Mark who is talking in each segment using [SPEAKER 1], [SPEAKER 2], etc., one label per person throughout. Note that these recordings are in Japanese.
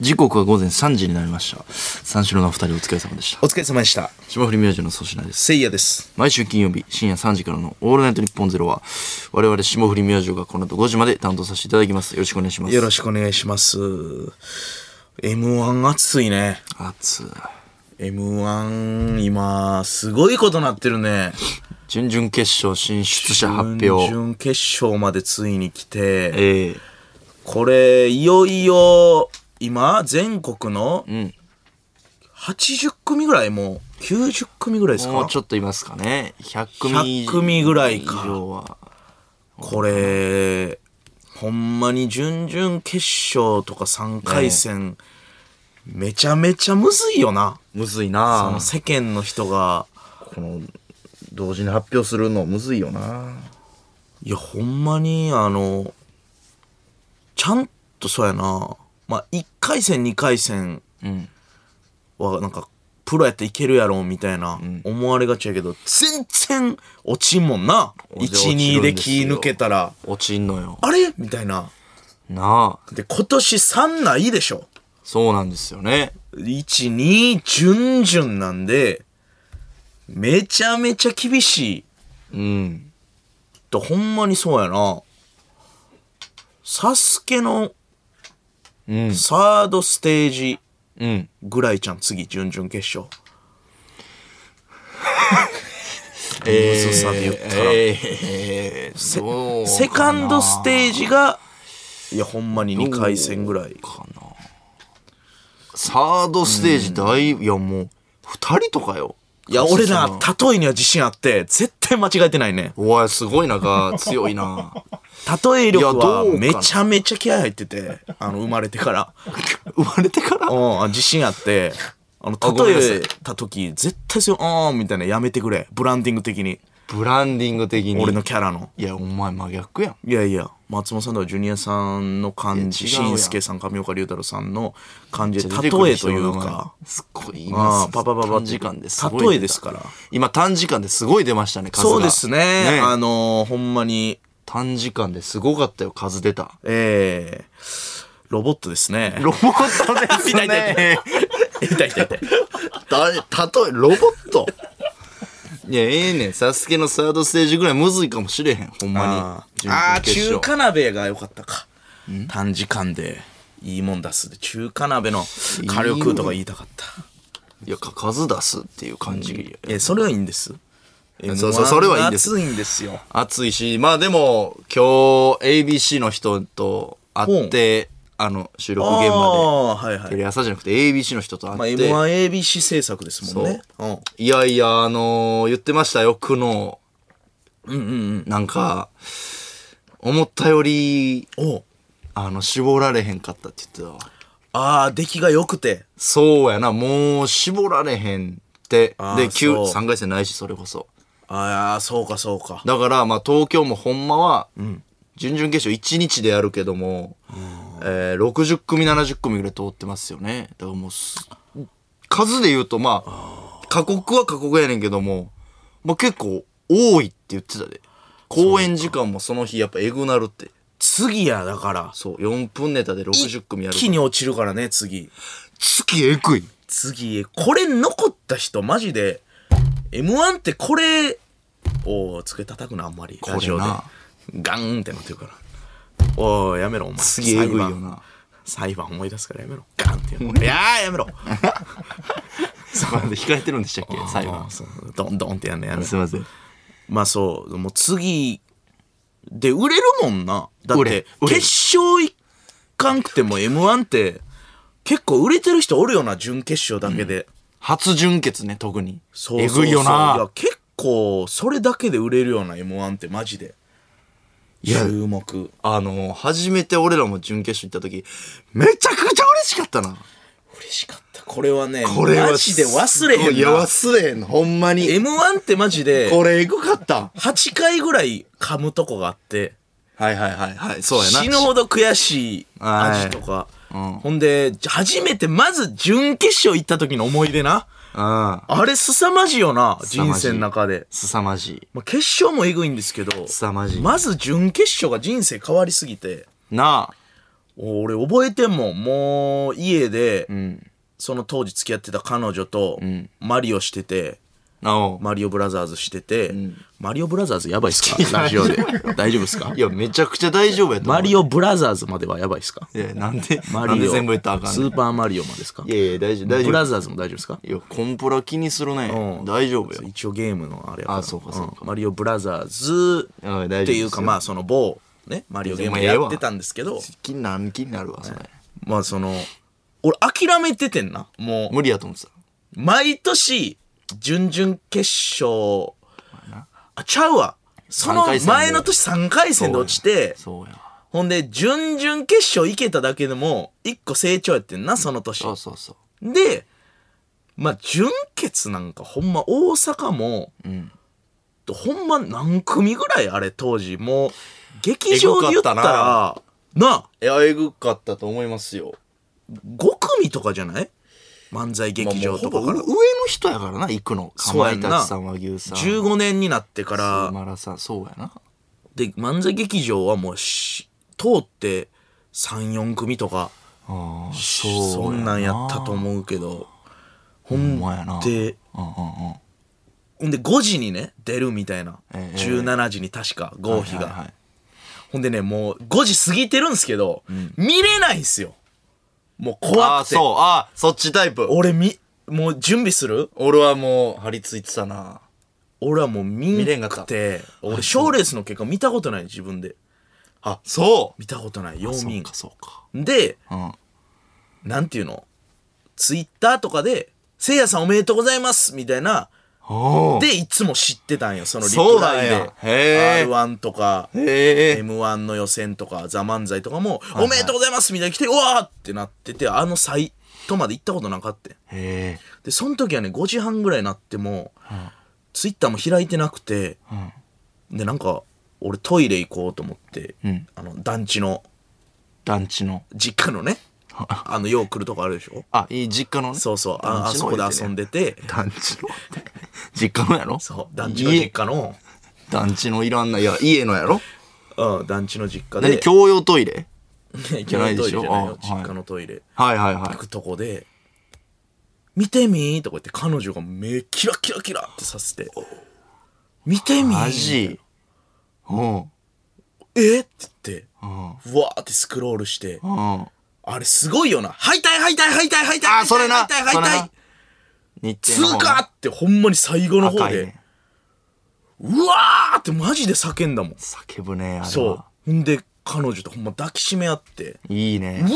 [SPEAKER 1] 時刻は午前3時になりました三四郎のお二人お疲れ様でした
[SPEAKER 2] お疲れ様でした。
[SPEAKER 1] 霜降り明星の粗品です
[SPEAKER 2] せいやです。
[SPEAKER 1] 毎週金曜日深夜3時からの「オールナイトニッポンゼロは我々霜降り明星がこの後5時まで担当させていただきますよろしくお願いします
[SPEAKER 2] よろしくお願いします。M1 熱いね。
[SPEAKER 1] 熱い
[SPEAKER 2] M1 今、すごいことなってるね。
[SPEAKER 1] 準々決勝進出者発表
[SPEAKER 2] 準々決勝までついに来て、
[SPEAKER 1] ええ
[SPEAKER 2] これ、いよいよ、今、全国の
[SPEAKER 1] ん
[SPEAKER 2] 80組ぐらい、もう90組ぐらいです
[SPEAKER 1] も
[SPEAKER 2] か
[SPEAKER 1] うちょっといますかね100組
[SPEAKER 2] 100組ぐらいか
[SPEAKER 1] 以上は
[SPEAKER 2] これ、ほんまに準々決勝とか3回戦、めちゃめちゃむずいよな。
[SPEAKER 1] むずい
[SPEAKER 2] あ
[SPEAKER 1] な
[SPEAKER 2] の世間の人が、
[SPEAKER 1] この同時に発表するのむずいよない
[SPEAKER 2] や、ほんまに、あの、ちゃんとそうやな、まあ、1回戦、2回戦
[SPEAKER 1] うん
[SPEAKER 2] は、なんか、プロやっていけるやろ、みたいな、思われがちやけど、全然落ちんもんな。
[SPEAKER 1] 落ち
[SPEAKER 2] 1、2
[SPEAKER 1] 落ちる
[SPEAKER 2] で
[SPEAKER 1] んです
[SPEAKER 2] 気
[SPEAKER 1] よ
[SPEAKER 2] 抜けたら、
[SPEAKER 1] 落ちんのよ
[SPEAKER 2] あれみたいな。
[SPEAKER 1] なあ
[SPEAKER 2] で、今年3ないでしょ。
[SPEAKER 1] そうなんですよね
[SPEAKER 2] 1、2、準々なんで、めちゃめちゃ厳しい。
[SPEAKER 1] うん
[SPEAKER 2] だほんまにそうやな。サスケの
[SPEAKER 1] うん
[SPEAKER 2] サードステージ
[SPEAKER 1] うん
[SPEAKER 2] ぐらいちゃん、次、準々決 勝。
[SPEAKER 1] え
[SPEAKER 2] むずさで言ったら
[SPEAKER 1] ええどうかな
[SPEAKER 2] セカンドステージが、いや、ほんまに2回戦ぐらい。
[SPEAKER 1] かなサードステージだい、いやもう2人とかよ
[SPEAKER 2] いや、俺ら、
[SPEAKER 1] 勝つ
[SPEAKER 2] 例えには自信あって、絶対間違えてないね。
[SPEAKER 1] のおいすごいなが強い な
[SPEAKER 2] 例え力
[SPEAKER 1] いやど
[SPEAKER 2] は
[SPEAKER 1] う、かな
[SPEAKER 2] めちゃめちゃ気合入ってて、あの、生まれてから。
[SPEAKER 1] 生まれてから
[SPEAKER 2] うん、あ自信あって、あの、
[SPEAKER 1] ごめんなさい
[SPEAKER 2] 例えた時、絶対そう、あーんみたいなやめてくれ。ブランディング的に。
[SPEAKER 1] ブランディング的に
[SPEAKER 2] 俺のキャラの。
[SPEAKER 1] いやお前真逆やん
[SPEAKER 2] いやいや、松本さんとかジュニアさんの感じ、
[SPEAKER 1] いや違うやん
[SPEAKER 2] 紳助さん、上岡龍太郎さんの感じで、
[SPEAKER 1] 出てく
[SPEAKER 2] 例
[SPEAKER 1] る
[SPEAKER 2] えと
[SPEAKER 1] 人
[SPEAKER 2] い
[SPEAKER 1] の名
[SPEAKER 2] う
[SPEAKER 1] 前
[SPEAKER 2] か、
[SPEAKER 1] すごい
[SPEAKER 2] あ
[SPEAKER 1] 今
[SPEAKER 2] あパパパパ
[SPEAKER 1] 短時間ですごい
[SPEAKER 2] 例えですから
[SPEAKER 1] 今短時間ですごい出ましたね数が
[SPEAKER 2] そうですね、
[SPEAKER 1] ね
[SPEAKER 2] あのーほんまに、
[SPEAKER 1] 短時間ですごかったよ数出た
[SPEAKER 2] えー、ロボットですね。
[SPEAKER 1] ロボ ットです
[SPEAKER 2] 痛い痛い痛
[SPEAKER 1] ね
[SPEAKER 2] いたいたいた。
[SPEAKER 1] だ例えロボットいやええねんサスケのサードステージぐらいむずいかもしれへんほんま
[SPEAKER 2] あ
[SPEAKER 1] に
[SPEAKER 2] ーあー、
[SPEAKER 1] 準々
[SPEAKER 2] 中
[SPEAKER 1] 決勝
[SPEAKER 2] 華鍋が良かったか。短時間でいいもん出すで、中華鍋の火力とか言いたかった。
[SPEAKER 1] いやか数出すっていう感じ、
[SPEAKER 2] え、それはいいんです。
[SPEAKER 1] そうそうそれはいいんです
[SPEAKER 2] M1 熱いんですよ。
[SPEAKER 1] 暑いしまあでも今日 ABC の人と会ってあの収録現場
[SPEAKER 2] ああー、はいは
[SPEAKER 1] で
[SPEAKER 2] い
[SPEAKER 1] テ。レ朝じゃなくて ABC の人と
[SPEAKER 2] まあ、
[SPEAKER 1] 会って、
[SPEAKER 2] M1ABC 制作ですもんね。うん
[SPEAKER 1] いやいやあのー言ってましたよ苦悩うんうんうんなんか思ったより
[SPEAKER 2] おう
[SPEAKER 1] あの絞られへんかったって言ってたわ
[SPEAKER 2] ああ、出来が良くて。
[SPEAKER 1] そうやな、もう絞られへんって。
[SPEAKER 2] あー
[SPEAKER 1] で、
[SPEAKER 2] そ
[SPEAKER 1] 9、
[SPEAKER 2] う
[SPEAKER 1] 3回戦ないし、それこそ。
[SPEAKER 2] ああ、そうかそうか。
[SPEAKER 1] だから、まあ、東京もほんまは、準々決勝1日でやるけども、えー、60組、70組ぐらい通ってますよね。だからもうす、数で言うと、まあ、過酷は過酷やねんけども、まあ結構多いって言ってたで。公演時間もその日やっぱエグなるって。
[SPEAKER 2] 次や、だから。
[SPEAKER 1] そう、4分ネタで60組やる。
[SPEAKER 2] 一気に落ちるからね、次。
[SPEAKER 1] 月エグい。
[SPEAKER 2] 次、これ残った人、マジで、M1 ってこれ、おお、机叩くな、あんまり。
[SPEAKER 1] れな
[SPEAKER 2] ラジオで。ガンってなってるから。おお、やめろ、お前。
[SPEAKER 1] すげえエグいよ
[SPEAKER 2] 裁判。
[SPEAKER 1] な。
[SPEAKER 2] 裁判思い出すからやめろ。ガンってやる。いやー、やめろ。
[SPEAKER 1] そこまで控えてるんでしたっけ最後
[SPEAKER 2] あ。ーそうドンドンってやんねやめろ
[SPEAKER 1] すいません。
[SPEAKER 2] まあそう、もう次で売れるもんな。だっ
[SPEAKER 1] 売れ
[SPEAKER 2] て、
[SPEAKER 1] 売れる
[SPEAKER 2] 決勝行かんくても M1 って結構売れてる人おるよな、準決勝だけで。
[SPEAKER 1] 初純潔ね、特に。
[SPEAKER 2] そう
[SPEAKER 1] え
[SPEAKER 2] そうそう
[SPEAKER 1] ぐいよ
[SPEAKER 2] いや
[SPEAKER 1] な。
[SPEAKER 2] 結構それだけで売れるような M1 ってマジで。
[SPEAKER 1] いや
[SPEAKER 2] 注目。
[SPEAKER 1] あの、初めて俺らも準決勝行った時、めちゃくちゃ嬉しかったな。
[SPEAKER 2] 嬉しかった。これはね、
[SPEAKER 1] これは。
[SPEAKER 2] マジで忘れへんな。
[SPEAKER 1] いや、忘れへんの。ほんまに。
[SPEAKER 2] M1 ってマジで、
[SPEAKER 1] これ、えぐかった。
[SPEAKER 2] 8回ぐらい噛むとこがあって、
[SPEAKER 1] はいはいはいはい。そうやな。
[SPEAKER 2] 死ぬほど悔しい味とか。
[SPEAKER 1] うん
[SPEAKER 2] ほんで、初めてまず準決勝行った時の思い出な。
[SPEAKER 1] うん。
[SPEAKER 2] あれ凄まじいよ
[SPEAKER 1] ま
[SPEAKER 2] な、人
[SPEAKER 1] じい
[SPEAKER 2] 生の中で。
[SPEAKER 1] すさまじ
[SPEAKER 2] まあ、決勝もえぐいんですけど、
[SPEAKER 1] 凄まじい
[SPEAKER 2] まず準決勝が人生変わりすぎて、
[SPEAKER 1] い。なあ。
[SPEAKER 2] 俺覚えてんもん。もう家で、
[SPEAKER 1] うん。
[SPEAKER 2] その当時付き合ってた彼女と
[SPEAKER 1] ん、
[SPEAKER 2] マリオしてて、
[SPEAKER 1] あお
[SPEAKER 2] マリオブラザーズしてて、
[SPEAKER 1] ん
[SPEAKER 2] マリオブラザーズやばいっす かラジオで。大丈夫っすか
[SPEAKER 1] いや、めちゃくちゃ大丈夫やと思う。
[SPEAKER 2] マリオブラザーズまではやばいっすか
[SPEAKER 1] いや、なんで、
[SPEAKER 2] マ
[SPEAKER 1] なん
[SPEAKER 2] リ
[SPEAKER 1] で
[SPEAKER 2] オ、
[SPEAKER 1] 全部言ったらあかん
[SPEAKER 2] ス
[SPEAKER 1] ね
[SPEAKER 2] ーパーマリオまでですか
[SPEAKER 1] ん。いやいや、大丈夫、大丈
[SPEAKER 2] ブ
[SPEAKER 1] 夫
[SPEAKER 2] ラ。ザーズも大丈夫ですか
[SPEAKER 1] いや、コンプラ気にするね
[SPEAKER 2] う。ん
[SPEAKER 1] 大丈夫よ。
[SPEAKER 2] 一応ゲームのあれやから
[SPEAKER 1] あそうかそうか
[SPEAKER 2] んマリオブラザーズ
[SPEAKER 1] あ大丈夫
[SPEAKER 2] っ
[SPEAKER 1] です
[SPEAKER 2] て
[SPEAKER 1] よ
[SPEAKER 2] いうかまあその某ねマリオゲーム
[SPEAKER 1] いやで
[SPEAKER 2] や
[SPEAKER 1] もええわ
[SPEAKER 2] ってたんですけど
[SPEAKER 1] 気になる、気になるわ、それ。
[SPEAKER 2] まあその俺諦めててんなもう
[SPEAKER 1] 無理やと思ってた。
[SPEAKER 2] 毎年準々決勝あちゃうわその
[SPEAKER 1] 三回戦で
[SPEAKER 2] 前の年3回戦で落ちて
[SPEAKER 1] そうや。
[SPEAKER 2] ほんで準々決勝行けただけでも1個成長やってんなその年
[SPEAKER 1] そうそうそ
[SPEAKER 2] で、まあ、準決なんかほんま大阪も、
[SPEAKER 1] ん
[SPEAKER 2] ほんま何組ぐらいあれ当時、もう、劇場で言ったら、
[SPEAKER 1] えぐか
[SPEAKER 2] なあ、
[SPEAKER 1] う。いや、えぐかったと思いますよ。
[SPEAKER 2] 5組とかじゃない漫才劇
[SPEAKER 1] まあも
[SPEAKER 2] 場
[SPEAKER 1] うほ
[SPEAKER 2] と
[SPEAKER 1] ぼ
[SPEAKER 2] か
[SPEAKER 1] 上
[SPEAKER 2] から。
[SPEAKER 1] の人やからな、行くの。か
[SPEAKER 2] そう
[SPEAKER 1] ま
[SPEAKER 2] や
[SPEAKER 1] い
[SPEAKER 2] んな
[SPEAKER 1] たちさん、和牛さん。
[SPEAKER 2] 15年になってか
[SPEAKER 1] ス
[SPEAKER 2] ら、
[SPEAKER 1] マラさん、そうやな。
[SPEAKER 2] で、漫才劇場はもうし、通って3、4組とか、
[SPEAKER 1] ああ、
[SPEAKER 2] そ
[SPEAKER 1] そうやな。
[SPEAKER 2] んなんやったと思うけど、
[SPEAKER 1] ほ
[SPEAKER 2] ほん
[SPEAKER 1] んまやな。
[SPEAKER 2] で、
[SPEAKER 1] うんうんうん。
[SPEAKER 2] ほんで5時にね、出るみたいな。
[SPEAKER 1] ええ
[SPEAKER 2] 17時に確か、合否
[SPEAKER 1] はい
[SPEAKER 2] が
[SPEAKER 1] は。いはい
[SPEAKER 2] ほんでね、もう5時過ぎてるんですけど、見れないんすよ。もう
[SPEAKER 1] あ
[SPEAKER 2] 怖
[SPEAKER 1] あ、
[SPEAKER 2] くて。
[SPEAKER 1] そう。ああ、そっちタイプ。
[SPEAKER 2] 俺み、もう準備する
[SPEAKER 1] 俺はもう、張り付いてたな。
[SPEAKER 2] 俺はもう見
[SPEAKER 1] 見れ
[SPEAKER 2] れ
[SPEAKER 1] んか
[SPEAKER 2] んか
[SPEAKER 1] った
[SPEAKER 2] って、俺賞レースの結果見たことない自分で。
[SPEAKER 1] あ、そう
[SPEAKER 2] 見たことない、よう
[SPEAKER 1] そ
[SPEAKER 2] 見
[SPEAKER 1] うんか、。そうか。
[SPEAKER 2] で、
[SPEAKER 1] うん。
[SPEAKER 2] なんていうのツイッターとかで、せいやさんおめでとうございますみたいな。
[SPEAKER 1] お
[SPEAKER 2] で、いつも知ってたんよ、そのリ
[SPEAKER 1] そう
[SPEAKER 2] プ
[SPEAKER 1] な
[SPEAKER 2] ラ
[SPEAKER 1] ん
[SPEAKER 2] イ
[SPEAKER 1] や
[SPEAKER 2] で。
[SPEAKER 1] へー
[SPEAKER 2] R1 とか、
[SPEAKER 1] へえ。
[SPEAKER 2] M1 の予選とか、ザ・漫才とかも、おめでとうございますみたいに来て、うわーってなってて、あのサイトまで行ったことなかった。
[SPEAKER 1] へえ。
[SPEAKER 2] で、その時はね、5時半ぐらいになっても、ツイッターも開いてなくて、で、なんか、俺トイレ行こうと思って、
[SPEAKER 1] うん
[SPEAKER 2] あの、団地の、
[SPEAKER 1] 団地の。
[SPEAKER 2] 実家のね、あの、よう来るとこあるでしょ
[SPEAKER 1] あ、いい実家のね。
[SPEAKER 2] そうそう、ああ
[SPEAKER 1] 団地
[SPEAKER 2] そ
[SPEAKER 1] の
[SPEAKER 2] こで遊んでて、
[SPEAKER 1] 団地のって 実家のやろ
[SPEAKER 2] そう、団地の実家の、
[SPEAKER 1] 家。団地のいらんない。いや、家のやろ
[SPEAKER 2] うん、団地の実家
[SPEAKER 1] 何
[SPEAKER 2] で、
[SPEAKER 1] 共用トイレ
[SPEAKER 2] 日
[SPEAKER 1] じゃないで
[SPEAKER 2] トイレ
[SPEAKER 1] し
[SPEAKER 2] じ
[SPEAKER 1] ょ
[SPEAKER 2] ゃ ないよ、
[SPEAKER 1] あはい
[SPEAKER 2] 実家のトイレ。
[SPEAKER 1] はいはいは
[SPEAKER 2] 行くとこで、見てみーとか言って彼女が目キラキラキラってさせて、見て
[SPEAKER 1] い。
[SPEAKER 2] みー
[SPEAKER 1] マジうん。うん。
[SPEAKER 2] えって言って、
[SPEAKER 1] うん。
[SPEAKER 2] うわーってスクロールして、
[SPEAKER 1] あ
[SPEAKER 2] あれすごいよな。敗退敗退敗退敗退
[SPEAKER 1] ー、それな。
[SPEAKER 2] 敗退敗
[SPEAKER 1] それな
[SPEAKER 2] 退
[SPEAKER 1] 日程
[SPEAKER 2] 通
[SPEAKER 1] の方
[SPEAKER 2] 過
[SPEAKER 1] な
[SPEAKER 2] ってほんまに最後の方
[SPEAKER 1] 高い
[SPEAKER 2] で、
[SPEAKER 1] ね。
[SPEAKER 2] うわーってマジで叫んだもん。
[SPEAKER 1] 叫ぶね、あれは。
[SPEAKER 2] そう。ほんで、彼女とほんま抱きしめ合って、
[SPEAKER 1] いいうね。
[SPEAKER 2] わ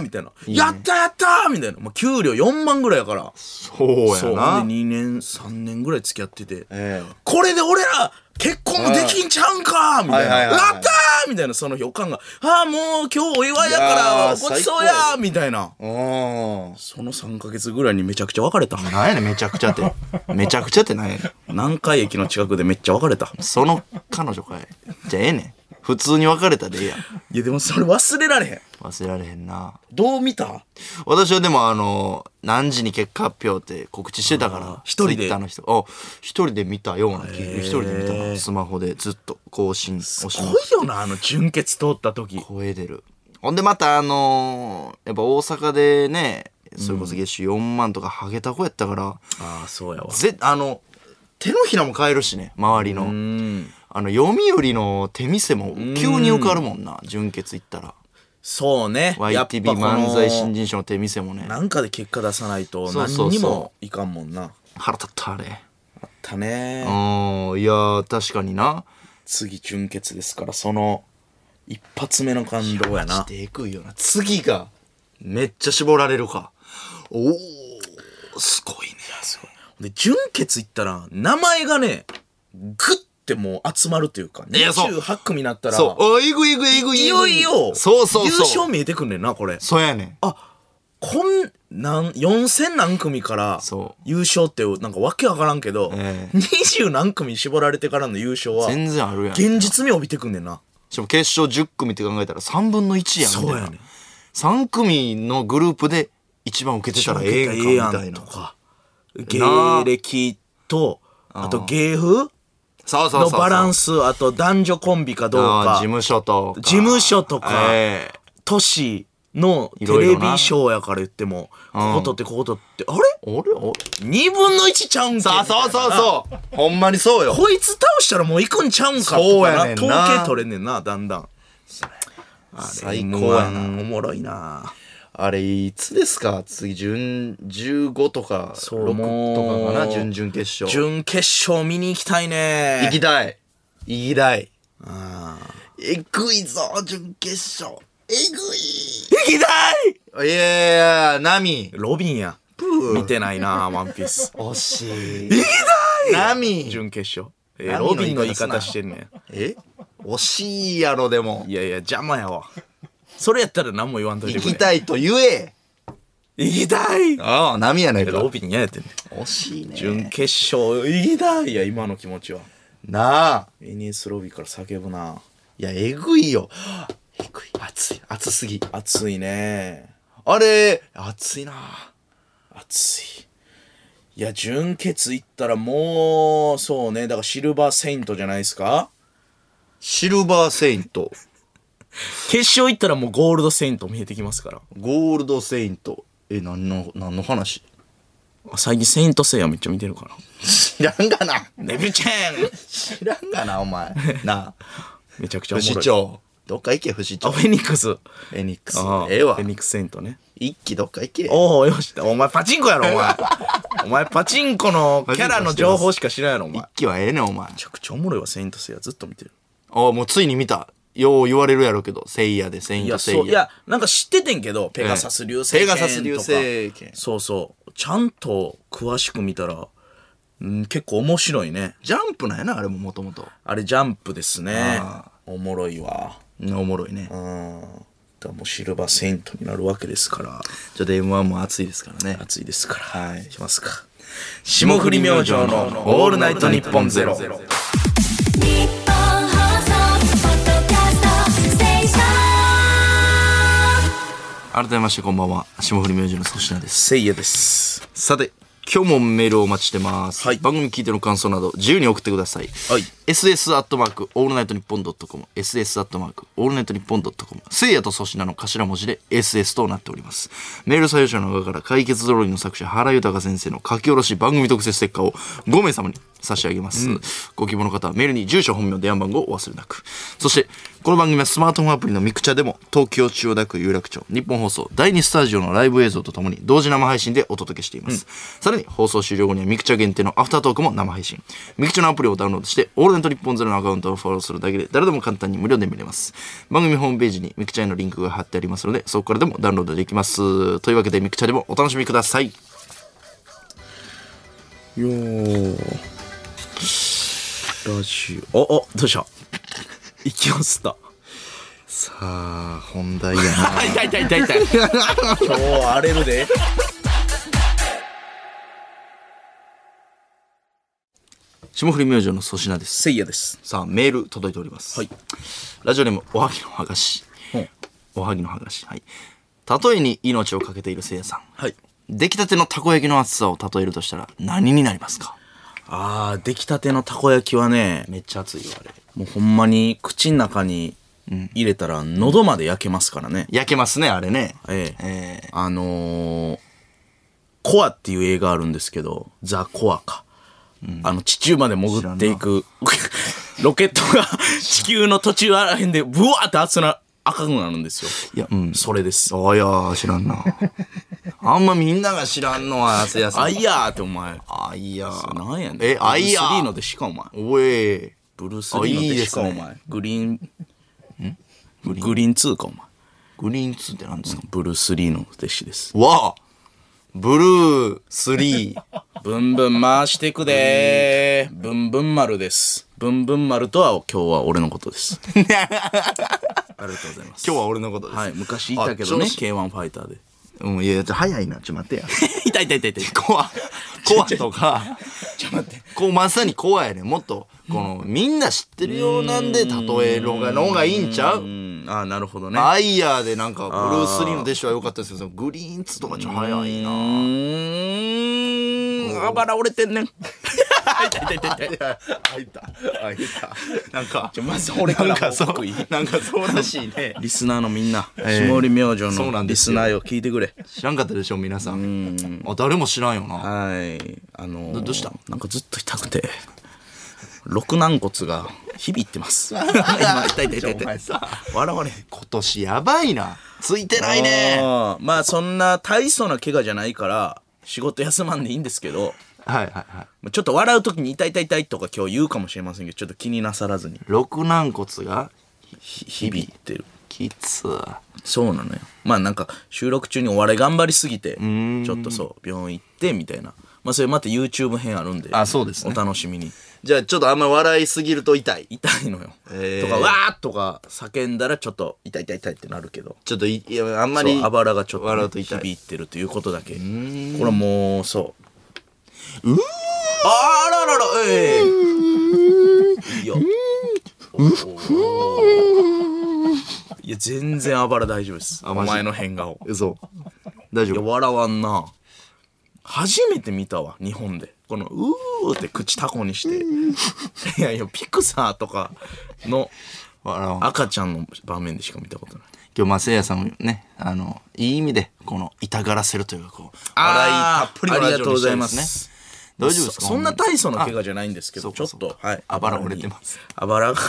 [SPEAKER 2] ーみたいな。
[SPEAKER 1] いね
[SPEAKER 2] やったやったーみたいな。まあ、給料4万ぐらいやから。
[SPEAKER 1] そう
[SPEAKER 2] そう。
[SPEAKER 1] や
[SPEAKER 2] ほ
[SPEAKER 1] なん
[SPEAKER 2] で。2年、3年ぐらい付き合ってて。
[SPEAKER 1] ええ
[SPEAKER 2] これで俺ら結婚もできんちゃうんかみたいな。
[SPEAKER 1] はいはい
[SPEAKER 2] や
[SPEAKER 1] は
[SPEAKER 2] っ
[SPEAKER 1] いはい
[SPEAKER 2] たーみたいなその予感が。ああ、もう今日お祝いやか
[SPEAKER 1] いや
[SPEAKER 2] ら
[SPEAKER 1] ー
[SPEAKER 2] ごち
[SPEAKER 1] 最
[SPEAKER 2] そう
[SPEAKER 1] 高や
[SPEAKER 2] やーみたいな。
[SPEAKER 1] うん。
[SPEAKER 2] その3ヶ月ぐらいにめちゃくちゃ別れた。
[SPEAKER 1] なんやねんめちゃくちゃって。 めちゃくちゃってなんやねん。
[SPEAKER 2] 南海駅の近くでめっちゃ別れた。
[SPEAKER 1] その彼女かい。じゃあええねん。普通に別れたでええやん。
[SPEAKER 2] いやでもそれ忘れられへん。
[SPEAKER 1] 忘れられへんな。
[SPEAKER 2] どう見た
[SPEAKER 1] 私はでもあの、何時に結果発表って告知してたから。
[SPEAKER 2] 一人で
[SPEAKER 1] Twitter の人。あ、一人で見たような気一人で見たな。スマホでずっと更新押し
[SPEAKER 2] 来
[SPEAKER 1] ま
[SPEAKER 2] いよな、あの純潔通った時。
[SPEAKER 1] 声出る。ほんでまたあのーやっぱ大阪でね、それこそ月収4万とかハゲた子やったから、
[SPEAKER 2] ああ、そうやわ。
[SPEAKER 1] ぜ、あの、手のひらも変えるしね、周りの。
[SPEAKER 2] うん。
[SPEAKER 1] あの、読売の手店も急によくあるもんな、純潔行ったら。
[SPEAKER 2] そうね。やっぱ
[SPEAKER 1] YTV
[SPEAKER 2] この
[SPEAKER 1] 漫才新人賞の手店もね、
[SPEAKER 2] なんかで結果出さないと
[SPEAKER 1] そうそうそう
[SPEAKER 2] 何にもいかんもんな。
[SPEAKER 1] 腹立ったあれ。
[SPEAKER 2] あったね
[SPEAKER 1] うーん、いやー、確かにな。
[SPEAKER 2] 次純潔ですから、その一発目の感動やな。
[SPEAKER 1] てえくいよな。次が、めっちゃ絞られるか。おー、すごいね。
[SPEAKER 2] で、純潔行ったら、名前がね、ぐってもう集まるというか、
[SPEAKER 1] いやそう
[SPEAKER 2] 28組になったら、
[SPEAKER 1] そう、おいぐいぐいぐいぐ
[SPEAKER 2] いよいよ、
[SPEAKER 1] そうそうそう。
[SPEAKER 2] 優勝見えてくんねんな、これ。
[SPEAKER 1] そうやねん。
[SPEAKER 2] あ、こん、なん、4000何組から
[SPEAKER 1] そう、
[SPEAKER 2] 優勝って、なんかわけわからんけど、
[SPEAKER 1] え
[SPEAKER 2] 20何組絞られてからの優勝は、
[SPEAKER 1] 全然あるやん。し
[SPEAKER 2] 現実味帯びてくんねんな。
[SPEAKER 1] かも決勝10組って考えたら3分の1やんみたいな。
[SPEAKER 2] そうやねん
[SPEAKER 1] 3組のグループで一番受けてたらええんかみたいな
[SPEAKER 2] と。か、芸歴と、あと芸風
[SPEAKER 1] そうそうそう
[SPEAKER 2] の
[SPEAKER 1] そう。
[SPEAKER 2] バランス、あと男女コンビかどう
[SPEAKER 1] あー事
[SPEAKER 2] か、
[SPEAKER 1] 務所とか。
[SPEAKER 2] 事務所とか
[SPEAKER 1] ええ
[SPEAKER 2] 都市のテレビショーやから言っても、ここ撮ってここ撮って、あれ
[SPEAKER 1] 俺俺
[SPEAKER 2] ?2 分の1ちゃうんか
[SPEAKER 1] さあそうそう そうほんまにそうよ
[SPEAKER 2] こいつ倒したらもう行くんちゃうんかと
[SPEAKER 1] そう
[SPEAKER 2] か
[SPEAKER 1] や
[SPEAKER 2] な
[SPEAKER 1] ねんな
[SPEAKER 2] 統計取れんねんなだんだん
[SPEAKER 1] 最高やな
[SPEAKER 2] M1 おもろいな
[SPEAKER 1] あれいつですか次準15とか
[SPEAKER 2] そう
[SPEAKER 1] 6とかか
[SPEAKER 2] も
[SPEAKER 1] な
[SPEAKER 2] う
[SPEAKER 1] 準々決勝
[SPEAKER 2] 準決勝見に行きたいね
[SPEAKER 1] 行きたい行きたい
[SPEAKER 2] あ
[SPEAKER 1] えぐいぞ準決勝え
[SPEAKER 2] ー行きたい
[SPEAKER 1] ぐいいやいやナミ
[SPEAKER 2] ロビンや 見てないなワンピース
[SPEAKER 1] 惜しい行きたいナミ
[SPEAKER 2] 準決勝えー
[SPEAKER 1] 何の
[SPEAKER 2] ロ
[SPEAKER 1] 言
[SPEAKER 2] ビ
[SPEAKER 1] い
[SPEAKER 2] ン
[SPEAKER 1] 方
[SPEAKER 2] の
[SPEAKER 1] すな
[SPEAKER 2] 言い方してんね
[SPEAKER 1] え惜しいやろでも
[SPEAKER 2] んいやいや邪魔やわそれやったら何も言わんといて
[SPEAKER 1] 行
[SPEAKER 2] くれ
[SPEAKER 1] きたいと言え
[SPEAKER 2] 行きたい
[SPEAKER 1] ああ波やないか
[SPEAKER 2] ロビンややってんねん
[SPEAKER 1] 惜しいね
[SPEAKER 2] 準決勝行きたいいや今の気持ちは
[SPEAKER 1] なあ
[SPEAKER 2] NS ロビーから叫ぶない
[SPEAKER 1] やえぐいよ えぐい熱い熱すぎ
[SPEAKER 2] 暑いね
[SPEAKER 1] あれ熱いな
[SPEAKER 2] 暑いいや純潔行ったらもうそうねだからシルバーセイントじゃないですか
[SPEAKER 1] シルバーセイント
[SPEAKER 2] 決勝行ったらもうゴールドセイント見えてきますから
[SPEAKER 1] ゴールドセイントえ何の何の話
[SPEAKER 2] あ最近セイントセイヤめっちゃ見てるから
[SPEAKER 1] 知らんがな
[SPEAKER 2] デビュチェーン
[SPEAKER 1] 知らんがなお前 なあ
[SPEAKER 2] めちゃくちゃお
[SPEAKER 1] 不
[SPEAKER 2] も
[SPEAKER 1] 死
[SPEAKER 2] ろい
[SPEAKER 1] 鳥どっか行け不死
[SPEAKER 2] あ
[SPEAKER 1] 鳥
[SPEAKER 2] フェニックス
[SPEAKER 1] フェニックス
[SPEAKER 2] ああ
[SPEAKER 1] ええわ
[SPEAKER 2] フェニックスセイントね
[SPEAKER 1] 一気どっか行け
[SPEAKER 2] おおよしお前パチンコやろお前お前パチンコのキャラの情報しか知らんやろお前め
[SPEAKER 1] 一気はええねんお前
[SPEAKER 2] ちゃくちゃおもろいわセイントセイヤずっと見てる
[SPEAKER 1] ああもうついに見たよう言われるやろうけどセイヤでセイ
[SPEAKER 2] い
[SPEAKER 1] ン
[SPEAKER 2] や
[SPEAKER 1] トセイ
[SPEAKER 2] そうい
[SPEAKER 1] ヤ
[SPEAKER 2] やなんか知っててんけどペガサス流星
[SPEAKER 1] ペ
[SPEAKER 2] 剣と
[SPEAKER 1] ガサ
[SPEAKER 2] か、
[SPEAKER 1] ス流星剣
[SPEAKER 2] そうそうちゃんと詳しく見たら、うん、結構面白いね
[SPEAKER 1] ジャンプなんやなあれももともと
[SPEAKER 2] あれジャンプですねおもろいわ
[SPEAKER 1] おもろいね
[SPEAKER 2] うんだからもうシルバーセイントになるわけですから
[SPEAKER 1] ちょっと M1 も熱いですからね
[SPEAKER 2] 熱いですからはいしますか霜降り明星の「オールナイトニッポンゼロ
[SPEAKER 3] 日本放送ポッドキャストステーション
[SPEAKER 1] 改めましてこんばんは霜降り明星の粗品です
[SPEAKER 2] せいやです
[SPEAKER 1] さて今日もメールをお待ちしてます、
[SPEAKER 2] はい
[SPEAKER 1] 番組聞いての感想など自由に送ってください、
[SPEAKER 2] はい
[SPEAKER 1] SS アットマークオールナイトニッポンドットコム SS アットマークオールナイトニッポンドットコムせいやと粗品の頭文字で SS となっておりますメール採用者の中から解決ドロリーの作者原豊先生の書き下ろし番組特設ステッカーを5名様に差し上げます、ご希望の方はメールに住所本名電話番号をお忘れなくそしてこの番組はスマートフォンアプリのミクチャでも東京千代田区有楽町日本放送第2スタジオのライブ映像とともに同時生配信でお届けしています、さらに放送終了後にはミクチャ限定のアフタートークも生配信ミクチャのアプリをダウンロードしてオールナイト日本ゼロのアカウントをフォローするだけで誰でも簡単に無料で見れます番組ホームページにミクチャへのリンクが貼ってありますのでそこからでもダウンロードできますというわけでミクチャでもお楽しみください
[SPEAKER 2] よーラジオああどうした 息を吸った
[SPEAKER 1] さあ本題やな
[SPEAKER 2] 痛い痛い痛い痛い今日荒れるで
[SPEAKER 1] 霜降り明星の粗品です
[SPEAKER 2] せいやです
[SPEAKER 1] さあメール届いております、
[SPEAKER 2] はい
[SPEAKER 1] ラジオネームおはぎのはがし
[SPEAKER 2] うん
[SPEAKER 1] おはぎのはがしはい例えに命をかけているせいやさん
[SPEAKER 2] はい
[SPEAKER 1] 出来たてのたこ焼きの熱さを例えるとしたら何になりますか
[SPEAKER 2] あー出来たてのたこ焼きはね
[SPEAKER 1] めっちゃ熱いよあれ
[SPEAKER 2] もうほんまに口の中に入れたら喉まで焼けますからね、
[SPEAKER 1] 焼けますねあれね
[SPEAKER 2] ええ
[SPEAKER 1] ええ
[SPEAKER 2] あのーコアっていう映画あるんですけどザ・コアか、あの地中まで潜っていくロケットが地球の途中あらへんでブワーって熱な赤くなるんですよ
[SPEAKER 1] いやうん
[SPEAKER 2] それです
[SPEAKER 1] あいやー知らんな あんまみんなが知らんのはせいやさん
[SPEAKER 2] あいやーってお前
[SPEAKER 1] あいやー
[SPEAKER 2] なんやねん
[SPEAKER 1] えあいや
[SPEAKER 2] ブルース・リー
[SPEAKER 1] ー
[SPEAKER 2] のでしかお前
[SPEAKER 1] おえ
[SPEAKER 2] ブルース・リーのでしか
[SPEAKER 1] あい
[SPEAKER 2] お
[SPEAKER 1] いです
[SPEAKER 2] 前
[SPEAKER 1] ね
[SPEAKER 2] グリーングリーン2かお前
[SPEAKER 1] グリーン2って何ですか、
[SPEAKER 2] ブルース・リーの弟子です
[SPEAKER 1] わあブルース リー
[SPEAKER 2] ブンブン回してくでー。ブンブン丸です。ブンブン丸とは今日は俺のことです。 ありがとうございます。
[SPEAKER 1] 今日は俺のことです
[SPEAKER 2] はい、昔いたけど
[SPEAKER 1] あ
[SPEAKER 2] ね、
[SPEAKER 1] ち
[SPEAKER 2] K1 ファイターで。
[SPEAKER 1] うんいやちょ早いなちょっと待ってや
[SPEAKER 2] 痛い痛い痛い痛い。
[SPEAKER 1] コアコアとかちょっと待ってこうまさにコアやねもっとこのみんな知ってるようなんで例えろがのがいいんちゃう
[SPEAKER 2] うん、ああ、なるほどね。
[SPEAKER 1] アイヤーでなんかブルース・リーの弟子は良かったですけどそのグリーンツとかちょっと早いな
[SPEAKER 2] うーん、あばら折れてんねん。痛い痛い痛い痛い
[SPEAKER 1] や開いた開いたなんか
[SPEAKER 2] じゃあまず俺から
[SPEAKER 1] なんかそ
[SPEAKER 2] 報告
[SPEAKER 1] う
[SPEAKER 2] いい
[SPEAKER 1] なんかそうらしいね
[SPEAKER 2] リスナーのみんな、
[SPEAKER 1] ええ
[SPEAKER 2] 下降り明星
[SPEAKER 1] そうな
[SPEAKER 2] の
[SPEAKER 1] ん
[SPEAKER 2] リ
[SPEAKER 1] で
[SPEAKER 2] ス
[SPEAKER 1] す
[SPEAKER 2] ナ
[SPEAKER 1] よ
[SPEAKER 2] ーよ聞いてくれ
[SPEAKER 1] 知らんかったでしょ皆さんあ誰も知らんよな
[SPEAKER 2] はいあのー
[SPEAKER 1] どどうした
[SPEAKER 2] なんかずっと痛くて肋軟骨が日々いってま す今痛い痛い痛い
[SPEAKER 1] お
[SPEAKER 2] 痛
[SPEAKER 1] 前
[SPEAKER 2] い
[SPEAKER 1] さ
[SPEAKER 2] 笑われへん
[SPEAKER 1] 今年やばいなついてないね
[SPEAKER 2] あーまあそんな大層な怪我じゃないから仕事休まんでいいんですけど
[SPEAKER 1] はいはいはい
[SPEAKER 2] まあちょっと笑う時に痛い痛い痛いとか今日言うかもしれませんけどちょっと気になさらずに
[SPEAKER 1] 肋軟骨が
[SPEAKER 2] ひ日々いってる
[SPEAKER 1] きつ
[SPEAKER 2] そうなのよまあなんか収録中にお笑い頑張りすぎてちょっとそう病院行ってみたいなまあそれまた YouTube 編あるんで
[SPEAKER 1] あそうですね
[SPEAKER 2] お楽しみに
[SPEAKER 1] じゃあちょっとあんま笑いすぎると痛い
[SPEAKER 2] 痛いのよ、
[SPEAKER 1] えー
[SPEAKER 2] とかわーっとか叫んだらちょっと痛い痛い痛いってなるけど
[SPEAKER 1] ちょっといいやあんまり
[SPEAKER 2] そうあばらがちょっと,、
[SPEAKER 1] 笑うと
[SPEAKER 2] と
[SPEAKER 1] 痛い
[SPEAKER 2] 響いてるということだけこれはもうそう
[SPEAKER 1] うー
[SPEAKER 2] あららら、ええいいよ。いや、全然あばら大丈夫です。お
[SPEAKER 1] マジ
[SPEAKER 2] 前の変顔。
[SPEAKER 1] 嘘大丈
[SPEAKER 2] いや、
[SPEAKER 1] 夫
[SPEAKER 2] 笑わんな。初めて見たわ、日本で。この、うーって口タコにして。いやいや、ピクサーとかの
[SPEAKER 1] 笑わん
[SPEAKER 2] 赤ちゃんの場面でしか見たことない。
[SPEAKER 1] 今日まあせいやさんもねあのいい意味でこの痛がらせるというかこう笑いた
[SPEAKER 2] あ
[SPEAKER 1] っ
[SPEAKER 2] ー
[SPEAKER 1] ぷりの
[SPEAKER 2] あり
[SPEAKER 1] ラ
[SPEAKER 2] が
[SPEAKER 1] ジ
[SPEAKER 2] とう
[SPEAKER 1] オに
[SPEAKER 2] ご
[SPEAKER 1] した
[SPEAKER 2] ざい
[SPEAKER 1] いで
[SPEAKER 2] ます
[SPEAKER 1] ね
[SPEAKER 2] す。
[SPEAKER 1] 大丈夫ですか
[SPEAKER 2] そそんな
[SPEAKER 1] ほまに
[SPEAKER 2] 大層の怪我じゃないんですけ
[SPEAKER 1] そ
[SPEAKER 2] ど
[SPEAKER 1] う
[SPEAKER 2] ち
[SPEAKER 1] か
[SPEAKER 2] ょっ
[SPEAKER 1] そうか
[SPEAKER 2] とはい
[SPEAKER 1] あばら折れてます
[SPEAKER 2] あばらが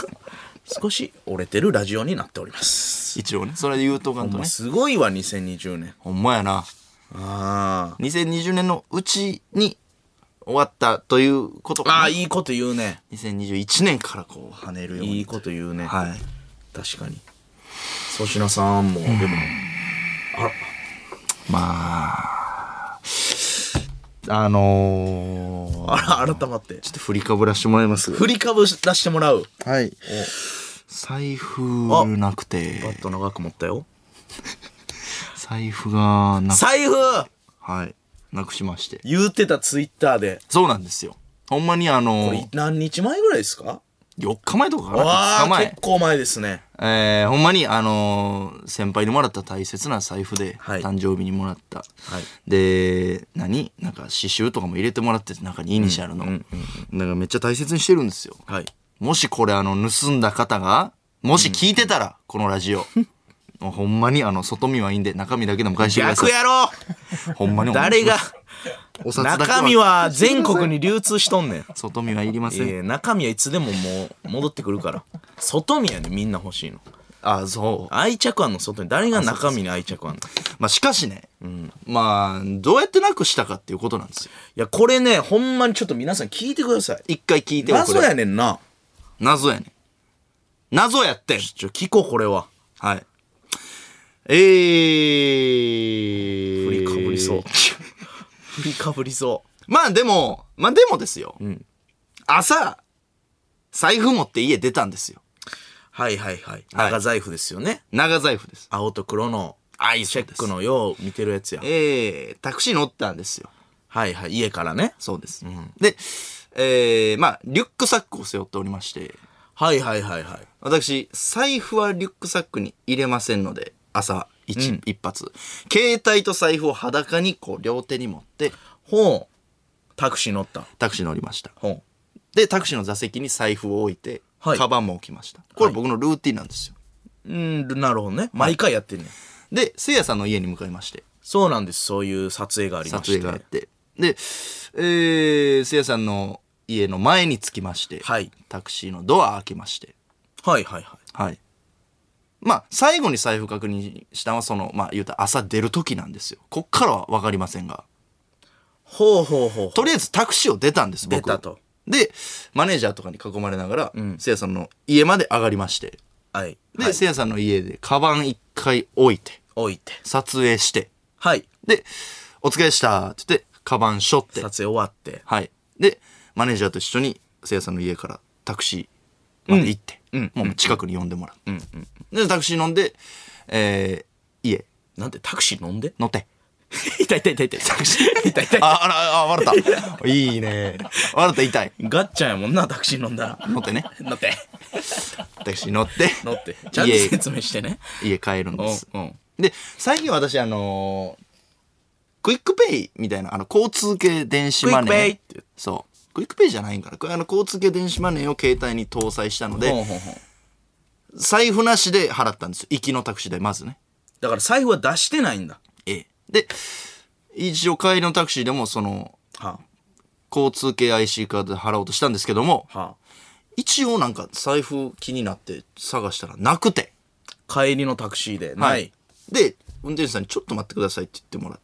[SPEAKER 2] 少し折れてるラジオになっております
[SPEAKER 1] 一応ねそれで言うとかんと
[SPEAKER 2] もう
[SPEAKER 1] ね
[SPEAKER 2] すごいわ2020年
[SPEAKER 1] ほんまやな
[SPEAKER 2] あ
[SPEAKER 1] 2020年のうちに終わったということかな
[SPEAKER 2] あーいいこと言うね
[SPEAKER 1] 2021年からこう跳ねるように
[SPEAKER 2] いいこと言うね
[SPEAKER 1] はい
[SPEAKER 2] 確かに粗品さんもでも
[SPEAKER 1] まああのー、
[SPEAKER 2] あら改まって
[SPEAKER 1] ちょっと振りかぶらしてもらいます
[SPEAKER 2] 振りかぶらしてもらう
[SPEAKER 1] はい財布なくて
[SPEAKER 2] バット長く持ったよ
[SPEAKER 1] 財布がなく
[SPEAKER 2] 財布
[SPEAKER 1] はいなくしまして
[SPEAKER 2] 言うてたツイッターで
[SPEAKER 1] そうなんですよほんまにあの
[SPEAKER 2] これ何日前ぐらいですか
[SPEAKER 1] 4日前とかかな
[SPEAKER 2] わ
[SPEAKER 1] 5日
[SPEAKER 2] あ
[SPEAKER 1] 前
[SPEAKER 2] 結構前ですね
[SPEAKER 1] えー、ほんまにあのー先輩にもらった大切な財布で、
[SPEAKER 2] はい
[SPEAKER 1] 誕生日にもらった、
[SPEAKER 2] はい
[SPEAKER 1] で何なんか刺繍とかも入れてもらって中にイニシャルの、なんかめっちゃ大切にしてるんですよ
[SPEAKER 2] はい
[SPEAKER 1] もしこれあの盗んだ方がもし聞いてたら、このラ ジオもうほんまにあの外見はいいんで中身だけでも返してくださ
[SPEAKER 2] 逆
[SPEAKER 1] い
[SPEAKER 2] や ろ
[SPEAKER 1] ほんまにお願いし
[SPEAKER 2] 誰
[SPEAKER 1] ま
[SPEAKER 2] が
[SPEAKER 1] すお札だけ
[SPEAKER 2] 中身は全国に流通しとん ねん。
[SPEAKER 1] 外見はいりません、
[SPEAKER 2] えー、中身はいつでももう戻ってくる から。外見やねんみんな欲しいの。
[SPEAKER 1] あそう
[SPEAKER 2] 愛着あんの外に。誰が中身に愛着あんの
[SPEAKER 1] まあしかしね、まあどうやってなくしたかっていうことなんですよ
[SPEAKER 2] いや、これね、ほんまにちょっと皆さん聞いてください。
[SPEAKER 1] 一回聞いておく
[SPEAKER 2] 謎
[SPEAKER 1] れ
[SPEAKER 2] やねんな。
[SPEAKER 1] 謎やねん謎やってん
[SPEAKER 2] ちょ、聞こう、これは。
[SPEAKER 1] はい。えー。
[SPEAKER 2] 振りかぶりそう。振りかぶりそ
[SPEAKER 1] まあでも、まあでもですよ。朝、財布持って家出たんですよ。
[SPEAKER 2] う。はいはいはい。
[SPEAKER 1] はい
[SPEAKER 2] 長財布ですよね。
[SPEAKER 1] 長財布です。
[SPEAKER 2] 青と黒の、
[SPEAKER 1] アイ
[SPEAKER 2] チェック。のよう見てるやつや。
[SPEAKER 1] えー、タクシー乗ったんですよ。
[SPEAKER 2] はいはい。家からね。
[SPEAKER 1] そうです。で、えー、まあ、リュックサックを背負っておりまして、
[SPEAKER 2] はいはいはいはい。
[SPEAKER 1] 私、財布はリュックサックに入れませんので、朝一、一発。携帯と財布を裸にこう両手に持って、
[SPEAKER 2] ほう。タクシー乗った。
[SPEAKER 1] タクシー乗りました。
[SPEAKER 2] ほう。
[SPEAKER 1] でタクシーの座席に財布を置いて、
[SPEAKER 2] はい
[SPEAKER 1] カバンも置きましたこれ僕のルーティンなんですよ、
[SPEAKER 2] うん、なるほどね。毎回やってんねん。
[SPEAKER 1] でせいやさんの家に向かいまして
[SPEAKER 2] そうなんです。そういう撮影がありま
[SPEAKER 1] 撮
[SPEAKER 2] して。
[SPEAKER 1] 影があってでえーせいやさんの家の前に着きまして、
[SPEAKER 2] はい
[SPEAKER 1] タクシーのドア開けまして
[SPEAKER 2] はいはいはい。
[SPEAKER 1] はいまあ最後に財布確認したのはそのまあ言うたら朝出る時なんですよこっからは分かりませんが
[SPEAKER 2] ほうほうほうほう。
[SPEAKER 1] とりあえずタクシーを出たんです僕
[SPEAKER 2] 出たと
[SPEAKER 1] でマネージャーとかに囲まれながら、せいやさんの家まで上がりまして
[SPEAKER 2] はい。
[SPEAKER 1] で、
[SPEAKER 2] はい
[SPEAKER 1] せいやさんの家でカバン一回置いて
[SPEAKER 2] 置いて。
[SPEAKER 1] 撮影して、
[SPEAKER 2] はい。
[SPEAKER 1] で、お疲れっしたって言って、カバンしょって
[SPEAKER 2] 撮、影終わって。
[SPEAKER 1] はい。で、マネージャーと一緒に、せいやさんの家からタクシーまで行って、もう近くに呼んでもらって、で、タクシー飲んで、えー、家、
[SPEAKER 2] なんでタクシー飲んで
[SPEAKER 1] 乗って。
[SPEAKER 2] 痛い痛い痛 い痛い。タクシー。痛い痛い。
[SPEAKER 1] あ、あら、あ、笑った。 いいね。笑った、痛い。
[SPEAKER 2] ガッチャンやもんな、タクシー飲んだら。
[SPEAKER 1] 乗ってね。
[SPEAKER 2] 乗って。
[SPEAKER 1] タクシー乗って、
[SPEAKER 2] 乗って。ちゃんと説明してね。
[SPEAKER 1] 家帰るんです。
[SPEAKER 2] うんうん
[SPEAKER 1] で、最近私、あのークイックペイみたいな、あの、交通系電子マネー。
[SPEAKER 2] クイックペイって
[SPEAKER 1] そう。クイックペイじゃないんかなこれあの交通系電子マネーを携帯に搭載したの
[SPEAKER 2] ほん
[SPEAKER 1] で
[SPEAKER 2] ほんほん
[SPEAKER 1] 財布なしで払ったんですよ行きのタクシー代まずね
[SPEAKER 2] だから財布は出してないんだ。
[SPEAKER 1] ええで一応帰りのタクシーでもその
[SPEAKER 2] は
[SPEAKER 1] 交通系 IC カードで払おうとしたんですけども
[SPEAKER 2] あ、は
[SPEAKER 1] 一応なんか財布気になって探したらなくて
[SPEAKER 2] あ、帰りのタクシーで、ない、
[SPEAKER 1] で運転手さんに「ちょっと待ってください」って言ってもらって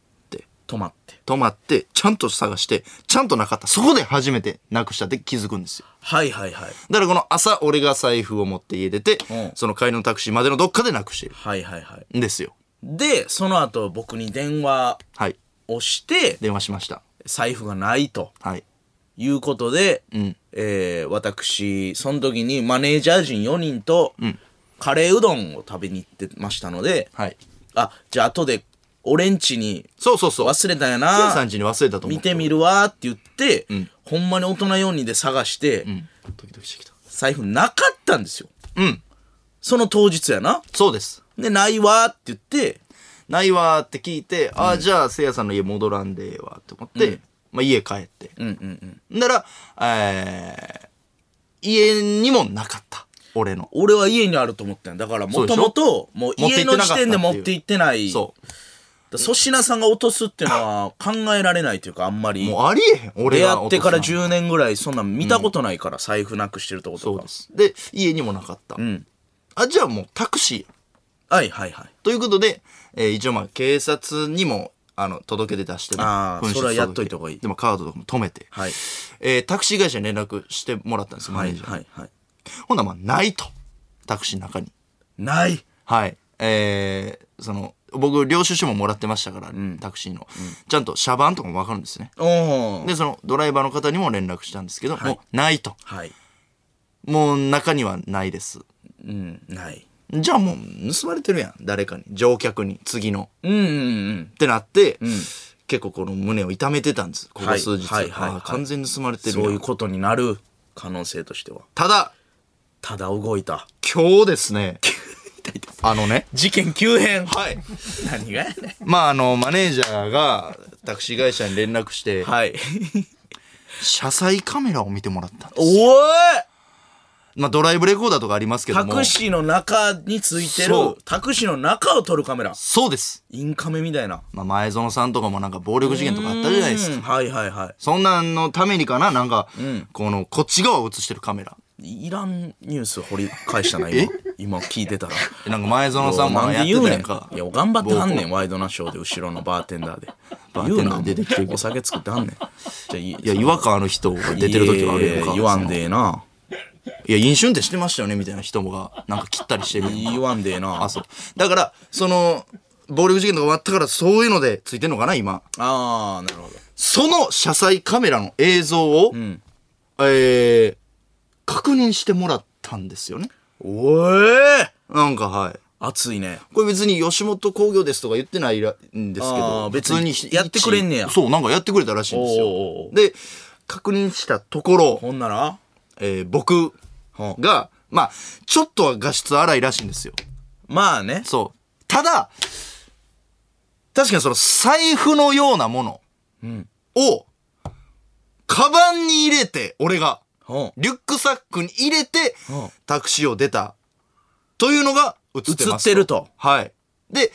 [SPEAKER 2] 止まって。
[SPEAKER 1] 止まってちゃんと探してちゃんとなかったそこで初めてなくしたって気づくんですよ
[SPEAKER 2] はいはいはい。
[SPEAKER 1] だからこの朝俺が財布を持って家出て、
[SPEAKER 2] うん
[SPEAKER 1] その帰りのタクシーまでのどっかでなくしてる
[SPEAKER 2] はいはいはい。
[SPEAKER 1] んですよ
[SPEAKER 2] で、その後僕に電話
[SPEAKER 1] はい
[SPEAKER 2] をして、
[SPEAKER 1] 電話しました
[SPEAKER 2] 財布がないと
[SPEAKER 1] はい
[SPEAKER 2] いうことで、
[SPEAKER 1] ん
[SPEAKER 2] えー私、その時にマネージャー陣4人と、カレーうどんを食べに行ってましたので、
[SPEAKER 1] はい
[SPEAKER 2] あ、じゃあ後で俺ん家に
[SPEAKER 1] そうそうそう
[SPEAKER 2] 忘れたんや
[SPEAKER 1] れさ、
[SPEAKER 2] なん
[SPEAKER 1] ちに忘れたと思う
[SPEAKER 2] 見てみるわーって言って、
[SPEAKER 1] ん
[SPEAKER 2] ほんまに大人4人で探して、
[SPEAKER 1] ドキドキしてきた
[SPEAKER 2] 財布なかったんですよ。
[SPEAKER 1] うん
[SPEAKER 2] その当日やな。
[SPEAKER 1] そうです
[SPEAKER 2] で、ないわーって言って、
[SPEAKER 1] ないわーって聞いて、ああじゃあせいやさんの家戻らんでええわって思って、まあ、家帰って、
[SPEAKER 2] うんうんうん。
[SPEAKER 1] なら、えー、家にもなかった。俺の。
[SPEAKER 2] 俺は家にあると思ったんだから、
[SPEAKER 1] そ
[SPEAKER 2] も
[SPEAKER 1] うで
[SPEAKER 2] と
[SPEAKER 1] しょ
[SPEAKER 2] もと、もう家の時点で
[SPEAKER 1] 持
[SPEAKER 2] 持
[SPEAKER 1] っ
[SPEAKER 2] ってて
[SPEAKER 1] 行
[SPEAKER 2] 行
[SPEAKER 1] っ
[SPEAKER 2] ってない。
[SPEAKER 1] そ
[SPEAKER 2] だから粗品さんが落とすっていうのは考えられないというか、あんま
[SPEAKER 1] う。
[SPEAKER 2] り。
[SPEAKER 1] もうありえへん。俺
[SPEAKER 2] 出
[SPEAKER 1] が
[SPEAKER 2] 会ってから
[SPEAKER 1] 落とすなんて
[SPEAKER 2] 10年ぐらい、そんなん見たことないから、財布なくしてるってこと
[SPEAKER 1] そう
[SPEAKER 2] か
[SPEAKER 1] で。す。で、家にもなかった。
[SPEAKER 2] ん
[SPEAKER 1] あ、じゃあもうタクシーや。
[SPEAKER 2] はいはいはい。
[SPEAKER 1] ということで、えー一応まあ警察にも、あの、届け出出してね
[SPEAKER 2] あー
[SPEAKER 1] 紛失
[SPEAKER 2] それはやっとい
[SPEAKER 1] 届け
[SPEAKER 2] た方がいい
[SPEAKER 1] でもカードとかも止めて。
[SPEAKER 2] はい
[SPEAKER 1] えータクシー会社に連絡してもらったんですよ、マ
[SPEAKER 2] は
[SPEAKER 1] ネー
[SPEAKER 2] い
[SPEAKER 1] ジャーに。
[SPEAKER 2] はいはい。
[SPEAKER 1] ほんならまあ、ないと。タクシーの中に。
[SPEAKER 2] ない。
[SPEAKER 1] はい。えー、その、僕、領収書ももらってましたから、タクシーの。ちゃんと車番とかもわかるんですね。
[SPEAKER 2] おー
[SPEAKER 1] で、そのドライバーの方にも連絡したんですけど、もうないと。
[SPEAKER 2] はい。
[SPEAKER 1] もう中にはないです。
[SPEAKER 2] うん、ない。
[SPEAKER 1] じゃあもう盗まれてるやん。誰かに。乗客に。次の。
[SPEAKER 2] うんうん
[SPEAKER 1] ってなって、結構この胸を痛めてたんです。ここ
[SPEAKER 2] はい
[SPEAKER 1] 数日。
[SPEAKER 2] はいはいは
[SPEAKER 1] あ
[SPEAKER 2] い
[SPEAKER 1] ー完全に盗まれ
[SPEAKER 2] う
[SPEAKER 1] て
[SPEAKER 2] ん。
[SPEAKER 1] るや
[SPEAKER 2] そ
[SPEAKER 1] ん
[SPEAKER 2] ういうことになる可能性としては。
[SPEAKER 1] ただ、
[SPEAKER 2] ただ動いた。
[SPEAKER 1] 今日です ね。あのね。
[SPEAKER 2] 事件急変。
[SPEAKER 1] はい。
[SPEAKER 2] 何がやねん。
[SPEAKER 1] まああの、マネージャーがタクシー会社に連絡して、
[SPEAKER 2] はい。
[SPEAKER 1] 車載カメラを見てもらったんです。
[SPEAKER 2] おー
[SPEAKER 1] まあドライブレコーダーとかありますけど
[SPEAKER 2] タ
[SPEAKER 1] も。
[SPEAKER 2] クシーの中についてる
[SPEAKER 1] そう
[SPEAKER 2] タクシーの中を撮るカメラ
[SPEAKER 1] そうです。
[SPEAKER 2] インカメみたいな
[SPEAKER 1] まあ前園さんとかもなんか暴力事件とかあったじゃないですか
[SPEAKER 2] うん。はいはいは
[SPEAKER 1] そんなんのためにかななんか、この、こっち側を映してるカメラ。
[SPEAKER 2] いいらんニュース掘り返したな今今聞いてたら
[SPEAKER 1] えなんか前園さんも
[SPEAKER 2] な
[SPEAKER 1] や
[SPEAKER 2] ん
[SPEAKER 1] っ
[SPEAKER 2] で
[SPEAKER 1] て
[SPEAKER 2] 言う
[SPEAKER 1] た
[SPEAKER 2] ね
[SPEAKER 1] や
[SPEAKER 2] ん
[SPEAKER 1] んか。
[SPEAKER 2] いや頑張ってはんねんワイドナショーで後ろのバーテンダーで
[SPEAKER 1] バーテンダー出てきてるけど
[SPEAKER 2] 言うなお酒作ってはんねんじゃあいい
[SPEAKER 1] いや、違和感ある人が出てる時はあるやんか。
[SPEAKER 2] いや言わんでええない
[SPEAKER 1] や、飲酒運転してましたよねみたいな人が、なんか切ったりしてるやんか
[SPEAKER 2] 言わんでええな
[SPEAKER 1] あ、そう。だから、その、暴力事件とか終わったから、そういうのでついてんのかな、今。
[SPEAKER 2] あーなるほど
[SPEAKER 1] その車載カメラの映像を、えー、確認してもらったんですよね。
[SPEAKER 2] おえ
[SPEAKER 1] なんか、はい。
[SPEAKER 2] 熱いね
[SPEAKER 1] これ別に吉本興業ですとか言ってないらんですけ
[SPEAKER 2] あ
[SPEAKER 1] ど
[SPEAKER 2] ー
[SPEAKER 1] 別
[SPEAKER 2] 別
[SPEAKER 1] に
[SPEAKER 2] にやってくれんねや
[SPEAKER 1] 一そうなんかやってくれたらしいんですよ
[SPEAKER 2] おうおうおう
[SPEAKER 1] で確認したところ、
[SPEAKER 2] ほんなら
[SPEAKER 1] えー僕
[SPEAKER 2] ほう
[SPEAKER 1] がまあちょっとは画質荒いらしいんですよ
[SPEAKER 2] まあね
[SPEAKER 1] そうただ確かにその財布のようなものを、カバンに入れて俺が
[SPEAKER 2] ほう
[SPEAKER 1] リュックサックに入れて
[SPEAKER 2] うん
[SPEAKER 1] タクシーを出たというのが映ってます
[SPEAKER 2] 映ってると
[SPEAKER 1] はいで、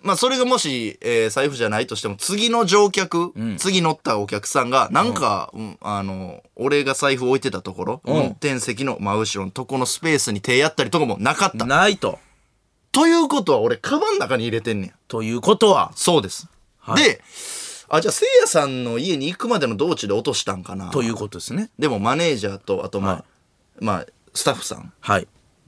[SPEAKER 1] まあそれがもし、えー財布じゃないとしても次の乗客、次乗ったお客さんがなんか、うんあの俺が財布置いてたところ、
[SPEAKER 2] うん
[SPEAKER 1] 運転席の真後ろのとこのスペースに手やったりとかもなかった
[SPEAKER 2] ないと
[SPEAKER 1] ということは俺カバンの中に入れてんねん
[SPEAKER 2] ということは
[SPEAKER 1] そうです、
[SPEAKER 2] はい
[SPEAKER 1] であじゃあせいやさんの家に行くまでの道中で落としたんかな
[SPEAKER 2] ということですね
[SPEAKER 1] でもマネージャーとあとまあ、
[SPEAKER 2] はい
[SPEAKER 1] まあスタッフさん
[SPEAKER 2] はい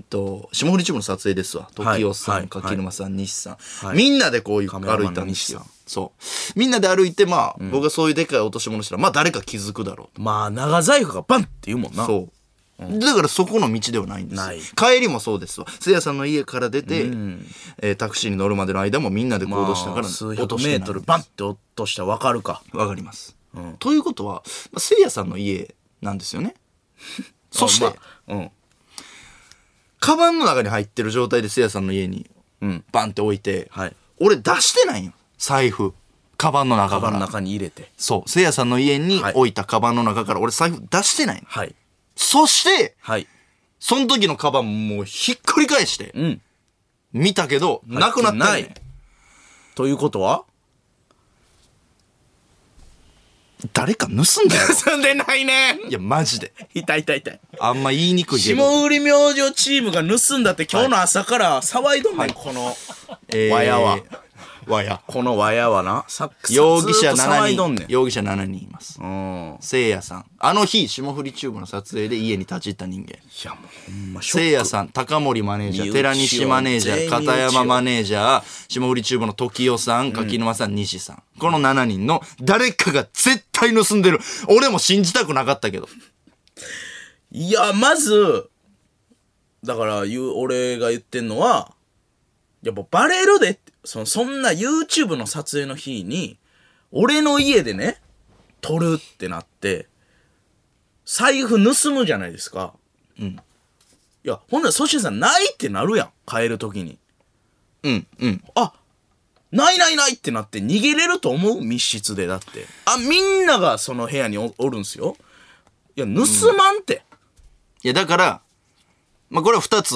[SPEAKER 1] と霜降りチームの撮影ですわ
[SPEAKER 2] はい
[SPEAKER 1] 時代さん、
[SPEAKER 2] はい
[SPEAKER 1] 柿沼さん、西さん、
[SPEAKER 2] はい
[SPEAKER 1] みんなでこういう
[SPEAKER 2] カメラマン
[SPEAKER 1] 歩
[SPEAKER 2] の
[SPEAKER 1] いたんですよ
[SPEAKER 2] 西さ
[SPEAKER 1] そうみんなで歩いてまあ、僕がそういうでかい落とし物したらまあ誰か気づくだろう
[SPEAKER 2] まあ長財布がバンって言うもんな
[SPEAKER 1] そうだからそこの道ではないんですよ
[SPEAKER 2] ない
[SPEAKER 1] 帰りもそうですわせいやさんの家から出て、えータクシーに乗るまでの間もみんなで行
[SPEAKER 2] ま
[SPEAKER 1] 動
[SPEAKER 2] あ
[SPEAKER 1] したから
[SPEAKER 2] 数
[SPEAKER 1] 落
[SPEAKER 2] 百
[SPEAKER 1] として
[SPEAKER 2] メ
[SPEAKER 1] ない
[SPEAKER 2] ートルバンって落としたら分かるか
[SPEAKER 1] わかります。ということは、まあ、せいやさんの家なんですよ ね。そして、
[SPEAKER 2] まあうん
[SPEAKER 1] カバンの中に入ってる状態でせいやさんの家に、
[SPEAKER 2] うん
[SPEAKER 1] バンって置いて、
[SPEAKER 2] はい
[SPEAKER 1] 俺出してないよ。財布。カバンの中
[SPEAKER 2] カ
[SPEAKER 1] か
[SPEAKER 2] バンの
[SPEAKER 1] ら。
[SPEAKER 2] 中に入れて。
[SPEAKER 1] そう。せいやさんの家に
[SPEAKER 2] はい
[SPEAKER 1] 置いたカバンの中から俺財布出してないの。
[SPEAKER 2] はい。
[SPEAKER 1] そして、
[SPEAKER 2] はい。
[SPEAKER 1] その時のカバンもうひっくり返して、
[SPEAKER 2] うん。
[SPEAKER 1] 見たけど、なくなって
[SPEAKER 2] な
[SPEAKER 1] ないい。
[SPEAKER 2] ということは
[SPEAKER 1] 誰か盗んだよ。
[SPEAKER 2] 住んでないね
[SPEAKER 1] いや、マジで。
[SPEAKER 2] 痛い痛い痛い。
[SPEAKER 1] あんま言いにくいけど。
[SPEAKER 2] 霜降り明星チームが盗んだって今日の朝から騒いどんねん、この、
[SPEAKER 1] えー
[SPEAKER 2] わやは。
[SPEAKER 1] わや。
[SPEAKER 2] このわやはな、さっき
[SPEAKER 1] 容疑者
[SPEAKER 2] ずっと騒いどん
[SPEAKER 1] 7
[SPEAKER 2] ね
[SPEAKER 1] 人。容疑者7人います。
[SPEAKER 2] ん。うん。
[SPEAKER 1] せいやさん。あの日、霜降りチューブの撮影で家に立ち入った人間。
[SPEAKER 2] いやもうほんまショッ
[SPEAKER 1] せいやさん、高森マネージャ
[SPEAKER 2] 身
[SPEAKER 1] ー、
[SPEAKER 2] 内
[SPEAKER 1] 寺西マネージャ
[SPEAKER 2] 全
[SPEAKER 1] ー、
[SPEAKER 2] 員
[SPEAKER 1] 片山マネージャー、霜降りチューブの時代さん、柿沼さん、西さん。この7人の誰かが絶対盗んでる。俺も信じたくなかったけど。
[SPEAKER 2] クいや、まず、だから言う、俺が言ってんのは、やっぱバレるでってその、そんな YouTube の撮影の日に、俺の家でね、撮るってなって、財布盗むじゃないですか。うん。いや、ほんなら粗品さん、ないってなるやん。帰る時に。
[SPEAKER 1] うん、うん。
[SPEAKER 2] あないないないってなって逃げれると思う密室でだってあみんながその部屋におおるんすよいや盗まんって、
[SPEAKER 1] いや、だから、まあ、これは2つ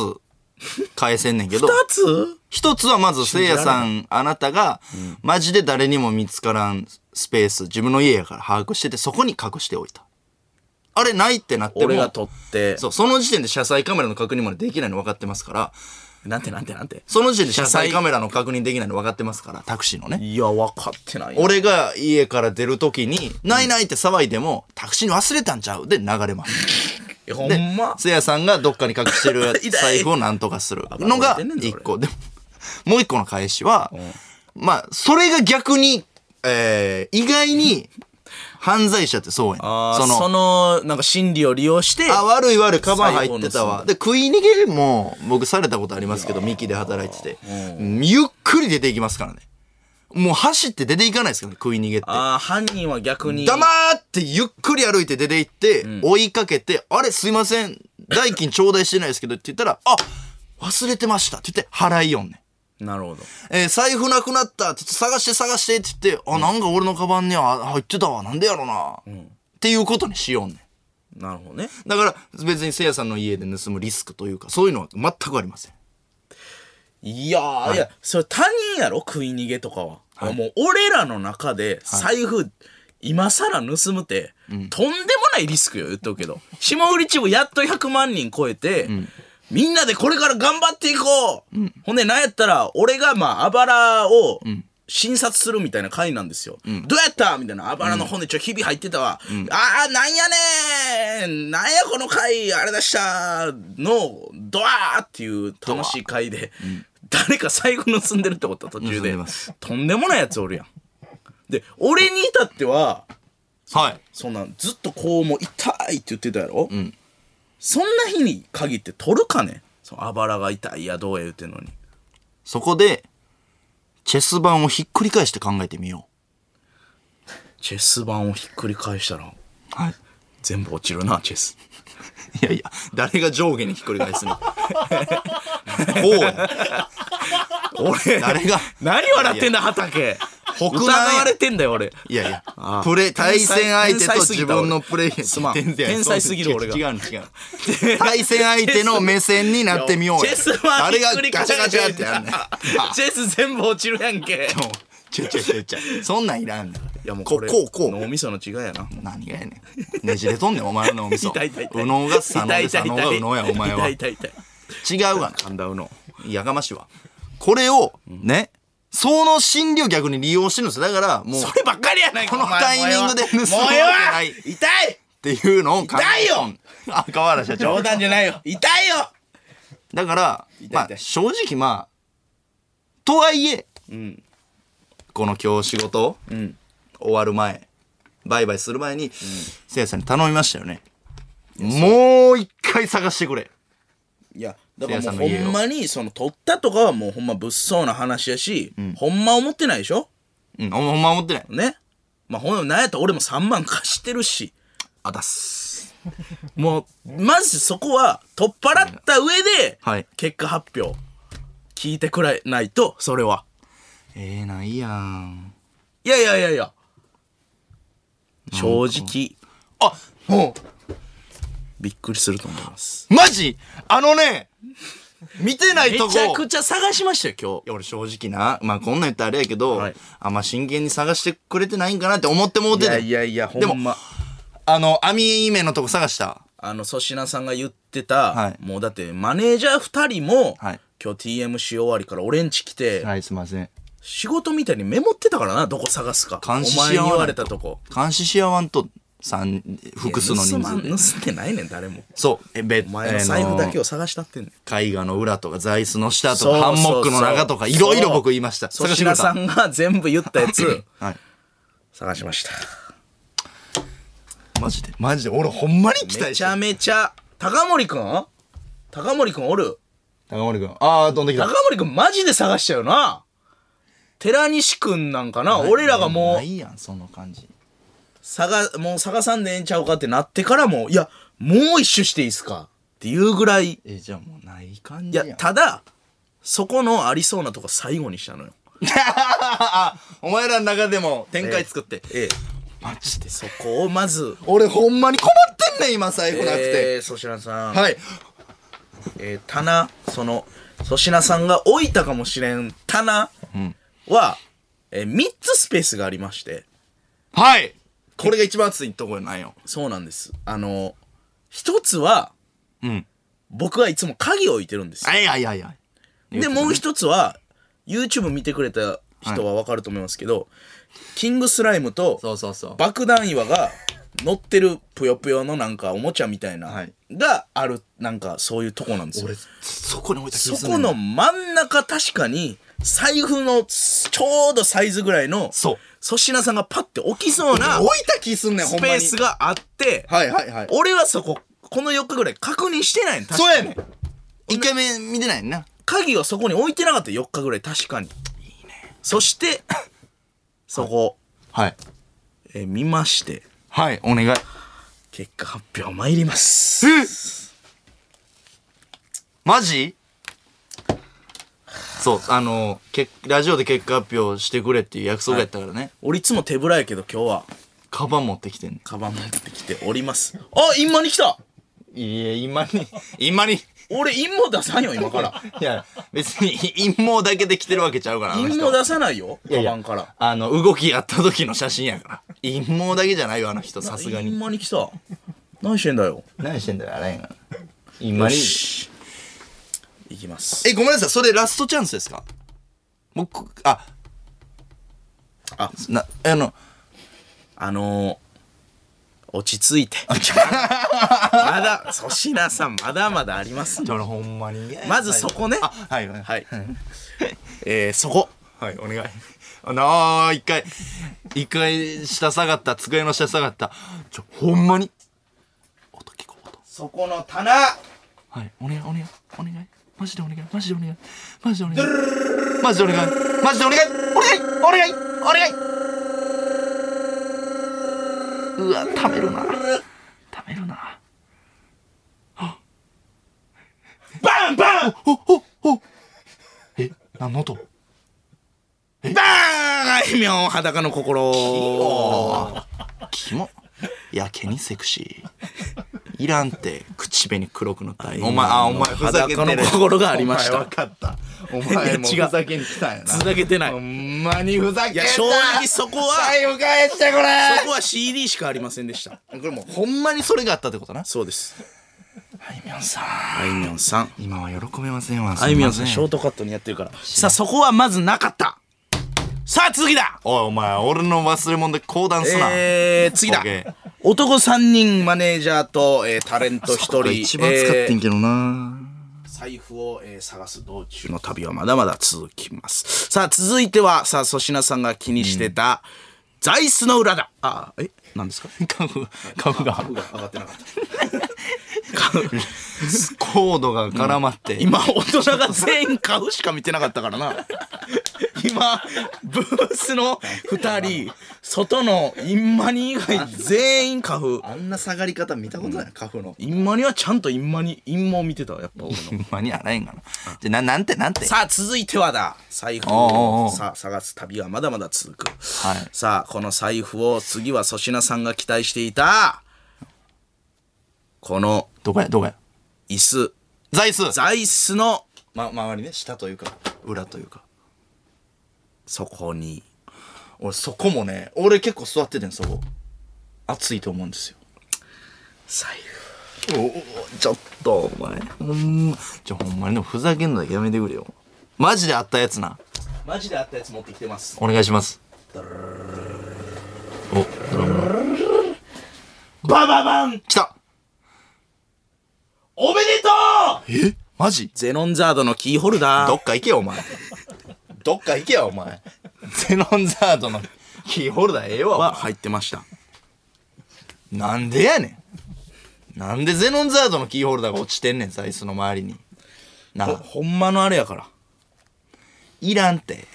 [SPEAKER 1] 返せんねんけど
[SPEAKER 2] 二。つ
[SPEAKER 1] 一つはまずせい
[SPEAKER 2] じら
[SPEAKER 1] や
[SPEAKER 2] れない
[SPEAKER 1] さんあなたがマジで誰にも見つからんスペース自分の家やから把握しててそこに隠しておいたあれないってなっても
[SPEAKER 2] 俺が取って
[SPEAKER 1] そうその時点で車載カメラの確認までできないの分かってますから
[SPEAKER 2] なんてなんてなんて
[SPEAKER 1] その時点で車載
[SPEAKER 2] 車載
[SPEAKER 1] カメラの確認できないの分かってますからタクシーのね
[SPEAKER 2] いや分かってない
[SPEAKER 1] 俺が家から出る時に「ないない」って騒いでもタクシーに忘れたんちゃうで流れます
[SPEAKER 2] いやほ
[SPEAKER 1] で
[SPEAKER 2] んま
[SPEAKER 1] せいやさんがどっかに隠してる
[SPEAKER 2] 痛い
[SPEAKER 1] 財布をなんとかするのが
[SPEAKER 2] 暴れてんねんぞ
[SPEAKER 1] 一個でももう一個の返しは、まあそれが逆に、えー意外に犯罪者ってそうやねん
[SPEAKER 2] あーそのなんか心理を利用して
[SPEAKER 1] あ悪い悪いカバン入ってた
[SPEAKER 2] 財布を盗
[SPEAKER 1] わ
[SPEAKER 2] ん
[SPEAKER 1] で食い逃げも僕されたことありますけどミキで働いてて、ゆっくり出ていきますからねもう走って出ていかないですからね食い逃げって
[SPEAKER 2] あー犯人は逆に
[SPEAKER 1] 黙ってゆっくり歩いて出て行って、追いかけて、あれすいません、代金頂戴してないですけどって言ったら、あ忘れてましたって言って払いよんねん。
[SPEAKER 2] なるほど
[SPEAKER 1] えー財布なくなったって言って探して探してって言って、あ、なんか俺のカバンには入ってたわ、なんでやろな、っていうことにしようねん。
[SPEAKER 2] なるほどね
[SPEAKER 1] だから別にせいやさんの家で盗むリスクというか、そういうのは全くありません。
[SPEAKER 2] いやー、い、や、それ他人やろ食い逃げとかは。もう俺らの中で財布、今更盗むって、とんでもないリスクよ、言っとくけど。 霜降りチームやっと100万人超えて、みんなでこれから頑張っていこう、ほんで、なんやったら、俺がまあ、あばらを、診察するみたいな回なんですよ。どうやったみたいな。あばらの本でちょ、日々入ってたわ。ああ、なんやねんなんやこの回、あれだしたの、ドワーっていう楽しい回で、誰か財布盗んでるってことは途中
[SPEAKER 1] 盗ん
[SPEAKER 2] で
[SPEAKER 1] でます。
[SPEAKER 2] とんでもないやつおるやん。で、俺に至っては、
[SPEAKER 1] はい。
[SPEAKER 2] そんなんずっとこうもう痛いって言ってたやろ、そんな日に限って取るかねそのあばらが痛いやどうや言うてんのに
[SPEAKER 1] そこで、チェス盤をひっくり返して考えてみよ
[SPEAKER 2] チェス盤をひっくり返したら
[SPEAKER 1] う。はい。
[SPEAKER 2] 全部落ちるなチェス
[SPEAKER 1] いやいや、誰が上下にひっくり返すの こうや。
[SPEAKER 2] 俺
[SPEAKER 1] 誰が
[SPEAKER 2] 何笑ってんだ畑
[SPEAKER 1] 北南や
[SPEAKER 2] 疑われてんだよ俺
[SPEAKER 1] いやいや
[SPEAKER 2] あ、
[SPEAKER 1] プレ、対戦相手と
[SPEAKER 2] 天才すぎ
[SPEAKER 1] 自
[SPEAKER 2] た俺
[SPEAKER 1] 分のプレイ
[SPEAKER 2] すまん
[SPEAKER 1] 天才
[SPEAKER 2] 天才すぎる俺が
[SPEAKER 1] 違う違う違う。対戦相手の目線になってみよう
[SPEAKER 2] チ
[SPEAKER 1] や
[SPEAKER 2] ェス盤
[SPEAKER 1] 誰
[SPEAKER 2] ひっ
[SPEAKER 1] が
[SPEAKER 2] くり
[SPEAKER 1] ガ
[SPEAKER 2] 返
[SPEAKER 1] チャガチャ
[SPEAKER 2] し
[SPEAKER 1] って やんねん。あ
[SPEAKER 2] チェス全部落ちるやんけ
[SPEAKER 1] もうちょちょちょちょ。そんなんいらんねん。
[SPEAKER 2] いやもう
[SPEAKER 1] こ
[SPEAKER 2] これ
[SPEAKER 1] こうこう。
[SPEAKER 2] 脳みその違いやな
[SPEAKER 1] 何がやねん。ねじれとんねん、お前のおみそ。
[SPEAKER 2] 痛い痛い痛
[SPEAKER 1] 右
[SPEAKER 2] い
[SPEAKER 1] 脳が左脳
[SPEAKER 2] 痛い
[SPEAKER 1] で
[SPEAKER 2] 痛い
[SPEAKER 1] 左脳
[SPEAKER 2] 痛
[SPEAKER 1] が
[SPEAKER 2] い
[SPEAKER 1] 右脳や、お前は。
[SPEAKER 2] 痛い痛い痛い
[SPEAKER 1] 違うわな。
[SPEAKER 2] 神田うの
[SPEAKER 1] やがましいわ。これを、ね、その心理を逆に利用してるんですよ。だから、もう、
[SPEAKER 2] そればっかりやないか
[SPEAKER 1] この
[SPEAKER 2] お前
[SPEAKER 1] タイミングで盗む
[SPEAKER 2] もうええ
[SPEAKER 1] わけ
[SPEAKER 2] わ
[SPEAKER 1] ない
[SPEAKER 2] 痛い
[SPEAKER 1] っていうのを考
[SPEAKER 2] 痛い
[SPEAKER 1] え
[SPEAKER 2] よ
[SPEAKER 1] 赤原社長
[SPEAKER 2] 冗。談じゃないよ痛いよ
[SPEAKER 1] だから、
[SPEAKER 2] 痛い
[SPEAKER 1] まあ、正直まあ、とはいえ、
[SPEAKER 2] ん
[SPEAKER 1] この今日仕事、
[SPEAKER 2] ん
[SPEAKER 1] 終わる前、バイバイする前に、せいやさんに頼みましたよね。もう一回探してくれ。
[SPEAKER 2] いやだか
[SPEAKER 1] せい
[SPEAKER 2] らもう
[SPEAKER 1] やさんの家を
[SPEAKER 2] ほんまにその取ったとかはもうほんま物騒な話やし、ほんま思ってないでしょ
[SPEAKER 1] うん、ほんま思ってない。
[SPEAKER 2] ねまあほんなんやったら俺も3万貸してるし
[SPEAKER 1] あだっす。
[SPEAKER 2] もうまずそこは取っ払った上で、
[SPEAKER 1] はい
[SPEAKER 2] 結果発表聞いてくれないとそれは
[SPEAKER 1] ええないやん。
[SPEAKER 2] いやいやいやいや。正直、
[SPEAKER 1] あも
[SPEAKER 2] びっくりすると思います。
[SPEAKER 1] うマジあのね見てない
[SPEAKER 2] め
[SPEAKER 1] とこ
[SPEAKER 2] ちゃくちゃ探しましたよ、
[SPEAKER 1] いや俺正直な、まあこんなん言ったらあれやけど、
[SPEAKER 2] はい
[SPEAKER 1] あんま真剣に探してくれてないんかなって思ってもうて
[SPEAKER 2] 今
[SPEAKER 1] た
[SPEAKER 2] 日。いやいや、ほ
[SPEAKER 1] でも
[SPEAKER 2] んま。
[SPEAKER 1] あの、網目のとこ探した。
[SPEAKER 2] あの、粗品さんが言ってた、
[SPEAKER 1] はい
[SPEAKER 2] もうだって、マネージャー二人も、
[SPEAKER 1] はい
[SPEAKER 2] 今日 TM し終わりから俺んち来て、
[SPEAKER 1] はい、すいません。
[SPEAKER 2] 仕事みたいにメモってたからな、どこ探すか。
[SPEAKER 1] 監視し
[SPEAKER 2] お前に
[SPEAKER 1] 合わないと
[SPEAKER 2] 言われたとこ。
[SPEAKER 1] 監視し合わんと、三、複数の人数
[SPEAKER 2] い
[SPEAKER 1] で
[SPEAKER 2] や。盗まん盗んでないね ん、誰も。
[SPEAKER 1] そう、え、ベッ
[SPEAKER 2] お前の財布だけ
[SPEAKER 1] を。
[SPEAKER 2] を探したってんねん。
[SPEAKER 1] 絵画の裏とか、座椅子の下と
[SPEAKER 2] そう
[SPEAKER 1] か、ハ
[SPEAKER 2] そう
[SPEAKER 1] ン
[SPEAKER 2] そう
[SPEAKER 1] モックの中とか、いろいろ僕言いました。
[SPEAKER 2] そう
[SPEAKER 1] 探
[SPEAKER 2] 粗
[SPEAKER 1] してく
[SPEAKER 2] 品
[SPEAKER 1] れ
[SPEAKER 2] さ
[SPEAKER 1] た。
[SPEAKER 2] んが全部言ったやつ、
[SPEAKER 1] はい。
[SPEAKER 2] 探しました。
[SPEAKER 1] マジで。マジで。俺ほんまに期
[SPEAKER 2] め
[SPEAKER 1] 待し
[SPEAKER 2] ち
[SPEAKER 1] て
[SPEAKER 2] ゃ
[SPEAKER 1] る。
[SPEAKER 2] めちゃ、高森くん高森くんおる
[SPEAKER 1] 高森君。あー、飛んでき
[SPEAKER 2] 高
[SPEAKER 1] た。
[SPEAKER 2] 森くんマジで探したよな寺西くんなんかな俺らがも
[SPEAKER 1] な
[SPEAKER 2] う
[SPEAKER 1] いやん、その感じ。
[SPEAKER 2] 探、もう探さんでええんちゃうかってなってからも、いや、もう一周していいっすかっていうぐらい、い
[SPEAKER 1] え、じゃあもうない感じやん。
[SPEAKER 2] や、ただ、そこのありそうなとこ最後にしたのよ。
[SPEAKER 1] お前らの中でも展開作って。
[SPEAKER 2] ええ、
[SPEAKER 1] マジで。
[SPEAKER 2] そこをまず、
[SPEAKER 1] 俺ほんまに困ってんねん、今、財布なくて。
[SPEAKER 2] えー、粗品さん、
[SPEAKER 1] はい。
[SPEAKER 2] えー棚、その、粗品さんが置いたかもしれん棚は、えー、3つスペースがありまして、
[SPEAKER 1] はいこれが一番熱いところなんよ。
[SPEAKER 2] そうなんです。あの、一つは、
[SPEAKER 1] うん。
[SPEAKER 2] 僕はいつも鍵を置いてるんですよ。
[SPEAKER 1] あいやいやいや。
[SPEAKER 2] で、もう一つは、YouTube 見てくれた人はわかると思いますけど、キングスライムと
[SPEAKER 1] そうそうそう。
[SPEAKER 2] 爆弾岩が乗ってるぷよぷよのなんかおもちゃみたいな、
[SPEAKER 1] はい
[SPEAKER 2] がある、なんかそういうとこなんですよ
[SPEAKER 1] 俺。、そこに置いた気
[SPEAKER 2] そ
[SPEAKER 1] がする
[SPEAKER 2] この。真ん中確かに、財布のちょうどサイズぐらいの、
[SPEAKER 1] そう
[SPEAKER 2] 粗品さんがパッて置きそうな
[SPEAKER 1] 置いた気すんねん、
[SPEAKER 2] ス
[SPEAKER 1] ほん
[SPEAKER 2] ペ
[SPEAKER 1] ま
[SPEAKER 2] ー
[SPEAKER 1] に。
[SPEAKER 2] スがあって、
[SPEAKER 1] はいはいはい。
[SPEAKER 2] 俺はそこ、この4日ぐらい確認してないの。確
[SPEAKER 1] そ
[SPEAKER 2] か
[SPEAKER 1] う
[SPEAKER 2] に
[SPEAKER 1] やねん。一回目見てないねんな。
[SPEAKER 2] 鍵をそこに置いてなかった4日ぐらい確かにいいねそしてそこ、
[SPEAKER 1] はい。
[SPEAKER 2] えー見まして
[SPEAKER 1] はい、お願い。
[SPEAKER 2] 結果発表参ります
[SPEAKER 1] マジそう、あの、けラジオで結果発表してくれっていう約束やったからね。
[SPEAKER 2] 俺いつも手ぶらやけど今日は
[SPEAKER 1] カバン持ってきてんね
[SPEAKER 2] カバン持ってきておりますあ今に来た
[SPEAKER 1] ん。いや、今に、 今に。
[SPEAKER 2] 俺陰謀出さんよ今から
[SPEAKER 1] いや、別に陰謀だけで来てるわけちゃうから、あの
[SPEAKER 2] 陰
[SPEAKER 1] 人
[SPEAKER 2] 謀出さないよ
[SPEAKER 1] いや
[SPEAKER 2] カ
[SPEAKER 1] いや
[SPEAKER 2] バンから
[SPEAKER 1] あの動きやった時の写真やから陰謀だけじゃないよあの人さすがに
[SPEAKER 2] 今に来た何してんだよ
[SPEAKER 1] 何してんだよあれや今に
[SPEAKER 2] しいきます
[SPEAKER 1] えごめんなさいそれラストチャンスですか僕あ
[SPEAKER 2] あ
[SPEAKER 1] なあの
[SPEAKER 2] あのー、落ち 着いてまだ粗品さんまだまだありますんで
[SPEAKER 1] 俺ほんまに
[SPEAKER 2] まずそこね
[SPEAKER 1] あはいはい
[SPEAKER 2] はい。えー、そこ。
[SPEAKER 1] はいお願い あなあ一回一回下下がった机の下下がったちょほんまに音聞こう音
[SPEAKER 2] そこの棚。
[SPEAKER 1] はい、お願い、お願い、お願い。マジでお願い、マジでお願い、マジでお願い。マジでお願い、マジでお願い、お願い、お願い、お願い。うわ、ためるな。ためるな。
[SPEAKER 2] バンバン
[SPEAKER 1] お、お、お。え、何の音。
[SPEAKER 2] バンあいみょん、裸の心。
[SPEAKER 1] キモ。やけにセクシー。いらんって、口紅黒くなった。お前、あ、お前、ふざけて
[SPEAKER 2] 裸
[SPEAKER 1] る
[SPEAKER 2] の心がありまし
[SPEAKER 1] お
[SPEAKER 2] た
[SPEAKER 1] 前分かった。お前も
[SPEAKER 2] い
[SPEAKER 1] ふ
[SPEAKER 2] や違う
[SPEAKER 1] ざけに来たんや な。
[SPEAKER 2] ふざけてない
[SPEAKER 1] ほんまにふざけん
[SPEAKER 2] い
[SPEAKER 1] な
[SPEAKER 2] や、正直そこは、
[SPEAKER 1] 後返してこ
[SPEAKER 2] そ
[SPEAKER 1] れ
[SPEAKER 2] こは CD しかありませんでした。
[SPEAKER 1] これもうほんまにそれがあったってことな
[SPEAKER 2] そうです。
[SPEAKER 1] あいみょんさん
[SPEAKER 2] あいみょんさん。
[SPEAKER 1] 今は喜べませんわ
[SPEAKER 2] あいみょんさん、
[SPEAKER 1] す
[SPEAKER 2] シ
[SPEAKER 1] ま
[SPEAKER 2] ョ
[SPEAKER 1] せ
[SPEAKER 2] ートカットにやってるから。さあ、そこはまずなかった。さあ、次だ
[SPEAKER 1] おいお前俺の忘れ物で講談すな、
[SPEAKER 2] えー、次だ
[SPEAKER 1] オッケー
[SPEAKER 2] 男3人、マネージャーと、えー、タレント1人。
[SPEAKER 1] 一番使って
[SPEAKER 2] えー
[SPEAKER 1] んけどな、
[SPEAKER 2] 財布を、えー探す道中の旅はまだまだ続きます。さあ、続いては、さあ、粗品さんが気にしてた、座椅子の裏だ。あ、え、何ですか
[SPEAKER 1] カフカフが
[SPEAKER 2] 上がってなかった。
[SPEAKER 1] コードが絡まって、
[SPEAKER 2] 今、大人が全員買うしか見てなかったからな。今、ブースの二人、外のインマニ以外全員カフ。
[SPEAKER 1] あんな下がり方見たことない、カフの。
[SPEAKER 2] インマニはちゃんとインマニ、インマを見てたわやっぱ俺の。
[SPEAKER 1] 間に合わないんかな。じゃ、な、なんて、なんて。
[SPEAKER 2] さあ、続いてはだ。財布
[SPEAKER 1] おうおうお
[SPEAKER 2] を
[SPEAKER 1] う
[SPEAKER 2] さ探す旅はまだまだ続く。
[SPEAKER 1] はい
[SPEAKER 2] さあ、この財布を次は粗品さんが期待していた、この
[SPEAKER 1] どこや、どこや。
[SPEAKER 2] 椅子、
[SPEAKER 1] 座椅子。
[SPEAKER 2] 座椅子の
[SPEAKER 1] ま、周りね、下というか、裏というか。
[SPEAKER 2] そこに。
[SPEAKER 1] 俺、そこもね、俺結構 座っててん、そこ。暑いと思うんですよ。
[SPEAKER 2] 財
[SPEAKER 1] おおちょっと、お前。ほんま。ちょ、ほんまにでもふざけんのだけやめてくれよ。マジであったやつな。
[SPEAKER 2] 布。マジであったやつ持ってきてます。
[SPEAKER 1] お願いします。お、ドラム
[SPEAKER 2] バババン
[SPEAKER 1] 来た
[SPEAKER 2] おめでとう
[SPEAKER 1] えマジ
[SPEAKER 2] ゼノンザードのキーホルダー。
[SPEAKER 1] どっか行けよ、お前。 どっか行けよ、お前。ゼノンザードのキーホルダーええわ。お前
[SPEAKER 2] は入ってました。
[SPEAKER 1] なんでやねん。なんでゼノンザードのキーホルダーが落ちてんねん、座椅子の周りに。な
[SPEAKER 2] ほ
[SPEAKER 1] あ、
[SPEAKER 2] ほんまのあれやから。
[SPEAKER 1] いらんて、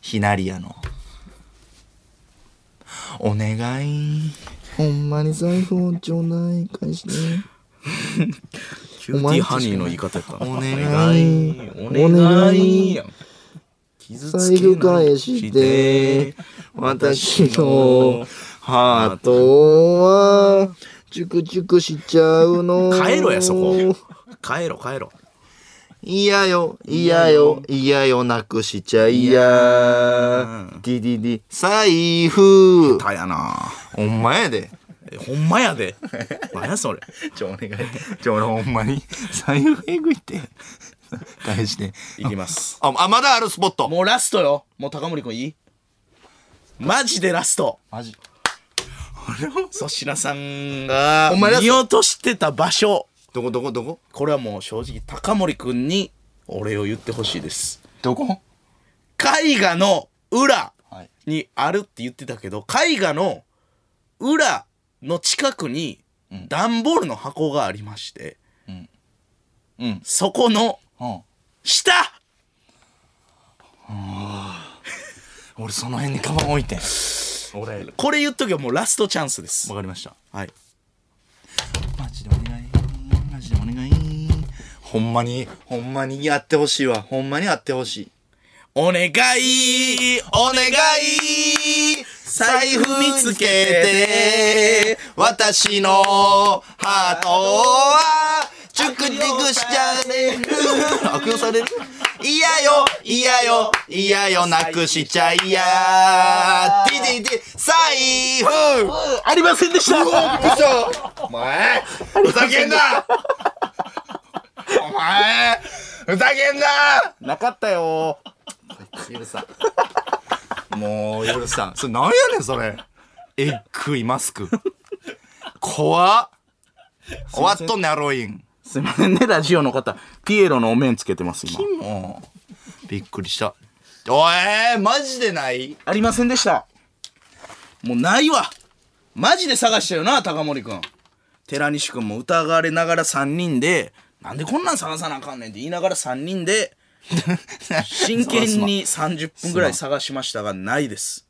[SPEAKER 1] ひなりやの。お願い。ほんまに財布をちょうだい返して。
[SPEAKER 2] キューティーハニーの言い方やったな。
[SPEAKER 1] お願い
[SPEAKER 2] お願い。お願いやん。傷つけない
[SPEAKER 1] 私のハートは、チュクチュクしちゃうの。
[SPEAKER 2] 帰ろや、そこ。帰ろ、帰ろ。
[SPEAKER 1] 嫌よ、嫌よ、嫌よ、なくしちゃいや。ディディディ、財布。
[SPEAKER 2] たやな
[SPEAKER 1] お前で。
[SPEAKER 2] えほんまやで。何やそれ。
[SPEAKER 1] ちょ、お願い。ちょ、俺ほんまに、 財布えぐいって。返して。
[SPEAKER 2] いきます。
[SPEAKER 1] あ、あまだあるスポット。
[SPEAKER 2] もうラストよ。もう高森くんいいマジでラスト。
[SPEAKER 1] マジ。
[SPEAKER 2] 粗品さんが
[SPEAKER 1] ほんまにラスト
[SPEAKER 2] 見落としてた場所。
[SPEAKER 1] どこどこどこ
[SPEAKER 2] これはもう正直高森くんにお礼を言ってほしいです。
[SPEAKER 1] どこ
[SPEAKER 2] 絵画の裏
[SPEAKER 1] はい
[SPEAKER 2] にあるって言ってたけど、絵画の裏の近くに段ボールの箱がありまして、
[SPEAKER 1] うん。
[SPEAKER 2] そこの
[SPEAKER 1] うん。
[SPEAKER 2] 下
[SPEAKER 1] 俺その辺にカバン置いてん。俺。
[SPEAKER 2] これ言っとけばもうラストチャンスです
[SPEAKER 1] わ。かりました。
[SPEAKER 2] はい。
[SPEAKER 1] マジでお願い。マジでお願い。ほんまに、ほんまにやってほしいわ。ほんまにやってほしい。
[SPEAKER 2] お願いお願い財布見つけて
[SPEAKER 1] 私のハートはチュクチュクしちゃれる悪用される嫌よ嫌よ嫌よなくしちゃいやディディディ財布
[SPEAKER 2] ありませんでした
[SPEAKER 1] お前ふざけんなお前ふざけんな
[SPEAKER 2] なかったよ
[SPEAKER 1] 許さんもう許さんそれなんやねんそれえっくいマスク怖っ終わっとんねんハロウィン
[SPEAKER 2] すいませんね、ラジオの方。ピエロのお面つけてます、今。
[SPEAKER 1] もうびっくりしたおいマジでない
[SPEAKER 2] ありませんでした。もうないわ。マジで探したよな、高森くん。寺西くんも疑われながら3人で、なんでこんなん探さなあかんねんって言いながら3人で、真剣に30分ぐらい探しましたが、ないです。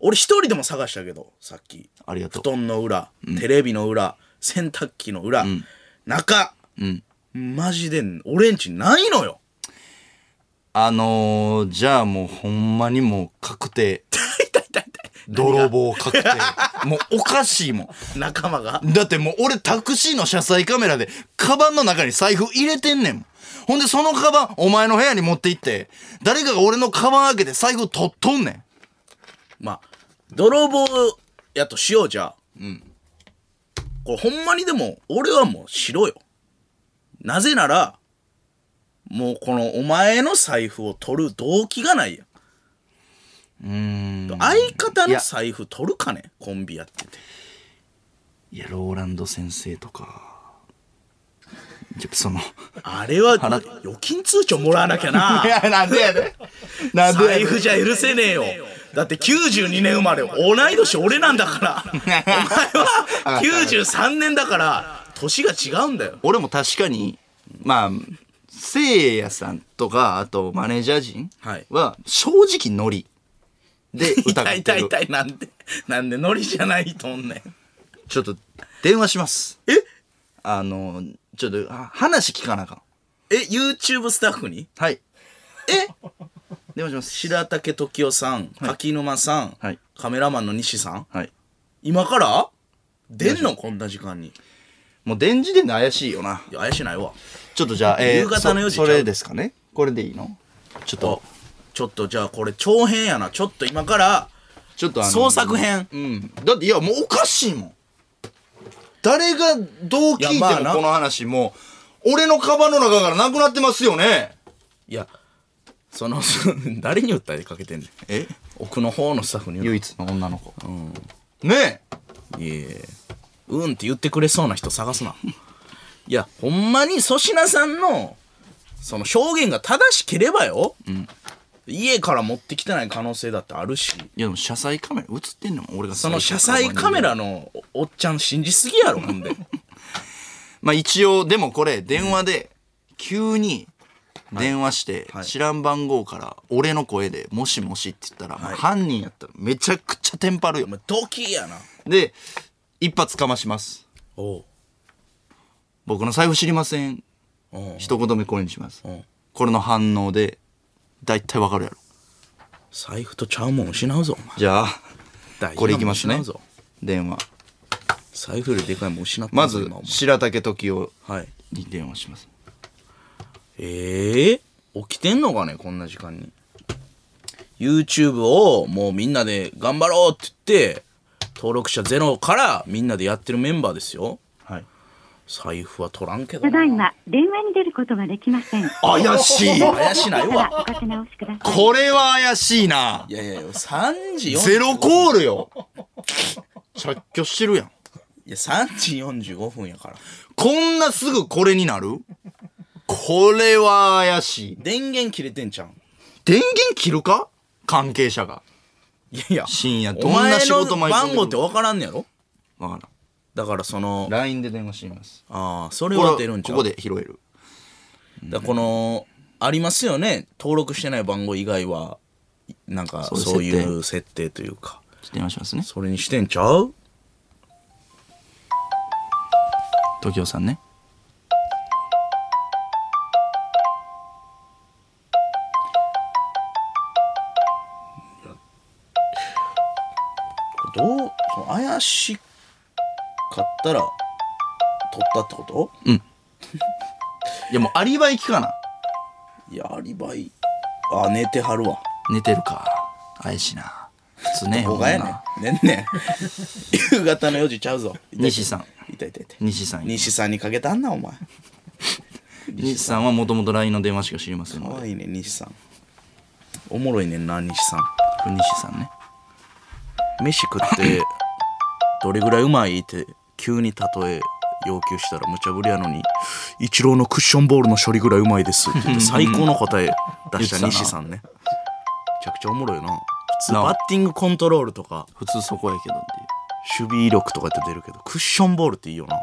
[SPEAKER 2] 俺一人でも探したけど、さっき。
[SPEAKER 1] ありがと
[SPEAKER 2] 布
[SPEAKER 1] う
[SPEAKER 2] 団の裏、テレビの裏、洗濯機の裏、中、マジで、俺んちないのよ。
[SPEAKER 1] あのー、じゃあもうほんまにもう確 定泥棒確定もうおかしいもん
[SPEAKER 2] 仲間が。
[SPEAKER 1] だってもう俺タクシーの車載カメラでカバンの中に財布入れてんねんもんほんでそのカバンお前の部屋に持って行って誰かが俺のカバン開けて財布取っとんねん
[SPEAKER 2] まあ、泥棒やとしようじゃあ。これほんまにでも、俺はもうしろよ。なぜなら、もうこのお前の財布を取る動機がないやん。相方
[SPEAKER 1] い
[SPEAKER 2] の
[SPEAKER 1] や
[SPEAKER 2] 財布取るかねコンビやってて。
[SPEAKER 1] いやローランド先生とかちょそ の
[SPEAKER 2] あれは預金通帳もらわなきゃな。
[SPEAKER 1] やなんでやねんなん
[SPEAKER 2] 財布じゃ許せねえよ。だって92年生まれ、同い年俺なんだから。お前 は93年だから、年が違うんだよ。
[SPEAKER 1] 俺も確かにまあせいやさんとか、あとマネージャー陣
[SPEAKER 2] はい
[SPEAKER 1] は、正直ノリで 疑
[SPEAKER 2] 痛い
[SPEAKER 1] って
[SPEAKER 2] 痛い
[SPEAKER 1] る。
[SPEAKER 2] 痛いなんでなんでノリじゃないとんねん
[SPEAKER 1] ちょっと、電話します。
[SPEAKER 2] え
[SPEAKER 1] あの、ちょっと、あ話聞かなあかん。
[SPEAKER 2] え YouTube スタッフに
[SPEAKER 1] はい。
[SPEAKER 2] 電話します白竹時生さん、柿沼さん、
[SPEAKER 1] はい
[SPEAKER 2] カメラマンの西さん
[SPEAKER 1] はい。
[SPEAKER 2] 今から出んのこんな時間にい
[SPEAKER 1] もう電磁でんの怪しいよな。
[SPEAKER 2] や怪しないわ
[SPEAKER 1] ちょっとじゃあ、えー、
[SPEAKER 2] 夕方の4
[SPEAKER 1] そ
[SPEAKER 2] 時ちゃう
[SPEAKER 1] それですかね。これでいいのちょっと、
[SPEAKER 2] ちょっとじゃあこれ長編やなちょっと今から
[SPEAKER 1] ちょっとあの
[SPEAKER 2] 創作。編
[SPEAKER 1] うん。だって、いや、もうおかしいもん。誰がどう聞いて
[SPEAKER 2] いやまあな
[SPEAKER 1] もこの話もう、俺のカバンの中からなくなってますよね。
[SPEAKER 2] いやその そ誰に訴えかけてんねん
[SPEAKER 1] え
[SPEAKER 2] 奥の方のスタッフに言う
[SPEAKER 1] 唯一の女の子。ねえ。
[SPEAKER 2] いえうんって言ってくれそうな人探すないやほんまに粗品さんのその表現が正しければよ、家から持ってきてない可能性だってあるし
[SPEAKER 1] いや、でも車載カメラ映ってんの俺が
[SPEAKER 2] その車載カメラのおおっちゃん信じすぎやろほんで
[SPEAKER 1] まあ一応、でもこれ、電話で、急に電話して、知らん番号から、俺の声で、もしもしって言ったら、まあ犯人やったらめちゃくちゃテンパるよ
[SPEAKER 2] お。前ドキやな
[SPEAKER 1] で、一発かまします。
[SPEAKER 2] おう
[SPEAKER 1] 僕の財布知りません。
[SPEAKER 2] おう
[SPEAKER 1] 一言目これにします
[SPEAKER 2] うん。
[SPEAKER 1] これの反応で、だいたいわかるやろ。
[SPEAKER 2] 財布とちゃうもん失うぞお
[SPEAKER 1] じゃあ、
[SPEAKER 2] 前
[SPEAKER 1] これいきますね
[SPEAKER 2] 大事なもん失うぞ。
[SPEAKER 1] 電話。
[SPEAKER 2] 財布よりでかいもん失った
[SPEAKER 1] ま
[SPEAKER 2] ぞ
[SPEAKER 1] ず
[SPEAKER 2] 今お、前
[SPEAKER 1] 白竹時を
[SPEAKER 2] はい
[SPEAKER 1] に電話します。
[SPEAKER 2] ええ起きてんのかねこんな時間に YouTube をもうみんなで頑張ろうって言って登録者ゼロからみんなでやってるメンバーですよ
[SPEAKER 1] はい。
[SPEAKER 2] 財布は取らんけど
[SPEAKER 4] た
[SPEAKER 2] な
[SPEAKER 4] だいま電話に出ることができません。
[SPEAKER 1] 怪しい
[SPEAKER 2] 怪しない
[SPEAKER 4] ただ
[SPEAKER 2] わ。
[SPEAKER 4] おかけ直しください。
[SPEAKER 1] これは怪しいない
[SPEAKER 2] やいやいや3時4
[SPEAKER 1] ゼロコールよ。着去してるやん。
[SPEAKER 2] いや3時45分やから
[SPEAKER 1] こんなすぐこれになるこれは怪しい。
[SPEAKER 2] 電源切れてんじゃん
[SPEAKER 1] 電源切るか関係者が。
[SPEAKER 2] いやいや
[SPEAKER 1] 深夜
[SPEAKER 2] お
[SPEAKER 1] どん
[SPEAKER 2] 前
[SPEAKER 1] な仕事
[SPEAKER 2] の
[SPEAKER 1] 舞い込んでく
[SPEAKER 2] 番
[SPEAKER 1] る
[SPEAKER 2] 号って分からんねやろ
[SPEAKER 1] わからん。
[SPEAKER 2] だからその
[SPEAKER 1] LINE で電話してみます。
[SPEAKER 2] ああそれ
[SPEAKER 1] こ
[SPEAKER 2] は
[SPEAKER 1] れ
[SPEAKER 2] 出るんち
[SPEAKER 1] こ
[SPEAKER 2] ゃう
[SPEAKER 1] こで拾える。
[SPEAKER 2] だからこのありますよね登録してない番号以外はなんか
[SPEAKER 1] そういう
[SPEAKER 2] そういう設定というか
[SPEAKER 1] ちょっと電話しますね。
[SPEAKER 2] それにしてんちゃう
[SPEAKER 1] 時生さんね。
[SPEAKER 2] どうその怪しかったら取ったってこと
[SPEAKER 1] いやもうアリバイ聞かな。
[SPEAKER 2] いやアリバイあ寝てはるわ
[SPEAKER 1] 寝てるか。怪しいな。普通ね。
[SPEAKER 2] ほがや
[SPEAKER 1] ほんま
[SPEAKER 2] ねんねんねん夕方の4時ちゃうぞ痛い
[SPEAKER 1] 西さん
[SPEAKER 2] 痛い痛い痛い
[SPEAKER 1] 西さん。
[SPEAKER 2] 西さんにかけたんなお前
[SPEAKER 1] 西さんはもともと LINE の電話しか知りませんの
[SPEAKER 2] 可
[SPEAKER 1] で。
[SPEAKER 2] 愛いね西さんおもろいねんな西さん
[SPEAKER 1] これ西さんね。
[SPEAKER 2] 飯 食ってどれぐらいうまいって急に例え要求したら無茶ぶりやのに「イチローのクッションボールの処理ぐらいうまいです」って言って最高の答え出した西さんねめちゃくちゃおもろいよな普通
[SPEAKER 1] なあ
[SPEAKER 2] バッティングコントロールとか
[SPEAKER 1] 普通そこやけどっていう。
[SPEAKER 2] 守備力とかって出るけどクッションボールっていいよな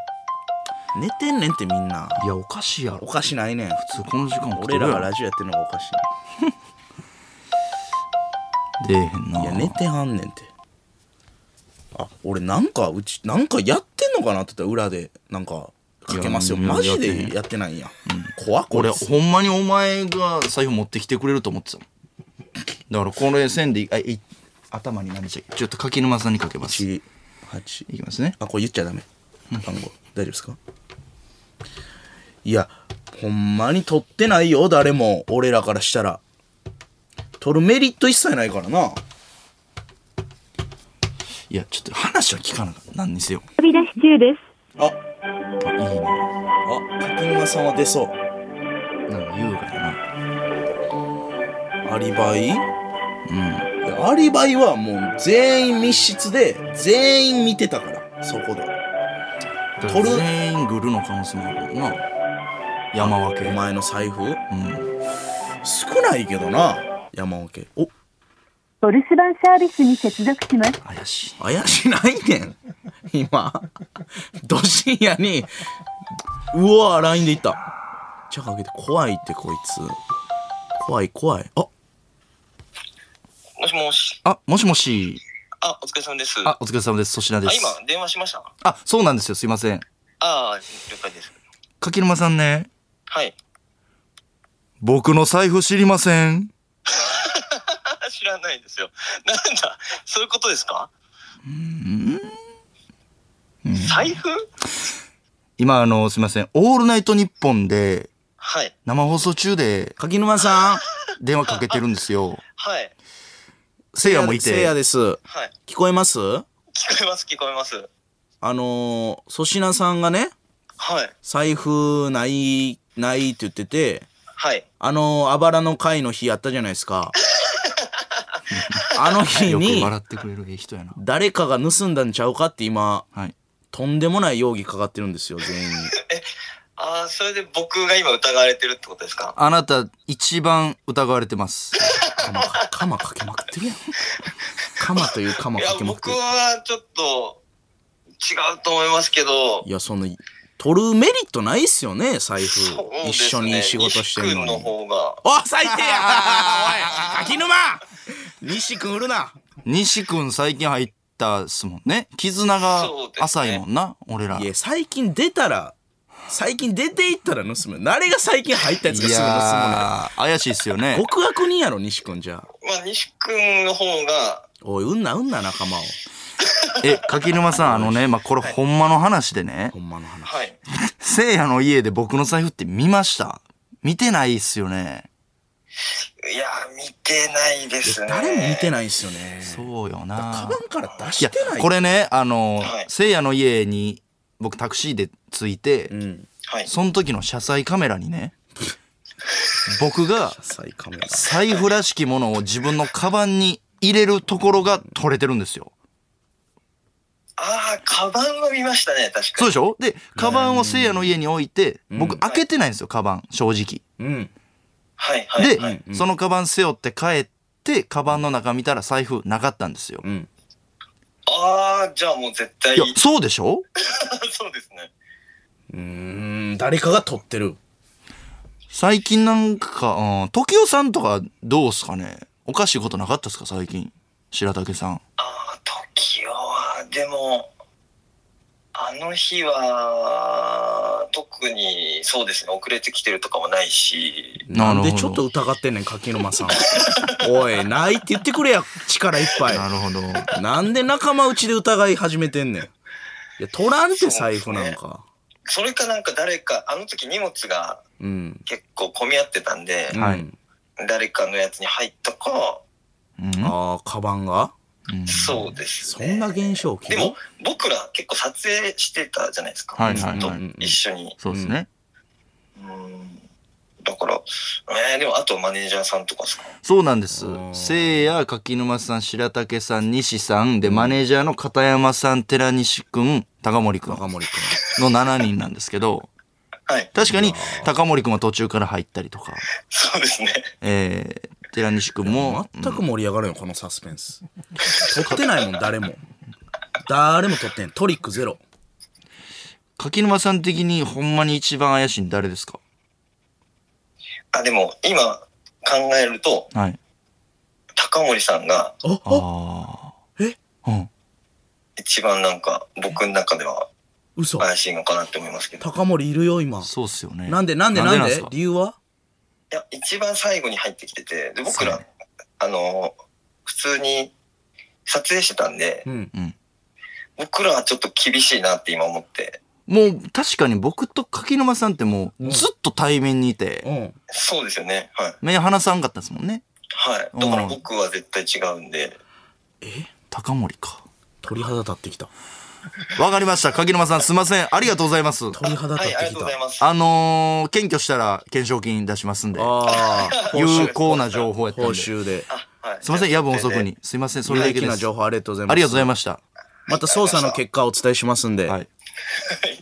[SPEAKER 2] 寝てんねんってみんない
[SPEAKER 1] や、おかしいやろ
[SPEAKER 2] お。かしないねん普
[SPEAKER 1] 普
[SPEAKER 2] 通
[SPEAKER 1] 通この時間起きてるや
[SPEAKER 2] 俺ら
[SPEAKER 1] ろ
[SPEAKER 2] がラジオやってんのがおかしい
[SPEAKER 1] 出えへんない
[SPEAKER 2] や寝てはんねんてあ俺なんかうちなんかやってんのかなって言ったら裏でなんかかけますよ
[SPEAKER 1] いや
[SPEAKER 2] マジ
[SPEAKER 1] やってへん
[SPEAKER 2] でやってないんや、怖っこ
[SPEAKER 1] 俺
[SPEAKER 2] れ
[SPEAKER 1] ほんまにお前が財布持ってきてくれると思ってたもんだからこの線でいあい頭に何でしたっけちょっと柿沼さんにかけますい
[SPEAKER 2] 1 8
[SPEAKER 1] きますね
[SPEAKER 2] あこれ言っちゃダメ番号大丈夫ですかいやほんまに取ってないよ誰も俺らからしたら取るメリット一切ないからない
[SPEAKER 1] やちょっと話は聞かなかった何にせよ
[SPEAKER 4] 飛び出し中です。
[SPEAKER 2] あ
[SPEAKER 1] あいいね
[SPEAKER 2] あ柿沼さんは出そう
[SPEAKER 1] なんか優雅やな
[SPEAKER 2] アリバイうん。アリバイはもう全員密室で、全員見てたから、そこで。
[SPEAKER 1] だか
[SPEAKER 2] 取
[SPEAKER 1] ら
[SPEAKER 2] る
[SPEAKER 1] 全員グルの可能性もあるもんな山分け
[SPEAKER 2] お前の財布
[SPEAKER 1] うん
[SPEAKER 2] 少ないけどな、山分け。お、
[SPEAKER 4] お留守番サービスに接続します。
[SPEAKER 1] 怪しい
[SPEAKER 2] 怪しないねん。今。ど深夜に、うわ、LINE でいった。ちゃかけて怖いってこいつ怖い怖いあ
[SPEAKER 5] もしもし。
[SPEAKER 1] あ、もしもし。
[SPEAKER 5] あ、お疲れ様です。あ
[SPEAKER 1] あ、、お疲れ様です。粗品です。
[SPEAKER 5] 今、電話しましたあ
[SPEAKER 1] あ、そうなんですよ。すいません。
[SPEAKER 5] あ、了解です。
[SPEAKER 1] 柿沼さんね、
[SPEAKER 5] はい。
[SPEAKER 1] 僕の財布知りません。
[SPEAKER 5] あ知らないですよ。 なんだ、そういうことですかうん。財布
[SPEAKER 1] 今、あの、すいません。オールナイトニッポンで、
[SPEAKER 5] はい。
[SPEAKER 1] 生放送中で
[SPEAKER 2] 柿沼さん
[SPEAKER 1] 電話かけてるんですよ。
[SPEAKER 5] はい。
[SPEAKER 1] せいやもい
[SPEAKER 2] せいや
[SPEAKER 1] て。
[SPEAKER 2] です
[SPEAKER 5] はい。
[SPEAKER 2] 聞こえます
[SPEAKER 5] 聞こえます、聞こえます。
[SPEAKER 2] あのー粗品さんがね
[SPEAKER 5] はい。
[SPEAKER 2] 財布ないないって言ってて
[SPEAKER 5] はい。
[SPEAKER 2] あのーあばらの会の日やったじゃないです かあの日
[SPEAKER 1] よく
[SPEAKER 2] に
[SPEAKER 1] 笑ってくれるええ人やな。
[SPEAKER 2] 誰かが盗んだんちゃうかって今
[SPEAKER 1] はい。
[SPEAKER 2] とんでもない容疑かかってるんですよ全員に
[SPEAKER 5] ああ、それで僕が今疑われてるってことですか
[SPEAKER 1] あなた、一番疑われてます。
[SPEAKER 2] 鎌か鎌かけまくってるやん鎌という鎌
[SPEAKER 5] いや
[SPEAKER 2] かけ、まくって
[SPEAKER 5] 僕
[SPEAKER 2] る
[SPEAKER 5] はちょっと、違うと思いますけど
[SPEAKER 2] い、やその取るメリットないっすよね財布
[SPEAKER 5] そうですね
[SPEAKER 2] 一緒に仕事してるの
[SPEAKER 5] 西君の
[SPEAKER 2] に
[SPEAKER 5] 方が。
[SPEAKER 2] お最低やおい柿沼西君売るな
[SPEAKER 1] 西くん最近入ったっすもんね。絆が浅いもんな、俺ら。
[SPEAKER 2] いや、最近出たら、最近出ていったら盗む。誰が最近入ったやつがすぐ盗
[SPEAKER 1] ー怪しいっすよ
[SPEAKER 2] む
[SPEAKER 1] ね
[SPEAKER 2] の。。極悪人やろ、西君じゃあ。
[SPEAKER 5] まあ、西君の方が、
[SPEAKER 2] おい、うんなうんな仲間を。
[SPEAKER 1] え、柿沼さん、あのね、まあ、これほんまの話でね
[SPEAKER 2] ほ、んまの話。
[SPEAKER 5] はい。
[SPEAKER 1] せいやの家で僕の財布って見ました見てないっすよね。
[SPEAKER 5] いや、見てないですね。
[SPEAKER 2] 誰も見てないんすよね。
[SPEAKER 1] そうよな
[SPEAKER 2] カバンから出
[SPEAKER 1] い
[SPEAKER 2] し
[SPEAKER 1] や
[SPEAKER 2] てない。、
[SPEAKER 1] こ。れね、あの
[SPEAKER 5] はい、
[SPEAKER 1] せいやの家に僕タクシーで着いて、
[SPEAKER 2] うん。
[SPEAKER 5] はい。
[SPEAKER 1] その時の車載カメラにね、僕が
[SPEAKER 2] 最カメラ。
[SPEAKER 1] 財布らしきものを自分のカバンに入れるところが撮れてるんですよ。
[SPEAKER 5] ああ、カバンは見ましたね、確か
[SPEAKER 1] そう
[SPEAKER 5] に。
[SPEAKER 1] でしょで、カバンをせいやの家に置いて、僕開けてないんですよ、カバン、正直。
[SPEAKER 2] うん。
[SPEAKER 5] はい、はい。
[SPEAKER 1] で、
[SPEAKER 5] はい、
[SPEAKER 1] そのカバン背負って帰って、カバンの中見たら財布なかったんですよ。
[SPEAKER 2] うん。
[SPEAKER 5] ああ、じゃあもう絶対
[SPEAKER 1] いや、そうでしょ
[SPEAKER 5] そうですね。
[SPEAKER 2] うーん、誰かが撮ってる。
[SPEAKER 1] 最近なんか、うん、時代さんとかどうっすかねおかしいことなかったっすか最近。白竹さん。
[SPEAKER 5] ああ、時代は、でも、あの日は、特にそうですね、遅れてきてるとかもないし、
[SPEAKER 1] な
[SPEAKER 2] な
[SPEAKER 1] る
[SPEAKER 2] ん
[SPEAKER 1] ほど
[SPEAKER 2] でちょっと疑ってんねん、柿沼さん。 おい、ないって言ってくれや、力いっぱい。
[SPEAKER 1] なるほど。
[SPEAKER 2] なんで仲間内で疑い始めてんねん。いや、取らんて財布なんか。
[SPEAKER 5] それかなんか誰か、あの時荷物が
[SPEAKER 2] うん。
[SPEAKER 5] 結構混み合ってたんで、
[SPEAKER 1] はい
[SPEAKER 2] うん
[SPEAKER 5] 誰かのやつに入ったか、
[SPEAKER 1] うん
[SPEAKER 2] ああ、カバンが
[SPEAKER 1] うん
[SPEAKER 5] そうです
[SPEAKER 2] そ
[SPEAKER 5] ね。
[SPEAKER 2] んな現象起き
[SPEAKER 5] で
[SPEAKER 2] る
[SPEAKER 5] も、僕ら結構撮影してたじゃないですか。
[SPEAKER 1] はいはい
[SPEAKER 5] ずっ
[SPEAKER 1] はい
[SPEAKER 5] と一緒に。
[SPEAKER 1] そうですね。
[SPEAKER 5] うんだから、えー、でもあとマネージャーさんとかですか
[SPEAKER 1] そうなんです
[SPEAKER 2] う。ん
[SPEAKER 1] せいや、柿沼さん、白竹さん、西さん、で、マネージャーの片山さん、寺西くん、高森くん
[SPEAKER 2] 中
[SPEAKER 1] の
[SPEAKER 2] 森く
[SPEAKER 1] 7人なんですけど、
[SPEAKER 5] はい。
[SPEAKER 1] 確かに高森くんは途中から入ったりとか、
[SPEAKER 5] そうですね。
[SPEAKER 1] えー、寺西くんも、
[SPEAKER 2] ん。全く盛り上がるよ、このサスペンス。取ってないもん、誰も。誰も取ってん。トリックゼロ。
[SPEAKER 1] 柿沼さん的にほんまに一番怪しいん誰ですか
[SPEAKER 5] あ、でも今考えると、
[SPEAKER 1] はい。
[SPEAKER 5] 高森さんが
[SPEAKER 2] あ、あ、
[SPEAKER 1] ああ。
[SPEAKER 2] え
[SPEAKER 1] うん。
[SPEAKER 5] 一番なんか僕の中では
[SPEAKER 2] 嘘。
[SPEAKER 5] 怪しいのかなって思いますけど。
[SPEAKER 2] 高森いるよ、今。
[SPEAKER 1] そうっすよね。
[SPEAKER 2] なんで、なんで、なん
[SPEAKER 1] す
[SPEAKER 2] で
[SPEAKER 1] か
[SPEAKER 2] 理由はい
[SPEAKER 5] や、一番最後に入ってきてて、で、僕
[SPEAKER 1] そう
[SPEAKER 5] ら、あのー、普通に撮影してたんで
[SPEAKER 2] う、ん。
[SPEAKER 5] 僕らはちょっと厳しいなって今思って。
[SPEAKER 1] もう確かに僕と柿沼さんってもうずっと対面にいて、
[SPEAKER 2] うん。
[SPEAKER 5] そうですよね。はい。
[SPEAKER 1] 目離さんかったですもんね。
[SPEAKER 5] はい。だか
[SPEAKER 1] う
[SPEAKER 5] ら
[SPEAKER 1] ん
[SPEAKER 5] 僕は絶対違うんで。
[SPEAKER 1] 高森か。
[SPEAKER 2] 鳥肌立ってきた。
[SPEAKER 1] わかりました。柿沼さんすいません。ありがとうございます。
[SPEAKER 2] 鳥肌
[SPEAKER 5] は
[SPEAKER 2] 立
[SPEAKER 5] い、あり
[SPEAKER 2] っ
[SPEAKER 5] が
[SPEAKER 2] て
[SPEAKER 5] と
[SPEAKER 2] き
[SPEAKER 5] うござい
[SPEAKER 2] た。
[SPEAKER 5] ます。
[SPEAKER 1] あのー、検挙したら懸賞金出しますんで、
[SPEAKER 2] ああ、
[SPEAKER 1] 有効な情報やったん
[SPEAKER 2] 報
[SPEAKER 1] で。すい
[SPEAKER 2] 酬で。
[SPEAKER 5] あはい。
[SPEAKER 1] ません、夜分遅くに。すいません、それだ
[SPEAKER 2] 有
[SPEAKER 1] け
[SPEAKER 2] 益
[SPEAKER 1] で
[SPEAKER 2] な
[SPEAKER 1] す。
[SPEAKER 2] 情報ありがとうございます。
[SPEAKER 1] ありがとうございました。
[SPEAKER 2] また捜査の結果をお伝えしますんで、
[SPEAKER 1] はい。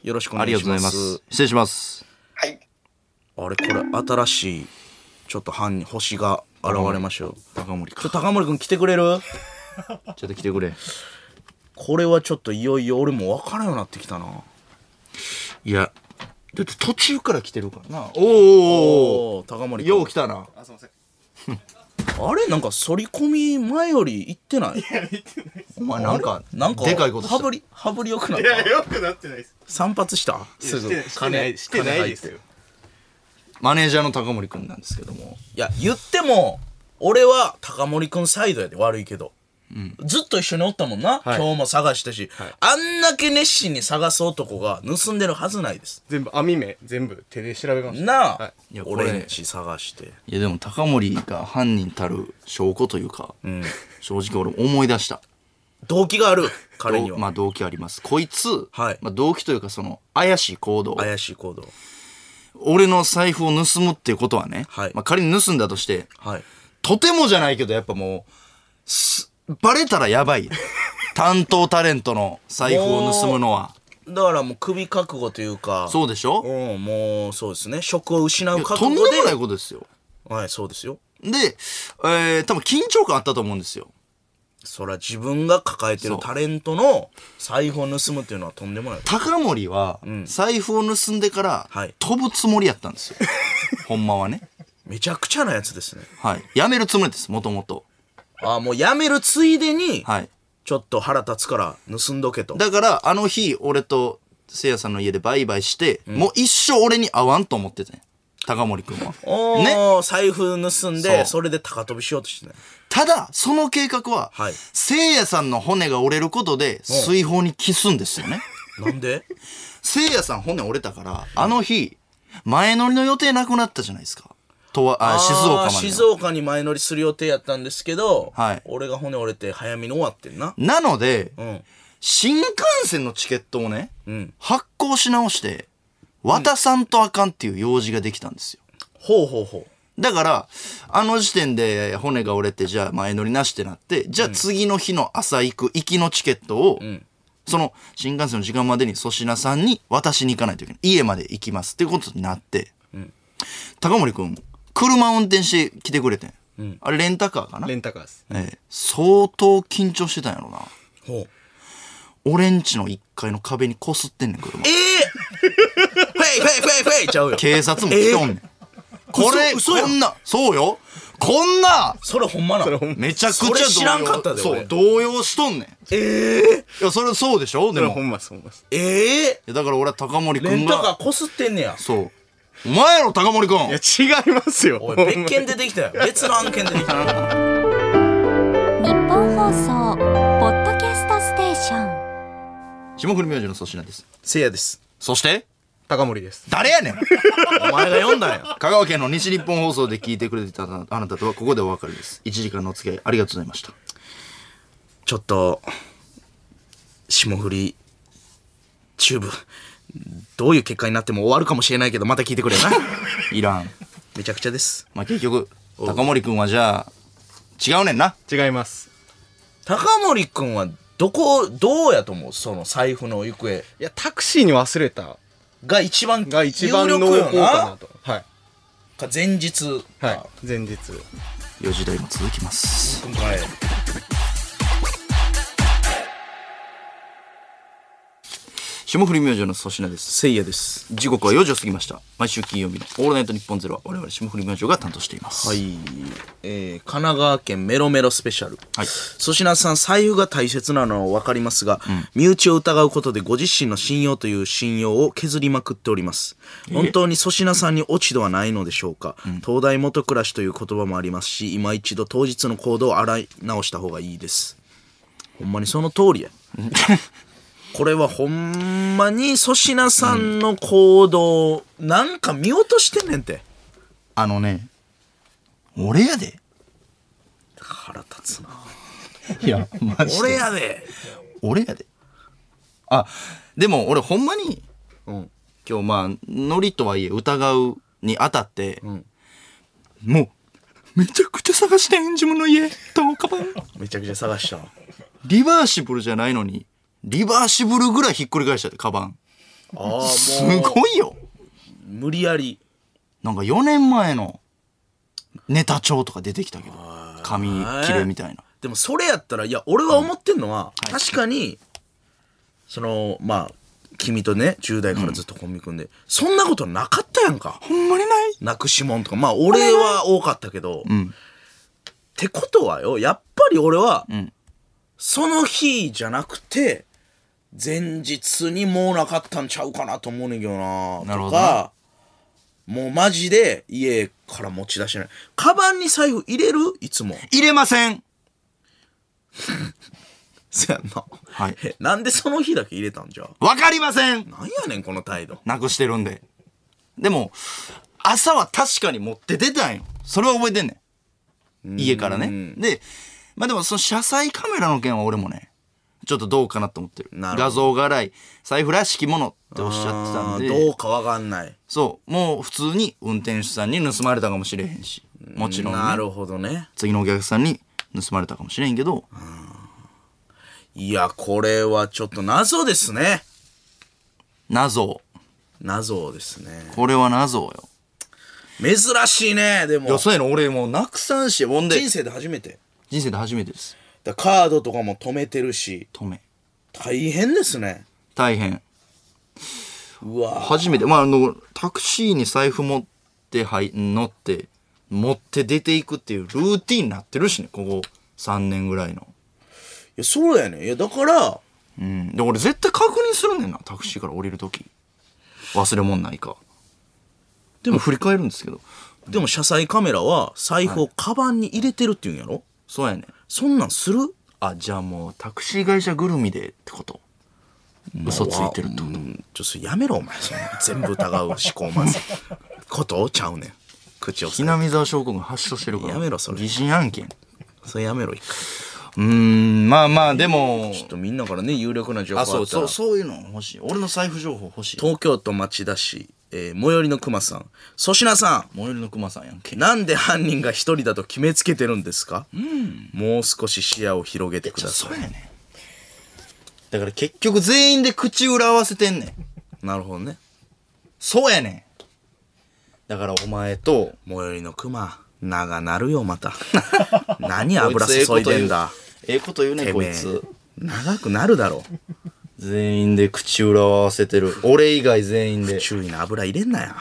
[SPEAKER 2] よろしくお
[SPEAKER 1] あ
[SPEAKER 2] 願い
[SPEAKER 1] り
[SPEAKER 2] し
[SPEAKER 1] が
[SPEAKER 2] ます。
[SPEAKER 1] とうございます。失礼します。
[SPEAKER 5] はい。
[SPEAKER 2] あれこれ新しいちょっと犯人星が現れましたよ。
[SPEAKER 1] 高森か。
[SPEAKER 2] ちょ高森くん来てくれる？
[SPEAKER 1] ちょっと来てくれ。
[SPEAKER 2] これはちょっといよいよ俺も分からんようになってきたな。
[SPEAKER 1] いや、だって途中から来てるからな。おーおーお
[SPEAKER 2] おー高森
[SPEAKER 1] ー
[SPEAKER 2] 君
[SPEAKER 1] よう来たな。
[SPEAKER 6] あ、すいません。
[SPEAKER 2] あれなんか反り込み前より行ってない
[SPEAKER 1] お前なんか、
[SPEAKER 2] なんか
[SPEAKER 1] でかいことし
[SPEAKER 2] 羽
[SPEAKER 1] た
[SPEAKER 2] 振。り羽振りよくないっ
[SPEAKER 6] や、
[SPEAKER 2] た
[SPEAKER 6] よくなってないです。
[SPEAKER 2] 散髪したすぐ
[SPEAKER 6] いやしてしてない、してないですよ。
[SPEAKER 1] マネージャーの高森くんなんですけども。
[SPEAKER 2] いや言っても俺は高森君サイドやで悪いけど、ずっと一緒におったもんな、
[SPEAKER 6] はい
[SPEAKER 2] 今日も探したし、あんだけ熱心に探す男が盗んでるはずないです
[SPEAKER 6] 全部、網目、全部手で調べました。
[SPEAKER 2] なあ、
[SPEAKER 6] はい
[SPEAKER 1] いやこれ
[SPEAKER 2] 俺んち探して
[SPEAKER 1] いやでも高森が犯人たる証拠というか、正直俺思い出した。
[SPEAKER 2] 動機がある彼に
[SPEAKER 1] ど
[SPEAKER 2] は、
[SPEAKER 1] うまあ動機あります。こいつ、
[SPEAKER 2] はい
[SPEAKER 1] まあ動機というかその怪しい行動。
[SPEAKER 2] 怪しい行動
[SPEAKER 1] 俺の財布を盗むっていうことはね、
[SPEAKER 2] はい
[SPEAKER 1] まあ仮に盗んだとして、
[SPEAKER 2] はい
[SPEAKER 1] とてもじゃないけどやっぱもう、すバレたらやば い。担当タレントの財布を盗むのは。
[SPEAKER 2] だからもう首覚悟というか
[SPEAKER 1] そうでしょ
[SPEAKER 2] うんもうそうですね職を失う覚
[SPEAKER 1] とん
[SPEAKER 2] 悟で
[SPEAKER 1] でもないことですよ。
[SPEAKER 2] はいそうですよ
[SPEAKER 1] で、えー、多分緊張感あったと思うんですよ。
[SPEAKER 2] そら自分が抱えてるタレントの財布を盗むっていうのはとんでもない
[SPEAKER 1] 高森は財布を盗んでから
[SPEAKER 2] はい
[SPEAKER 1] 飛ぶつもりやったん ですよ。ほんまはね。
[SPEAKER 2] めちゃくちゃなやつですね
[SPEAKER 1] はい。やめるつもりです、もともと。
[SPEAKER 2] ああもうやめるついでに、
[SPEAKER 1] はい。
[SPEAKER 2] ちょっと腹立つから盗んどけと
[SPEAKER 1] だから、あの日、俺とせいやさんの家でバイバイして、もう一生俺に会わんと思ってたんや高森くんは。
[SPEAKER 2] おー
[SPEAKER 1] ね。
[SPEAKER 2] 財布盗ん
[SPEAKER 1] そ
[SPEAKER 2] で
[SPEAKER 1] う
[SPEAKER 2] それで高飛びしようとしてね
[SPEAKER 1] ただ、その計画は、
[SPEAKER 2] はい
[SPEAKER 1] せいやさんの骨が折れることで、水泡にキスんですよね。
[SPEAKER 2] なんで
[SPEAKER 1] せいやさん骨折れたから、あの日、前乗りの予定なくなったじゃないですか。とわ、あ、静岡ま
[SPEAKER 2] あー
[SPEAKER 1] での。
[SPEAKER 2] 静岡に前乗りする予定やったんですけど、
[SPEAKER 1] はい
[SPEAKER 2] 俺が骨折れて早めに終わってんな
[SPEAKER 1] なので、
[SPEAKER 2] うん
[SPEAKER 1] 新幹線のチケットをね、
[SPEAKER 2] うん
[SPEAKER 1] 発行し直して、渡さんとあかんっていう用事ができたんですよ。
[SPEAKER 2] ほうほうほ
[SPEAKER 1] だから、あの時点で骨が折れて、じゃあ前乗りなしってなって、じゃあ次の日の朝行く行きのチケットを、
[SPEAKER 2] ん
[SPEAKER 1] その新幹線の時間までに粗品さんに渡しに行かないといけない。家まで行きますっていうことになって、高森くん、車運転して来てくれてん。あれレンタカーかな、
[SPEAKER 6] レ
[SPEAKER 1] え
[SPEAKER 6] ンタカーです。
[SPEAKER 1] え相当緊張してたんやろな。
[SPEAKER 2] うほう
[SPEAKER 1] 俺んちの1階の壁にこすってんねん、車
[SPEAKER 2] え。えー、 フェイフェイフェイフェイちゃうよ
[SPEAKER 1] 警察も来とんねん。これ、
[SPEAKER 2] 嘘嘘やん
[SPEAKER 1] こんな、そうよ。こんな、
[SPEAKER 2] それほんまなの
[SPEAKER 1] めちゃくちゃ
[SPEAKER 2] そ
[SPEAKER 1] 動
[SPEAKER 2] れ
[SPEAKER 1] 揺
[SPEAKER 2] 知らんかったで
[SPEAKER 1] そう
[SPEAKER 2] 俺
[SPEAKER 1] 動揺しとんねんええいやそれそうでしょで
[SPEAKER 6] それ
[SPEAKER 1] も
[SPEAKER 6] はほ
[SPEAKER 1] い
[SPEAKER 6] んまです、ほんまです。
[SPEAKER 2] ええ
[SPEAKER 1] やだから俺は高森
[SPEAKER 2] レ
[SPEAKER 1] 君
[SPEAKER 2] ンタカー
[SPEAKER 1] が
[SPEAKER 2] こすってんねや
[SPEAKER 1] そうお前やろ高森君
[SPEAKER 6] いや、違いますよ。
[SPEAKER 2] おい
[SPEAKER 6] ほんま
[SPEAKER 2] 別件出てきたよ別の案件出てきたよ
[SPEAKER 3] 日本放送ポッドキャストステーション
[SPEAKER 1] 霜降り明星の粗品です
[SPEAKER 2] せいやです
[SPEAKER 1] そして
[SPEAKER 6] 高森です。
[SPEAKER 1] 誰やねん
[SPEAKER 2] お前が読んだんや
[SPEAKER 1] 香川県の西日本放送で聞いてくれてたあなたとはここでお別れです1時間のお付き合いありがとうございました
[SPEAKER 2] ちょっと霜降りチューブどういう結果になっても終わるかもしれないけどまた聞いてく れよな
[SPEAKER 1] いらん
[SPEAKER 2] めちゃくちゃです
[SPEAKER 1] まあ結局高森君はじゃあ違うねんな
[SPEAKER 6] 違います。
[SPEAKER 2] 高森くんはどこどうやと思うその財布の行方
[SPEAKER 6] いや、タクシーに忘れた
[SPEAKER 2] が一番
[SPEAKER 6] が一番濃
[SPEAKER 2] 有
[SPEAKER 6] 厚
[SPEAKER 2] 力よ
[SPEAKER 6] かなと。はい。
[SPEAKER 2] か前日か、
[SPEAKER 6] はい。前日。
[SPEAKER 1] 4時台も続きます
[SPEAKER 2] 今回
[SPEAKER 1] 霜降り明星の粗品です
[SPEAKER 2] せいやです
[SPEAKER 1] 時刻は4時を過ぎました毎週金曜日の「オールナイトニッポンゼロは我々霜降り明星が担当しています
[SPEAKER 2] は、い、えー、神奈川県メロメロスペシャル、
[SPEAKER 1] はい
[SPEAKER 2] 粗品さん財布が大切なのは分かりますが、身内を疑うことでご自身の信用という信用を削りまくっております本当に粗品さんに落ち度はないのでしょうか、東大元暮らしという言葉もありますし今一度当日の行動を洗い直した方がいいですほんまにその通りやこれはほんまに粗品さんの行動、なんか見落としてんねんて
[SPEAKER 1] あのね俺やで
[SPEAKER 2] 腹立つない
[SPEAKER 1] やマ
[SPEAKER 2] 俺やで
[SPEAKER 1] 俺やであでも俺ほんまに
[SPEAKER 2] うん
[SPEAKER 1] 今日まあノリとはいえ疑うにあたって、もうめちゃくちゃ探してん自分の家とカバン
[SPEAKER 2] めちゃくちゃ探 した
[SPEAKER 1] リバーシブルじゃないのにリバーシブルぐらいひっくり返したでカバン
[SPEAKER 2] ああもう
[SPEAKER 1] すごいよ
[SPEAKER 2] 無理やり
[SPEAKER 1] なんか4年前のネタ帳とか出てきたけど紙切れみたいな
[SPEAKER 2] でもそれやったらいや俺は思ってんのは、確かにそのまあ君とね10代からずっとコンビ組んで、そんなことなかったやんか
[SPEAKER 1] ほんまにない
[SPEAKER 2] なくしもんとかまあ俺は多かったけど、っ
[SPEAKER 1] ん
[SPEAKER 2] てことはよやっぱり俺は、
[SPEAKER 1] ん
[SPEAKER 2] その日じゃなくて前日にもうなかったんちゃうかなと思うねんけどな
[SPEAKER 1] なるほ
[SPEAKER 2] と
[SPEAKER 1] どな
[SPEAKER 2] かもうマジで家から持ち出してないカバンに財布入れるいつも
[SPEAKER 1] 入れません
[SPEAKER 2] せやんな、
[SPEAKER 1] はい
[SPEAKER 2] えなんでその日だけ入れたんじゃ
[SPEAKER 1] わかりません
[SPEAKER 2] なんやねんこの態度
[SPEAKER 1] なくしてるんででも朝は確かに持って出たんよそれは覚えてんねん家からねでまあでもその車載カメラの件は俺もねちょっとどうかなと思ってる
[SPEAKER 2] なるほど
[SPEAKER 1] 画像が荒い財布らしきものっておっしゃってたんで
[SPEAKER 2] あーどうかわかんない
[SPEAKER 1] そうもう普通に運転手さんに盗まれたかもしれへんしもちろん、ね、
[SPEAKER 2] なるほどね
[SPEAKER 1] 次のお客さんに盗まれたかもしれんけど
[SPEAKER 2] いやこれはちょっと謎ですね
[SPEAKER 1] 謎
[SPEAKER 2] 謎ですね
[SPEAKER 1] これは謎よ
[SPEAKER 2] 珍しいねでも
[SPEAKER 1] いやそうやの俺もうなくさんしほんで
[SPEAKER 2] 人生で初めて
[SPEAKER 1] 人生で初めてです
[SPEAKER 2] だカードとかも止めてるし
[SPEAKER 1] 止め
[SPEAKER 2] 大変ですね
[SPEAKER 1] 大変
[SPEAKER 2] うわ
[SPEAKER 1] 初めてまああのタクシーに財布持ってはい乗って持って出ていくっていうルーティンになってるしねここ3年ぐらいの
[SPEAKER 2] いやそうやねいやだから
[SPEAKER 1] うんで俺絶対確認するねんなタクシーから降りる時忘れ物ないかでも振り返るんですけど
[SPEAKER 2] でも車載カメラは財布をカバンに入れてるっていうんやろ、
[SPEAKER 1] そうやねん
[SPEAKER 2] そんなんする
[SPEAKER 1] あじゃあもうタクシー会社ぐるみでってこと嘘ついてるって
[SPEAKER 2] う
[SPEAKER 1] こと
[SPEAKER 2] んちょっとやめろお前そんな全部疑う思考 まずことちゃうねん口を
[SPEAKER 1] 木
[SPEAKER 2] 塞いで
[SPEAKER 1] 南沢将軍が発症してるから
[SPEAKER 2] やめろそれ
[SPEAKER 1] 疑心暗鬼
[SPEAKER 2] それやめろ一回
[SPEAKER 1] うーんまあまあでも
[SPEAKER 2] ちょっとみんなからね有力な情報あ
[SPEAKER 1] あ
[SPEAKER 2] ったら
[SPEAKER 1] そうそうそういうの欲しい俺の財布情報欲しい
[SPEAKER 2] 東京都町田市、えー最寄りの熊さん粗品さ
[SPEAKER 1] 最寄りのクマさんやんけ
[SPEAKER 2] んなんで犯人が一人だと決めつけてるんですか、もう少し視野を広げてくださ
[SPEAKER 1] そうやねだから結局全員で口裏合わせてんねん
[SPEAKER 2] いなるほどね
[SPEAKER 1] そうやねんだからお前と
[SPEAKER 2] 最寄りの熊長なるよ また何油注いでんだ
[SPEAKER 1] こいつええこと言うええ
[SPEAKER 2] て
[SPEAKER 1] こと言うねこ
[SPEAKER 2] めえ
[SPEAKER 1] いつ
[SPEAKER 2] 長くなるだろ
[SPEAKER 1] 全員で口裏を合わせてる俺以外全員で
[SPEAKER 2] 注意の油入れんなや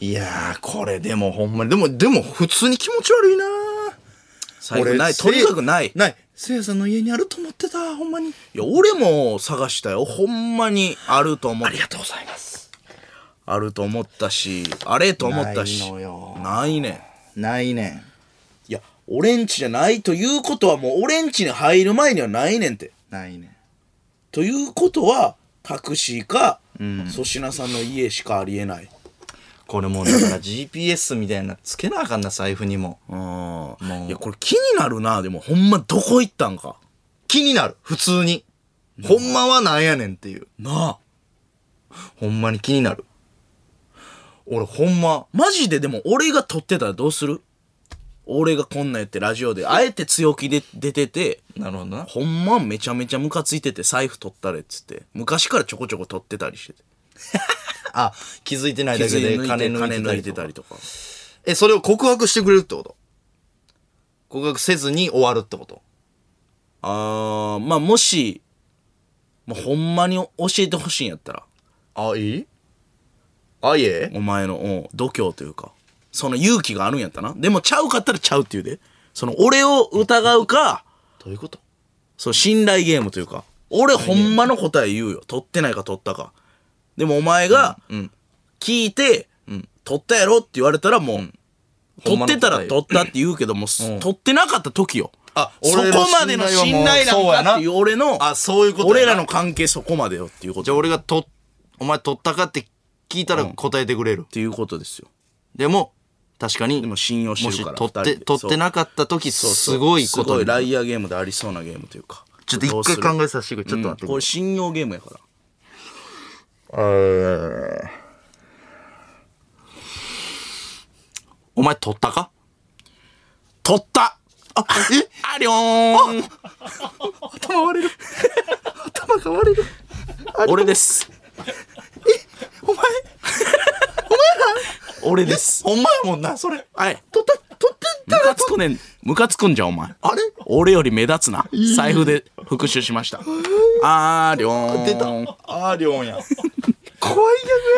[SPEAKER 1] いやーこれでもほんまにでもでも普通に気持ち悪いな
[SPEAKER 2] 財布ないとにかくないい
[SPEAKER 1] ないせいやさんの家にあると思ってたほんまに
[SPEAKER 2] や俺も探したよほんまにあると思っ
[SPEAKER 1] ありがとうございます
[SPEAKER 2] あると思ったしあれと思ったし
[SPEAKER 1] ないのよ
[SPEAKER 2] ないねん
[SPEAKER 1] ないねん
[SPEAKER 2] いや、俺んちじゃないということはもう俺んちに入る前にはないねんて。
[SPEAKER 1] ないねん
[SPEAKER 2] ということは、タクシーか、粗品さんの家しかありえない。
[SPEAKER 1] これもうだから GPS みたいなつけなあかんな財布にも
[SPEAKER 2] あ
[SPEAKER 1] もう
[SPEAKER 2] いや、これ気になるな。でもほんまどこ行ったんか。
[SPEAKER 1] 気になる普通にほんまはなんやねんっていう
[SPEAKER 2] なあ。
[SPEAKER 1] ほんまに気になる俺ほんま
[SPEAKER 2] マジででも俺が撮ってたらどうする俺がこんなん言ってラジオで、あえて強気で出てて、
[SPEAKER 1] なるほどな
[SPEAKER 2] ほんまめちゃめちゃムカついてて財布取ったれっつって、昔からちょこちょこ取ってたりしてて。
[SPEAKER 1] あ気づいてない
[SPEAKER 2] 気
[SPEAKER 1] だけ
[SPEAKER 2] づい
[SPEAKER 1] で
[SPEAKER 2] て
[SPEAKER 1] 金
[SPEAKER 2] 金
[SPEAKER 1] 抜
[SPEAKER 2] 抜
[SPEAKER 1] い
[SPEAKER 2] い
[SPEAKER 1] て
[SPEAKER 2] て
[SPEAKER 1] た
[SPEAKER 2] た
[SPEAKER 1] り
[SPEAKER 2] り
[SPEAKER 1] と
[SPEAKER 2] とか。
[SPEAKER 1] えそれを告白してくれるってこと告白せずに終わるってこと
[SPEAKER 2] あー、まあもし、もうほんまに教えてほしいんやったら、
[SPEAKER 1] あいいあいえ
[SPEAKER 2] お前のうん度胸というか、その勇気があるんやったな。でもちゃうかったらちゃうっていうで。その俺を疑うか、
[SPEAKER 1] どういうこと
[SPEAKER 2] その信頼ゲームというか、俺ほんまの答え言うよ。取ってないか取ったか。でもお前が、聞いて、取ったやろって言われたらもう、
[SPEAKER 1] ほん
[SPEAKER 2] 取
[SPEAKER 1] まの
[SPEAKER 2] っ
[SPEAKER 1] 答
[SPEAKER 2] て
[SPEAKER 1] え
[SPEAKER 2] たら取ったって言うけども、取ってなかった時よ。
[SPEAKER 1] あ
[SPEAKER 2] そこまでの信頼なん
[SPEAKER 1] そうや
[SPEAKER 2] かっていう俺の、
[SPEAKER 1] あそういうことやな
[SPEAKER 2] 俺らの関係そこまでよっていうこと。
[SPEAKER 1] じゃあ俺がとお前取ったかって聞いたら答えてくれる、
[SPEAKER 2] っていうことですよ。
[SPEAKER 1] でも確かに
[SPEAKER 2] でも信用してるから
[SPEAKER 1] もし取っ
[SPEAKER 2] 二人
[SPEAKER 1] て
[SPEAKER 2] で
[SPEAKER 1] 取ってなかった時すごいこと
[SPEAKER 2] すご
[SPEAKER 1] に
[SPEAKER 2] い
[SPEAKER 1] な
[SPEAKER 2] ラ
[SPEAKER 1] る
[SPEAKER 2] イアーゲームでありそうなゲームというか
[SPEAKER 1] ちょっと一回考えさせてくれちょっと待って
[SPEAKER 2] これ信用ゲームやから
[SPEAKER 1] お前取ったか
[SPEAKER 2] 取ったあえありょーん
[SPEAKER 1] 頭割れる頭が割れる
[SPEAKER 2] 俺です
[SPEAKER 1] お前
[SPEAKER 2] 俺です
[SPEAKER 1] お前やもんなそれ
[SPEAKER 2] はい
[SPEAKER 1] 取った取って
[SPEAKER 2] ムカつくねんムカつくんじゃんお前
[SPEAKER 1] あれ
[SPEAKER 2] 俺より目立つな財布で復讐しましたあーりょーん。
[SPEAKER 1] 出た。あーりょんや。怖い役や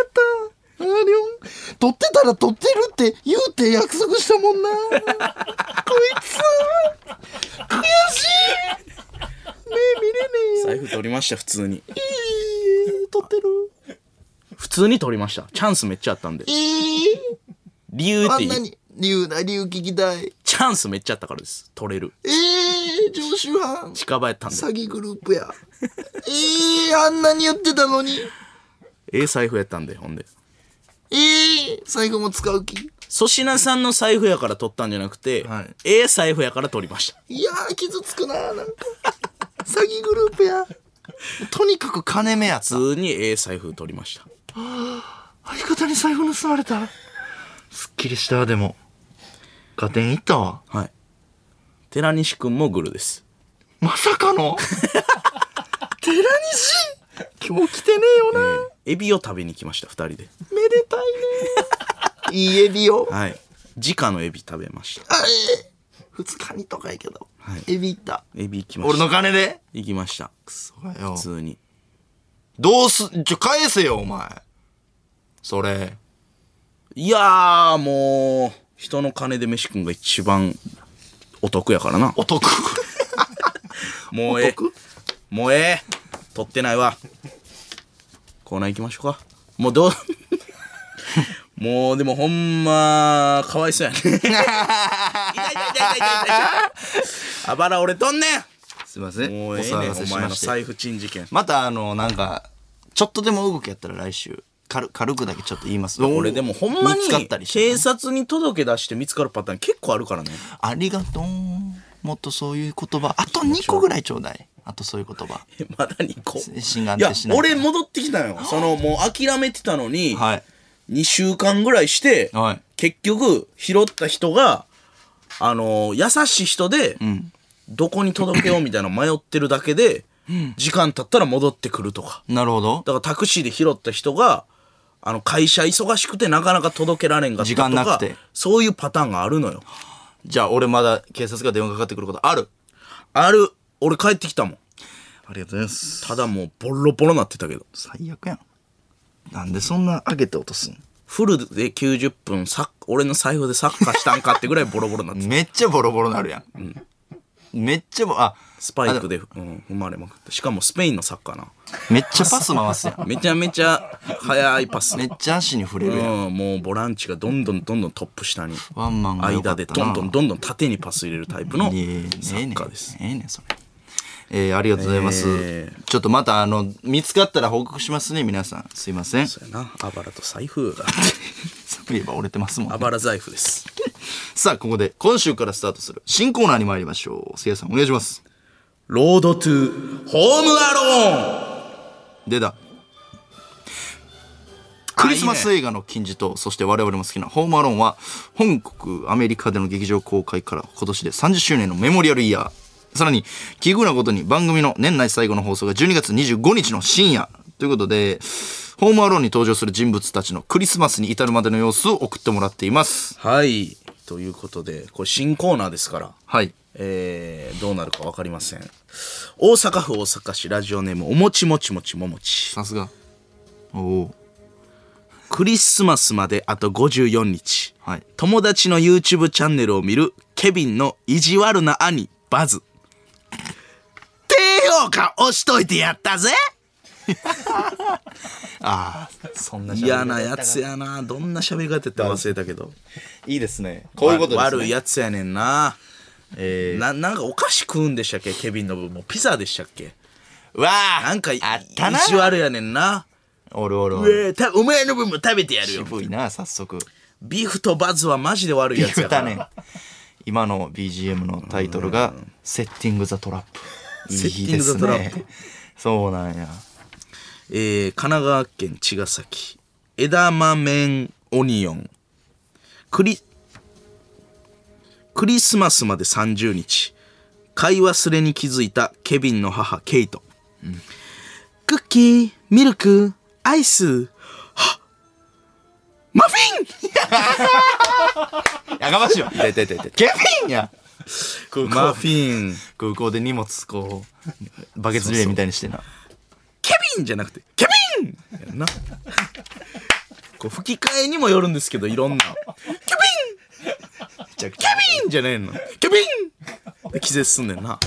[SPEAKER 1] った。あーりょん。撮ってたら撮ってるって言うて約束したもん な。こいつ悔しい。目見れねえよ。
[SPEAKER 2] 財布取りました、普通に。
[SPEAKER 1] いい撮ってる。
[SPEAKER 2] 普通に取りました。チャンスめっちゃあったんで。
[SPEAKER 1] いい。
[SPEAKER 2] 理由っ
[SPEAKER 1] あ
[SPEAKER 2] て
[SPEAKER 1] んな
[SPEAKER 2] いう。
[SPEAKER 1] に理由な理由聞きたい。
[SPEAKER 2] チャンスめっちゃあったからです。取れる。
[SPEAKER 1] ええ常習犯。
[SPEAKER 2] 近場やったんで。
[SPEAKER 1] 詐欺グループや。ええあんなに言ってたのに。
[SPEAKER 2] ええ財布やったんで、ほんで。
[SPEAKER 1] ええ財布も使う気。
[SPEAKER 2] 粗品さんの財布やから取ったんじゃなくて、
[SPEAKER 1] はい
[SPEAKER 2] ええ財布やから取りました。
[SPEAKER 1] いやー、傷つくなー、なんか。詐欺グループや。とにかく金目やつ。
[SPEAKER 2] 普通にええ財布取りました。
[SPEAKER 1] 相方に財布盗まれた。すっきりしたわ、でも。ガテン行ったわ。
[SPEAKER 2] はい。寺西くんもグルです。
[SPEAKER 1] まさかの寺西今日来てねえよな。
[SPEAKER 2] エビを食べに来ました、二人で。
[SPEAKER 1] めでたいね。いいエビを。
[SPEAKER 2] はい。直のエビ食べました。
[SPEAKER 1] あえー二日にとかやけど。
[SPEAKER 2] はい
[SPEAKER 1] エビ行った。
[SPEAKER 2] エビ行きま
[SPEAKER 1] 俺
[SPEAKER 2] し
[SPEAKER 1] の
[SPEAKER 2] た。
[SPEAKER 1] 金で
[SPEAKER 2] 行きました。
[SPEAKER 1] そうだよ
[SPEAKER 2] 普通に。
[SPEAKER 1] どうす、ちょ、返せよ、お前。それ。
[SPEAKER 2] いやー、もう、人の金で飯くんが一番お得やからな。
[SPEAKER 1] お得。
[SPEAKER 2] もうええ。もうええ。取ってないわ。コーナー行きましょうか。もうどう、もうでもほんま、かわいそうやね。痛い痛い痛い痛い痛い痛いあばら俺とんね
[SPEAKER 1] すいませ
[SPEAKER 2] ん
[SPEAKER 1] ん。
[SPEAKER 2] もう
[SPEAKER 1] お
[SPEAKER 2] ええねん、
[SPEAKER 1] 騒がせ
[SPEAKER 2] お
[SPEAKER 1] し
[SPEAKER 2] 前
[SPEAKER 1] ま
[SPEAKER 2] の
[SPEAKER 1] して。
[SPEAKER 2] 財布珍事件。
[SPEAKER 1] また、あの、なんか、ちょっとでも動きやったら来週、軽軽くだけちょっと言います。
[SPEAKER 2] 俺でもほんまに
[SPEAKER 1] 見つかったりして
[SPEAKER 2] 警察に届け出して見つかるパターン結構あるからね。
[SPEAKER 1] ありがとう。もっとそういう言葉。あと2個ぐらいちょうだい。あとそういう言葉。
[SPEAKER 2] えまだ2個。
[SPEAKER 1] 心眼
[SPEAKER 2] いや
[SPEAKER 1] ってし、ない。
[SPEAKER 2] 俺、戻ってきたよ。その、もう諦めてたのに、
[SPEAKER 1] はい。
[SPEAKER 2] 2週間ぐらいして、
[SPEAKER 1] はい
[SPEAKER 2] 結局、拾った人が、あのー優しい人で、
[SPEAKER 1] ん
[SPEAKER 2] どこに届けようみたいな迷ってるだけで、時間経ったら戻ってくるとか。
[SPEAKER 1] なるほど。
[SPEAKER 2] だからタクシーで拾った人が、あの、会社忙しくてなかなか届けられんかったとか、
[SPEAKER 1] 時間なくて
[SPEAKER 2] そういうパターンがあるのよ。
[SPEAKER 1] じゃあ、俺まだ警察が電話かかってくることある。
[SPEAKER 2] ある、俺帰ってきたもん。
[SPEAKER 1] ありがとうございます。
[SPEAKER 2] ただもうボロボロなってたけど。
[SPEAKER 1] 最悪やん。なんでそんな上げて落とすん
[SPEAKER 2] フルで90分サッ俺の財布でサッカーしたんかってぐらいボロボロになってた
[SPEAKER 1] めっちゃボロボロなるやん。めっちゃボ、あ、
[SPEAKER 2] スパイクで、うん、踏まれまくってしかもスペインのサッカーな
[SPEAKER 1] めっちゃパス回すやん。
[SPEAKER 2] めちゃめちゃ速いパス
[SPEAKER 1] めっちゃ足に触れ
[SPEAKER 2] う
[SPEAKER 1] るやん。
[SPEAKER 2] ん、もうボランチがどんどんどんどんトップ下に
[SPEAKER 1] ワンマンが良か
[SPEAKER 2] 間
[SPEAKER 1] った
[SPEAKER 2] で
[SPEAKER 1] な
[SPEAKER 2] どんどんどんどん縦にパス入れるタイプのサ
[SPEAKER 1] いやいやいや
[SPEAKER 2] ッカーです。
[SPEAKER 1] ええねんええねんそれ。えー、ありがとうございます、
[SPEAKER 2] え
[SPEAKER 1] ちょっとまたあの見つかったら報告しますね皆さんすいませんそ
[SPEAKER 2] そうやなあばらと財布が
[SPEAKER 1] ういえば折れてますもん、
[SPEAKER 2] あ
[SPEAKER 1] ね、
[SPEAKER 2] ばら財布です
[SPEAKER 1] さあここで今週からスタートする新コーナーに参りましょうせいやさんお願いします
[SPEAKER 2] ロードトゥホームアローン
[SPEAKER 1] 出たクリスマス映画の金字塔そして我々も好きな「ホームアローン」は本国アメリカでの劇場公開から今年で30周年のメモリアルイヤーさらに奇遇なことに番組の年内最後の放送が12月25日の深夜ということで「ホームアローン」に登場する人物たちのクリスマスに至るまでの様子を送ってもらっています
[SPEAKER 2] はいということでこれ新コーナーですから
[SPEAKER 1] はい
[SPEAKER 2] えー、どうなるか分かりません大阪府大阪市ラジオネームおもちもちもちももち
[SPEAKER 1] さすがおお
[SPEAKER 2] クリスマスまであと54日、
[SPEAKER 1] はい
[SPEAKER 2] 友達の YouTube チャンネルを見るケビンの意地悪な兄バズ低評価押しといてやったぜ
[SPEAKER 1] ああそんな
[SPEAKER 2] 嫌なやつやなどんな喋り方やったか忘れたけど
[SPEAKER 1] いいですねこういうことですね
[SPEAKER 2] 悪いやつやねんな
[SPEAKER 1] えー
[SPEAKER 2] ななんかお菓子食うんでしたっけケビンの分もピザでしたっけ
[SPEAKER 1] わあ
[SPEAKER 2] なんか意
[SPEAKER 1] あったな
[SPEAKER 2] 地悪やねんな
[SPEAKER 1] おるおるお
[SPEAKER 2] う
[SPEAKER 1] る
[SPEAKER 2] えたお前の分も食べてやるよ
[SPEAKER 1] 渋いな早速
[SPEAKER 2] ビーフとバズはマジで悪いやつや
[SPEAKER 1] だ
[SPEAKER 2] から。
[SPEAKER 1] ね今の BGM のタイトルが「セッティング・ザ・トラップ」
[SPEAKER 2] セッティングザトラップ
[SPEAKER 1] いいですねそうなんや
[SPEAKER 2] えー、神奈川県茅ヶ崎。枝豆麺オニオン。クリ、クリスマスまで30日。買い忘れに気づいたケビンの母、ケイト。クッキー、ミルク、アイス。はっマフィン
[SPEAKER 1] やかましいわででででケビンや
[SPEAKER 2] 空港
[SPEAKER 1] マフィン空港で荷物こうバケツリレーみたいにしてな
[SPEAKER 2] ケビンじゃなくて、ケビンやんな。こう吹き替えにもよるんですけど、いろんな。ケビンじゃ、ケビンじゃねえの。ケビンで気絶すんねんな。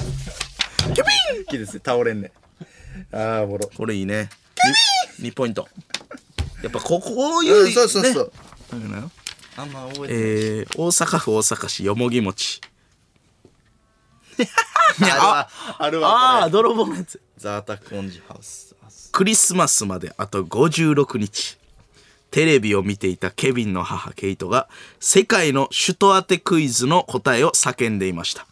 [SPEAKER 2] ケビン
[SPEAKER 1] 気です倒れんねああおもろ
[SPEAKER 2] これいいね。ケビン !2 ポイント。やっぱここういう、ね。
[SPEAKER 1] そうそうそう
[SPEAKER 2] だからよ
[SPEAKER 1] あんま覚えて
[SPEAKER 2] えー、大阪府大阪市よもぎ 餅。
[SPEAKER 1] ないあある
[SPEAKER 2] あ
[SPEAKER 1] わ
[SPEAKER 2] あ、
[SPEAKER 1] これ
[SPEAKER 2] 泥棒のやつ。
[SPEAKER 1] ザータクオンジハウスハウス
[SPEAKER 2] クリスマスまであと56日。テレビを見ていたケビンの母ケイトが世界の首都当てクイズの答えを叫んでいました。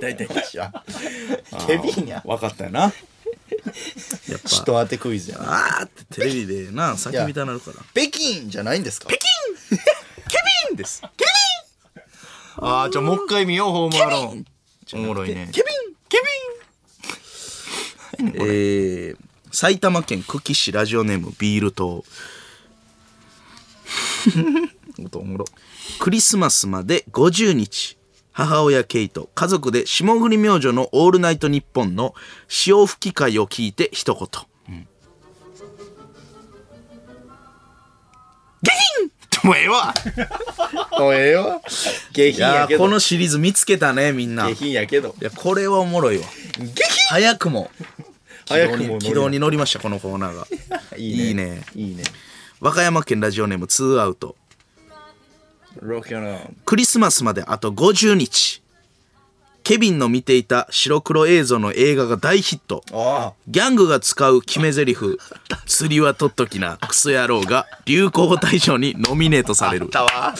[SPEAKER 1] 大体一緒ケビンや分かったよな
[SPEAKER 2] やっぱ、
[SPEAKER 1] 人当てクイズやな
[SPEAKER 2] あーってテレビでな、叫びたなるから。
[SPEAKER 1] 北京じゃないんですか北京
[SPEAKER 2] ケビンです。
[SPEAKER 1] ああじゃあもう一回見ようホームアローンおもろいね
[SPEAKER 2] ケビンケビンえー、埼玉県久喜市ラジオネームビー ル糖。
[SPEAKER 1] 音おもろ
[SPEAKER 2] クリスマスまで50日母親ケイト家族で霜降り明星の「オールナイトニッポン」の潮吹き会を聞いて一言
[SPEAKER 1] もうええわもうええわ下
[SPEAKER 2] い
[SPEAKER 1] 品
[SPEAKER 2] や
[SPEAKER 1] やけ
[SPEAKER 2] ー
[SPEAKER 1] ど
[SPEAKER 2] このシリーズ見つけたねみんない
[SPEAKER 1] 下品やけど
[SPEAKER 2] やこれはおもろいわ早くも
[SPEAKER 1] 早くも乗り
[SPEAKER 2] 軌道に乗りましたこのコーナーが
[SPEAKER 1] い
[SPEAKER 2] い
[SPEAKER 1] い
[SPEAKER 2] い
[SPEAKER 1] ね
[SPEAKER 2] ね
[SPEAKER 1] いいね
[SPEAKER 2] 和歌山県ラジオネームツーアウト
[SPEAKER 1] ロッキーローン
[SPEAKER 2] クリスマスまであと50日ケビンの見ていた白黒映像の映画が大ヒット
[SPEAKER 1] あ
[SPEAKER 2] ギャングが使う決め台 詞、釣りは取っときな、クソ野郎が流行語大賞にノミネートされる。
[SPEAKER 1] わ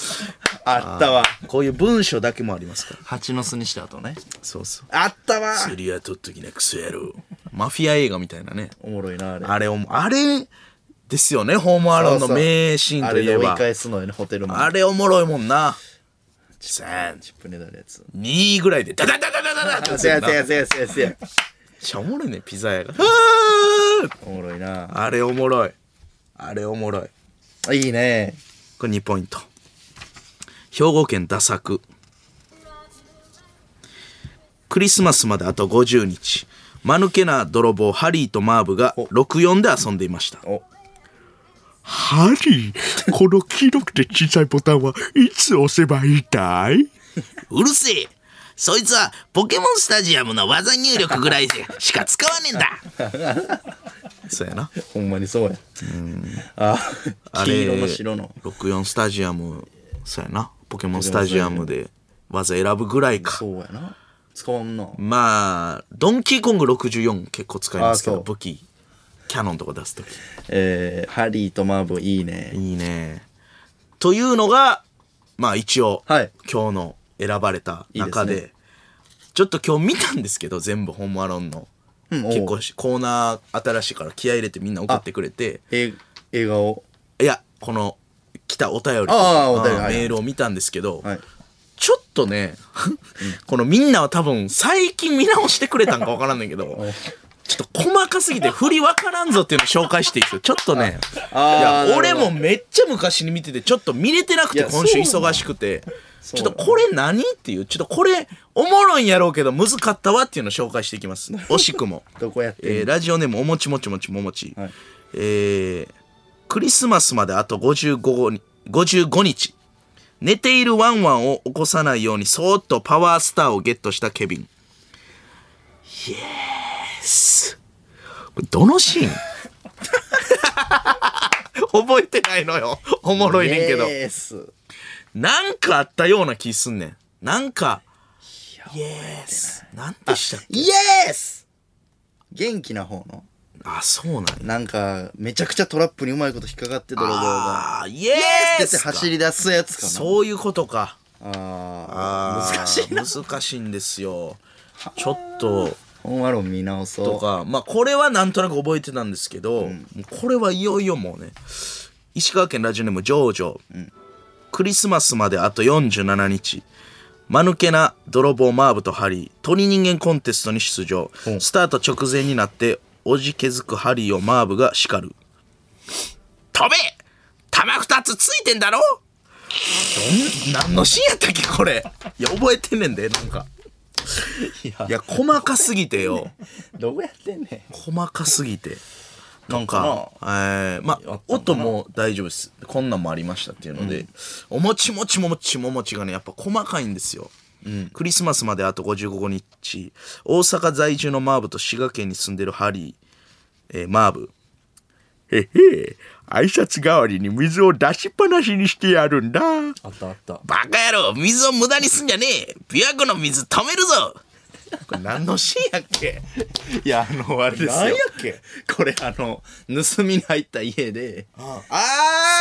[SPEAKER 1] あったわ
[SPEAKER 2] こういう文章だけもありますから。
[SPEAKER 1] 蜂の巣にした後ね
[SPEAKER 2] そうそう。
[SPEAKER 1] あったわ
[SPEAKER 2] 釣りは取っときな、クソ野郎。マフィア映画みたいなね。
[SPEAKER 1] おもろいなあれ
[SPEAKER 2] あれを、あれですよね、ホームアローンの名シーン
[SPEAKER 1] あ
[SPEAKER 2] と
[SPEAKER 1] れ
[SPEAKER 2] い
[SPEAKER 1] で
[SPEAKER 2] え
[SPEAKER 1] 追い
[SPEAKER 2] ば。
[SPEAKER 1] 返すのよねホテルも
[SPEAKER 2] あれおもろいもんな。3、
[SPEAKER 1] チップネタのやつ
[SPEAKER 2] 2ぐらいで、ダダダダダダダってやつ
[SPEAKER 1] せ
[SPEAKER 2] や
[SPEAKER 1] や
[SPEAKER 2] んな
[SPEAKER 1] せ
[SPEAKER 2] めっ
[SPEAKER 1] やせやせやせや
[SPEAKER 2] ちゃおもろいね、ピザ 屋が。
[SPEAKER 1] おもろいな
[SPEAKER 2] あれおもろい。あれおもろい。
[SPEAKER 1] あいいね
[SPEAKER 2] これ2ポイント。兵庫県打作。クリスマスまであと50日。間抜けな泥棒ハリーとマーブが64で遊んでいました。
[SPEAKER 1] お
[SPEAKER 7] ハリー、この黄色くて小さいボタンはいつ押せばいいだいう
[SPEAKER 2] るせえそいつはポケモンスタジアムの技入力ぐらいしか使わねえんだ そうやな。
[SPEAKER 1] ほんまにそうやあ
[SPEAKER 2] あれ
[SPEAKER 1] 黄色の白の
[SPEAKER 2] 64スタジアム、そうやな。ポケモンスタジアムで技選ぶぐらいか。
[SPEAKER 1] そうやな使わんな
[SPEAKER 2] まあ、ドンキーコング64結構使いますけ
[SPEAKER 1] あ
[SPEAKER 2] ど、
[SPEAKER 1] そう
[SPEAKER 2] 武器、キャノンとか出すとき。
[SPEAKER 1] えー、ハリーとマーブいいね
[SPEAKER 2] いいね。というのが、まあ一応、
[SPEAKER 1] はい
[SPEAKER 2] 今日の選ばれた中で
[SPEAKER 1] いいで
[SPEAKER 2] ちょっと今日見たんですけど、全部ホームアローンの。
[SPEAKER 1] うんおう
[SPEAKER 2] 結構しコーナー新しいから気合い入れてみんな送ってくれて、
[SPEAKER 1] え映画を
[SPEAKER 2] いや、この、来たお便りと
[SPEAKER 1] ああお便り
[SPEAKER 2] うん
[SPEAKER 1] はい
[SPEAKER 2] メールを見たんですけど、
[SPEAKER 1] はい
[SPEAKER 2] ちょっとね、このみんなは多分最近見直してくれたんかわからんねん けど、ちょっと細かすぎて振りわからんぞっていうの紹介して いいですよ。ちょっとね、い
[SPEAKER 1] あー
[SPEAKER 2] や俺
[SPEAKER 1] なるほ
[SPEAKER 2] もめっちゃ昔に見てて、ちょっと見れてなく
[SPEAKER 1] い
[SPEAKER 2] て
[SPEAKER 1] や
[SPEAKER 2] 今週
[SPEAKER 1] そうな
[SPEAKER 2] 忙しくて、
[SPEAKER 1] そ
[SPEAKER 2] ち
[SPEAKER 1] うな
[SPEAKER 2] ょっ
[SPEAKER 1] の
[SPEAKER 2] とこれ何っていう、ちょっとこれおもろいんやろうけど難かったわっていうの紹介していきます。 惜しくも。
[SPEAKER 1] どこやってんの
[SPEAKER 2] えーラジオネームおもちもちもちももち、
[SPEAKER 1] はい
[SPEAKER 2] えークリスマスまであと55に55日寝ているワンワンを起こさないようにそーっとパワースターをゲットしたケビンイエスこれどの シーン覚えてないのよおもろいねんけど、
[SPEAKER 1] イエス
[SPEAKER 2] なんかあったような気すんねんなんかイエスなんでしたっけ
[SPEAKER 1] イエス元気な方の
[SPEAKER 2] あそうなんや
[SPEAKER 1] なんかめちゃくちゃトラップにうまいこと引っかかって泥棒が
[SPEAKER 2] あーイエ
[SPEAKER 1] 出て
[SPEAKER 2] ース
[SPEAKER 1] 走り出すやつかな
[SPEAKER 2] そういうことか。
[SPEAKER 1] あー難しいな
[SPEAKER 2] ー難しいんで すよ。ちょっと、
[SPEAKER 1] ホームアローン見直そう
[SPEAKER 2] とか、まあこれはなんとなく覚えてたんですけど、もうこれはいよいよもうね、石川県ラジオネームジョージョ、クリスマスまであと47日。間抜けな泥棒マーブとハリー、鳥人間コンテストに出場。スタート直前になって、おじけづくハリーをマーブが叱る。飛べ玉二つついてんだろどん何のシーンやったっけこれいや覚えてんねんでな んかいや細かすぎてよ
[SPEAKER 1] どこやってんね
[SPEAKER 2] 細かすぎてなんかえー、まあ音も大丈夫ですこんなんもありましたっていうので、おもちもちもちももちがねやっぱ細かいんですよ、クリスマスまであと55日大阪在住のマーブと滋賀県に住んでるハリー、えーマーブ
[SPEAKER 7] へへえ挨拶代わりに水を出しっぱなしにしてやるんだ
[SPEAKER 1] あったあった
[SPEAKER 2] バカ野郎水を無駄にすんじゃねえ琵琶湖の水止めるぞこれ何のシーンやっけ
[SPEAKER 1] いやあのあれですよ
[SPEAKER 2] 何や
[SPEAKER 1] っけこれあの盗みに入った家で
[SPEAKER 2] あ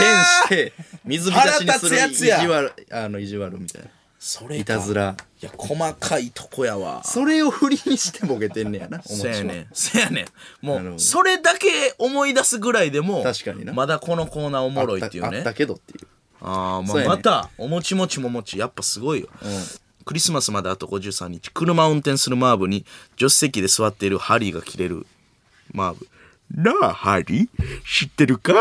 [SPEAKER 1] 栓して水浸しにする
[SPEAKER 2] 腹
[SPEAKER 1] 意
[SPEAKER 2] 立つ
[SPEAKER 1] 地
[SPEAKER 2] やつや
[SPEAKER 1] 悪あの意地悪みたいな
[SPEAKER 2] それ
[SPEAKER 1] いたずら
[SPEAKER 2] いや細かいとこやわ
[SPEAKER 1] それを振りにしてボケてんねや なおもち
[SPEAKER 2] そ
[SPEAKER 1] は
[SPEAKER 2] やねんそやねんも
[SPEAKER 1] なるほ
[SPEAKER 2] う
[SPEAKER 1] ど
[SPEAKER 2] それだけ思い出すぐらいでも
[SPEAKER 1] 確かにな
[SPEAKER 2] まだこのコーナーおもろいっていう
[SPEAKER 1] あ
[SPEAKER 2] ね
[SPEAKER 1] ったけどっていう
[SPEAKER 2] ああ、ま
[SPEAKER 1] そう
[SPEAKER 2] あ、
[SPEAKER 1] やね
[SPEAKER 2] また、おもちもちももち、やっぱすごいよ。クリスマスまであと53日、車を運転するマーブに、助手席で座っているハリーが切れるマーブ。
[SPEAKER 7] なあハリー知ってるか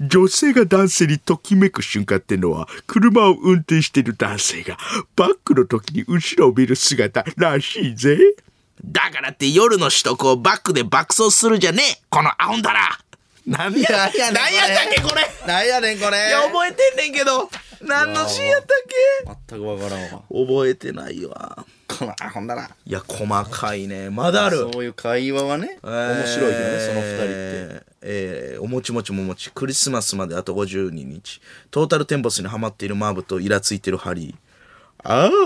[SPEAKER 7] 女性が男性にときめく瞬間ってのは車を運転してる男性がバックの時に後ろを見る姿らしいぜ
[SPEAKER 2] だからって夜の取得をバックで爆走するじゃねえこのアホンダラなんや、なんやったっけこれ
[SPEAKER 1] なんやねんこれ
[SPEAKER 2] いや、覚えてんねんけど、何のシーンやったっけ
[SPEAKER 1] 全くわからんわ
[SPEAKER 2] 覚えてないわ。
[SPEAKER 1] このアホんだない
[SPEAKER 2] や、細かいね。まだある。
[SPEAKER 1] そういう会話はね面白いよねその二人って
[SPEAKER 2] って。えーおもちもちももち、クリスマスまであと52日、トータルテンボスにハマっているマーブとイラついてるハリー、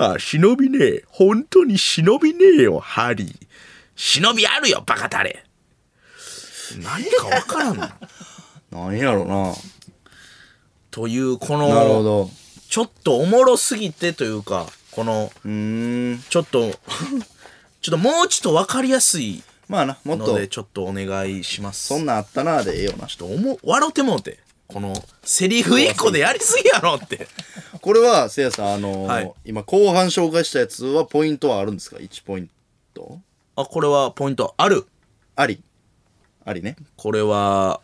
[SPEAKER 7] ああ忍びねえ本当に忍びねえよハリー
[SPEAKER 2] 忍びあるよ、バカタレ何かわからんの
[SPEAKER 1] なんやろな
[SPEAKER 2] という、こ
[SPEAKER 1] なるほ
[SPEAKER 2] の、
[SPEAKER 1] ど
[SPEAKER 2] ちょっとおもろすぎてというか、この、
[SPEAKER 1] うーん
[SPEAKER 2] ちょっと、 ちょっともうちょっとわかりやすい
[SPEAKER 1] まあなもっ
[SPEAKER 2] の
[SPEAKER 1] と
[SPEAKER 2] で、ちょっとお願いします。
[SPEAKER 1] そんなんあったなでええよな
[SPEAKER 2] ちょっとおも、笑うてもうて。この、セリフ一個でやりすぎやろって。
[SPEAKER 1] これはせいやさんあのー
[SPEAKER 2] はい
[SPEAKER 1] 今後半紹介したやつはポイントはあるんですか1ポイント
[SPEAKER 2] あ、これはポイントある。
[SPEAKER 1] ありありね
[SPEAKER 2] これは、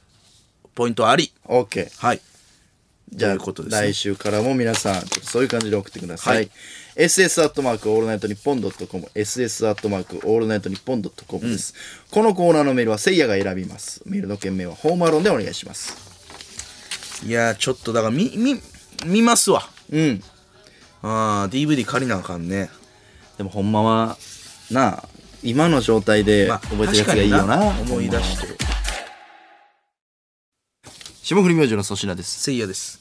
[SPEAKER 2] ポイントあり。
[SPEAKER 1] OK
[SPEAKER 2] はい。
[SPEAKER 1] じゃ
[SPEAKER 2] と
[SPEAKER 1] あ
[SPEAKER 2] いうことですね
[SPEAKER 1] 来週からも皆さんちょっとそういう感じで送ってください、
[SPEAKER 2] は
[SPEAKER 1] SS アットマークオールナイトニッポンドットコム SS アットマークオールナイトニッポンドットコムです、このコーナーのメールはせいやが選びますメールの件名はホームアローンでお願いします
[SPEAKER 2] いやー、ちょっとだから、み、み、見ますわ。
[SPEAKER 1] うん
[SPEAKER 2] あー、DVD 借りなあかんね。
[SPEAKER 1] でもほんまはなあ今の状態で覚えてるやつがいいよな,、
[SPEAKER 2] 確かに思い出して。
[SPEAKER 1] 霜降り明星の粗品です
[SPEAKER 2] せいやです。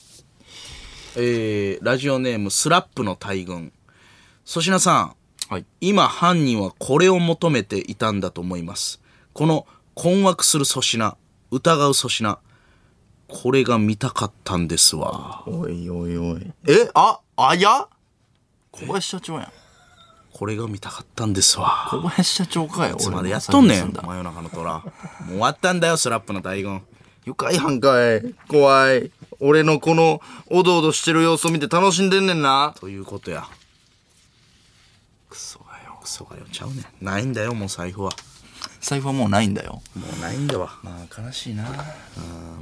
[SPEAKER 2] えー、ラジオネーム、スラップの大群。粗品さん。
[SPEAKER 1] はい
[SPEAKER 2] 今、犯人はこれを求めていたんだと思います。この、困惑する粗品、疑う粗品。これが見たかったんですわ。
[SPEAKER 1] おいおいおい。え、あ、あや小林社長やん。
[SPEAKER 2] これが見たかったんですわ。
[SPEAKER 1] 小林社長かよ。
[SPEAKER 2] いつまで
[SPEAKER 1] 俺
[SPEAKER 2] やっとんね
[SPEAKER 1] も
[SPEAKER 2] ん。
[SPEAKER 1] さ
[SPEAKER 2] 真夜中の虎。もう終わったんだよ、スラップの大群。
[SPEAKER 1] 愉快犯かい。怖い。俺のこの、おどおどしてる様子を見て楽しんでんねんな。
[SPEAKER 2] ということや。クソがよ。クソがよ。ちゃうねん。ないんだよ、もう財布は。
[SPEAKER 1] 財布はもうないんだよ。
[SPEAKER 2] もうないんだわ。
[SPEAKER 1] まあ、悲しいな。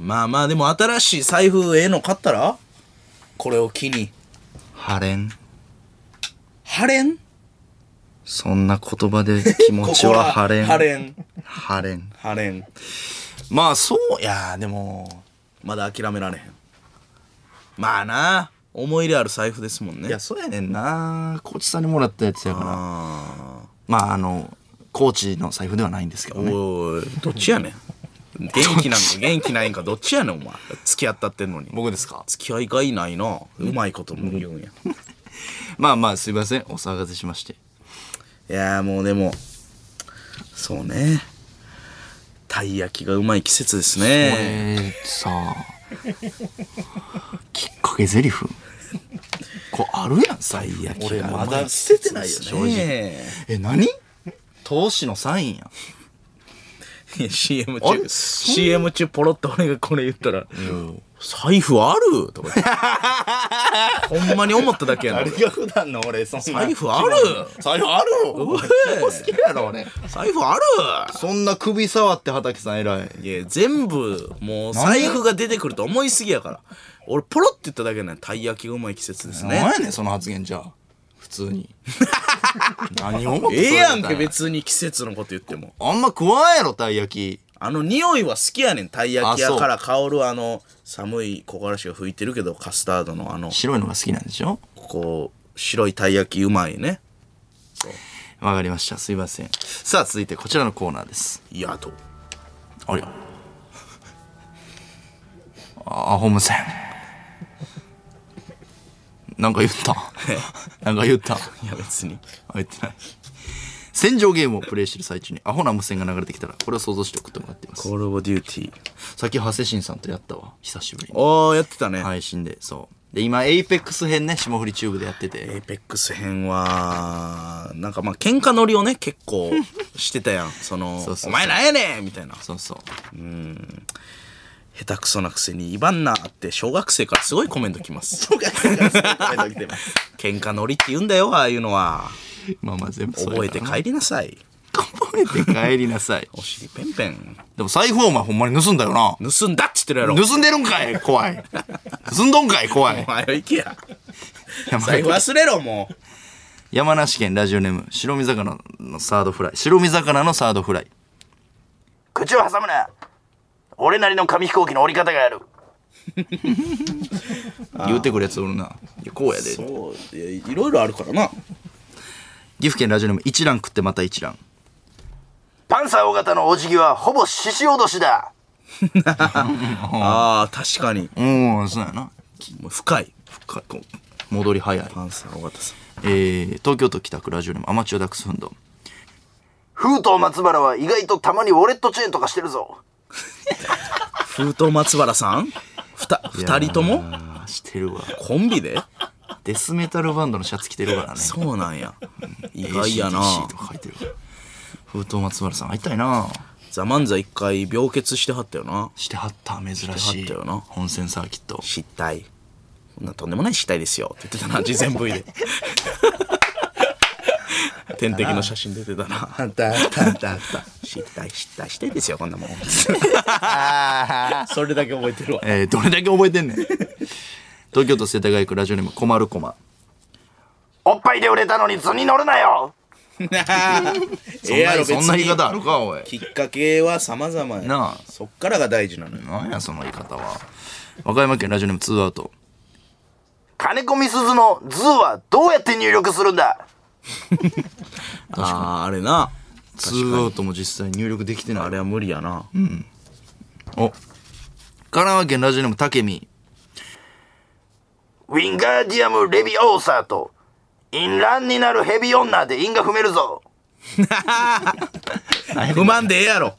[SPEAKER 2] まあまあ、でも新しい財布ええの買ったらこれを機に。
[SPEAKER 1] ハレン。
[SPEAKER 2] ハレン
[SPEAKER 1] そんな言葉で気持 ちはハレン。
[SPEAKER 2] ハレン。
[SPEAKER 1] ハレン。
[SPEAKER 2] ハレン。
[SPEAKER 1] まあ、そう
[SPEAKER 2] いやー、でも、まだ諦められへん。まあな、思い入れある財布ですもんね。
[SPEAKER 1] いや、そうやねんな。コーチさんにもらったやつやから。
[SPEAKER 2] あ
[SPEAKER 1] まあ、あの、コーチの財布ではないんですけど
[SPEAKER 2] ー
[SPEAKER 1] ね。
[SPEAKER 2] おい、どっちやねん。元気なんか元気ないんかどっちやねん、お前。付き合ったってんのに。
[SPEAKER 1] 僕ですか
[SPEAKER 2] 付き合いがいないな。うまいことも言うんや。
[SPEAKER 1] まあまあ、すいません。お騒がせしまして。
[SPEAKER 2] いやーもうでも、そうね。たい焼きがうまい季節ですね。
[SPEAKER 1] えー、さきっかけゼリフこれあるやん
[SPEAKER 2] たい焼き
[SPEAKER 1] 俺
[SPEAKER 2] がうま
[SPEAKER 1] ま
[SPEAKER 2] い
[SPEAKER 1] だ
[SPEAKER 2] 季
[SPEAKER 1] 捨てて
[SPEAKER 2] 節
[SPEAKER 1] な
[SPEAKER 2] で
[SPEAKER 1] いよ
[SPEAKER 2] す
[SPEAKER 1] 正直
[SPEAKER 2] ね。
[SPEAKER 1] え何投資のサインやん
[SPEAKER 2] いや CM
[SPEAKER 1] あれ
[SPEAKER 2] 中、
[SPEAKER 1] そん
[SPEAKER 2] CM 中ポロッと俺がこれ言ったら、財布あるとか言って ほんまに思っただけやな
[SPEAKER 1] 誰が普段の俺、そんな。
[SPEAKER 2] 財布ある
[SPEAKER 1] 財布あるお前そこ好きやろ、俺。
[SPEAKER 2] 財布ある
[SPEAKER 1] そんな首触って畑さん偉い。
[SPEAKER 2] いや全部もう財布が出てくると思いすぎやから俺ポロって言っただけなんやたい焼きがうまい季節です
[SPEAKER 1] お
[SPEAKER 2] ね
[SPEAKER 1] 前ね、その発言じゃあ。普通 に。何を思って
[SPEAKER 2] ええやん
[SPEAKER 1] そ
[SPEAKER 2] け
[SPEAKER 1] れ言うた
[SPEAKER 2] 別に季節のこと言っても
[SPEAKER 1] あんま食わんやろ、たい焼き。
[SPEAKER 2] あの匂いは好きやねんたい焼き
[SPEAKER 1] あそ
[SPEAKER 2] 屋
[SPEAKER 1] う
[SPEAKER 2] から香るあの寒い木枯らしが吹いてるけどカスタードのあの
[SPEAKER 1] 白いのが好きなんでしょ
[SPEAKER 2] こう白いたい焼きうまいね
[SPEAKER 1] わかりました。すいません。さあ、続いてこちらのコーナーです。
[SPEAKER 2] いやと
[SPEAKER 1] ありゃ。あ、ホームセン。なんか言った。 なんか言った。
[SPEAKER 2] いや別に
[SPEAKER 1] あ言ってない。戦場ゲームをプレイしてる最中にアホな無線が流れてきたら、これを想像して送ってもらっています
[SPEAKER 2] コ。ールオブデューティー
[SPEAKER 1] さっき、長谷慎さんとやったわ。久しぶりに。
[SPEAKER 2] おーやってたね、
[SPEAKER 1] 配信で、そう。で、今、エイペックス編ね、霜降りチューブでやって
[SPEAKER 2] エ
[SPEAKER 1] て。
[SPEAKER 2] イペックス編はなんかまあ喧嘩乗りをね結構してたやんその
[SPEAKER 1] そうそうそう
[SPEAKER 2] お前なんやねん!」みたいな
[SPEAKER 1] そうそう。
[SPEAKER 2] 下手くそなくせにイバンナーって小学生からすごいコメントきます小学生からすごいコメントきてます喧嘩乗りって言うんだよああいうのは
[SPEAKER 1] まあまあ全部そう
[SPEAKER 2] 覚えて
[SPEAKER 1] り。
[SPEAKER 2] 帰りなさい
[SPEAKER 1] 覚えて帰りなさい。
[SPEAKER 2] お尻ペンペン
[SPEAKER 1] でも財布はお前ほんまに盗んだよな。
[SPEAKER 2] 盗んだっつってるやろ
[SPEAKER 1] 盗んでるんかい怖い。盗んどんかい怖い
[SPEAKER 2] お。前は行けや
[SPEAKER 1] 山
[SPEAKER 2] 財布忘れろもう
[SPEAKER 1] 山梨県ラジオネーム、白身魚のサードフライ。白身魚のサードフライ。口を挟むな俺なりの紙飛行機の折り方がある。 言うてくるやつおるな。いやこうやで。
[SPEAKER 2] そういやいろいろあるからな
[SPEAKER 1] 岐阜県ラジオネーム一蘭食ってまた一蘭パンサー尾形のお辞儀はほぼ獅子おどしだ
[SPEAKER 2] あー確かに
[SPEAKER 1] うんそうやな
[SPEAKER 2] もう深い
[SPEAKER 1] かこう戻り早い、
[SPEAKER 2] パンサー尾形さん
[SPEAKER 1] えー、東京都北区ラジオネームアマチュアダックスフンド封筒松原は意外とたまにウォレットチェーンとかしてるぞ
[SPEAKER 2] 封筒松原さんふた二人とも
[SPEAKER 1] してるわ
[SPEAKER 2] コンビで
[SPEAKER 1] デスメタルバンドのシャツ着てるからね
[SPEAKER 2] そうなんや意外やな
[SPEAKER 1] ACDC とか書いてるわ封筒松原さん会いたいな
[SPEAKER 2] ザ・漫才一回病欠してはったよな
[SPEAKER 1] してはった珍しい
[SPEAKER 2] してはったよな
[SPEAKER 1] 本戦サーキット
[SPEAKER 2] 失態こんなとんでもない失態ですよって言ってたな事前 V で 天敵の写真出てたなあったあったあったあった失態失態してんですよこんなもんそれだけ覚えてるわ
[SPEAKER 1] えー、どれだけ覚えてんねん東京都世田谷区ラジオネームこまるこまおっぱいで売れたのに図に乗るなよそんなそんな言い方あるかおい
[SPEAKER 2] きっかけは様々や
[SPEAKER 1] なあ
[SPEAKER 2] そっからが大事なのよ
[SPEAKER 1] 何やその言い方は和歌山県ラジオネームツーアウト金子みすずの「ズ」はどうやって入力するんだ
[SPEAKER 2] ああーあれな
[SPEAKER 1] ツーアウトも実際入力できてない
[SPEAKER 2] あれは無理やな
[SPEAKER 1] お神奈川県ラジオネームたけみウィンガーディアム・レビオーサーとインランになるヘビ女でンが踏めるぞ
[SPEAKER 2] 不満でええやろ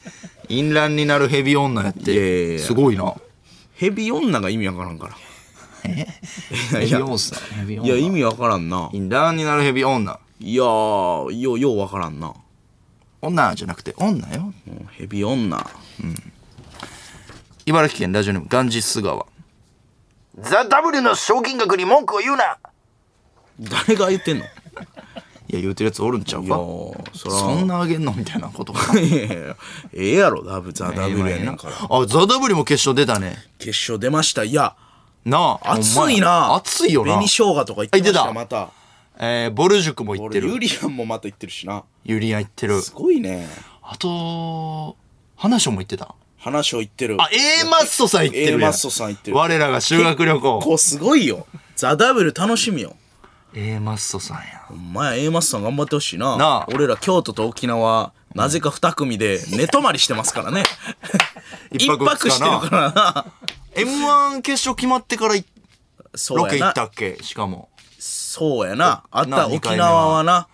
[SPEAKER 1] インランになるヘビ女やっ
[SPEAKER 2] いやいやい
[SPEAKER 1] て
[SPEAKER 2] や
[SPEAKER 1] すごいな
[SPEAKER 2] ヘビ女が意味わからんから
[SPEAKER 1] ヘビオーサーヘビ
[SPEAKER 2] いや意
[SPEAKER 1] 女
[SPEAKER 2] 味わからんな
[SPEAKER 1] インランになるヘビ女
[SPEAKER 2] いやーようようわからんな
[SPEAKER 1] 女じゃなくて女よ
[SPEAKER 2] うんヘビ女
[SPEAKER 1] 茨城県ラジオネームガンジス川ザ・ W の賞金額に文句を言うない
[SPEAKER 2] 誰が言ってんの
[SPEAKER 1] や言うてるやつおるんちゃう
[SPEAKER 2] い
[SPEAKER 1] か
[SPEAKER 2] やーそら
[SPEAKER 1] そんなあげんのみたいなことか
[SPEAKER 2] いやいやいやええやろダブザ・ダブルやねんから
[SPEAKER 1] あザ・ W も決勝出たね
[SPEAKER 2] 決勝出ましたいや
[SPEAKER 1] なあ
[SPEAKER 2] 熱
[SPEAKER 1] ほんまや
[SPEAKER 2] いな
[SPEAKER 1] 熱いよな
[SPEAKER 2] 紅生姜とか言ってました
[SPEAKER 1] あ言
[SPEAKER 2] ま
[SPEAKER 1] ったえー、ボル塾も行って
[SPEAKER 2] 俺ユ
[SPEAKER 1] る
[SPEAKER 2] リアンもまた言ってるしな
[SPEAKER 1] ユリアン行ってる
[SPEAKER 2] すごいね
[SPEAKER 1] あと花賞も行ってた
[SPEAKER 2] 話を言ってる
[SPEAKER 1] あ A マッソさん行ってるやん
[SPEAKER 2] A マッソさん行ってる
[SPEAKER 1] 我らが修学旅
[SPEAKER 2] こ
[SPEAKER 1] 行
[SPEAKER 2] うすごいよザ・ダブル楽しみよ
[SPEAKER 1] A マッソさんや
[SPEAKER 2] お前 A マスさん頑張ってほしいな
[SPEAKER 1] なあ
[SPEAKER 2] 俺ら京都と沖縄なぜか2組で寝泊まりしてますからね一
[SPEAKER 1] 一泊二日
[SPEAKER 2] 泊
[SPEAKER 1] な
[SPEAKER 2] してるからな
[SPEAKER 1] m 1決勝決まってからい
[SPEAKER 2] そうや
[SPEAKER 1] ロ
[SPEAKER 2] な
[SPEAKER 1] ケ行ったっけしかも
[SPEAKER 2] そうやなあっ
[SPEAKER 1] な
[SPEAKER 2] た
[SPEAKER 1] 二
[SPEAKER 2] 沖
[SPEAKER 1] 回目は
[SPEAKER 2] 縄はな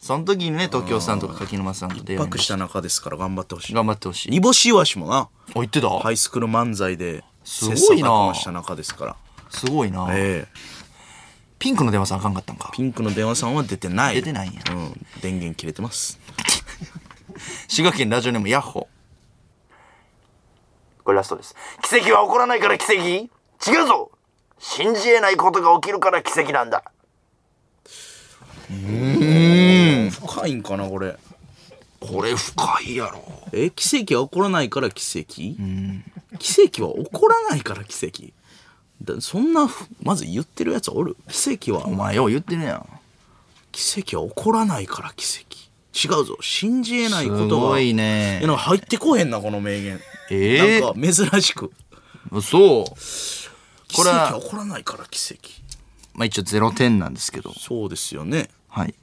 [SPEAKER 1] その時にね東京さんとか柿沼さんと出会
[SPEAKER 2] 一
[SPEAKER 1] いま
[SPEAKER 2] 泊し
[SPEAKER 1] した
[SPEAKER 2] 中ですから頑張ってほしい
[SPEAKER 1] 頑張ってほしい
[SPEAKER 2] 煮干しイワシもな
[SPEAKER 1] あ行ってた、
[SPEAKER 2] ハイスクール漫才です
[SPEAKER 1] ごいな
[SPEAKER 2] 切磋琢磨した中ですから
[SPEAKER 1] すごいな、
[SPEAKER 2] ええ
[SPEAKER 1] ピンクの電話さんあかんかったんか
[SPEAKER 2] ピンクの電話さんは出てない
[SPEAKER 1] 出てないんや
[SPEAKER 2] うん電源切れてます
[SPEAKER 1] 滋賀県ラジオネームヤッホーこれラストです奇跡は起こらないから奇跡違うぞ信じえないことが起きるから奇跡なんだ
[SPEAKER 2] 深いんかなこれ
[SPEAKER 1] これ深いやろ
[SPEAKER 2] え奇跡は起こらないから奇跡、奇跡は起こらないから奇跡だそんなふまず言ってるやつおる奇跡は
[SPEAKER 1] お前よう言ってるやん
[SPEAKER 2] 奇跡は起こらないから奇跡違うぞ信じえないことが
[SPEAKER 1] すごいね
[SPEAKER 2] いやなんか入ってこへんなこの名言
[SPEAKER 1] ええ
[SPEAKER 2] なんか珍しく
[SPEAKER 1] そう
[SPEAKER 2] 奇
[SPEAKER 1] これ
[SPEAKER 2] 跡
[SPEAKER 1] は
[SPEAKER 2] は起こらないから奇跡
[SPEAKER 1] まあ一応0点なんですけど
[SPEAKER 2] そうですよね
[SPEAKER 1] はい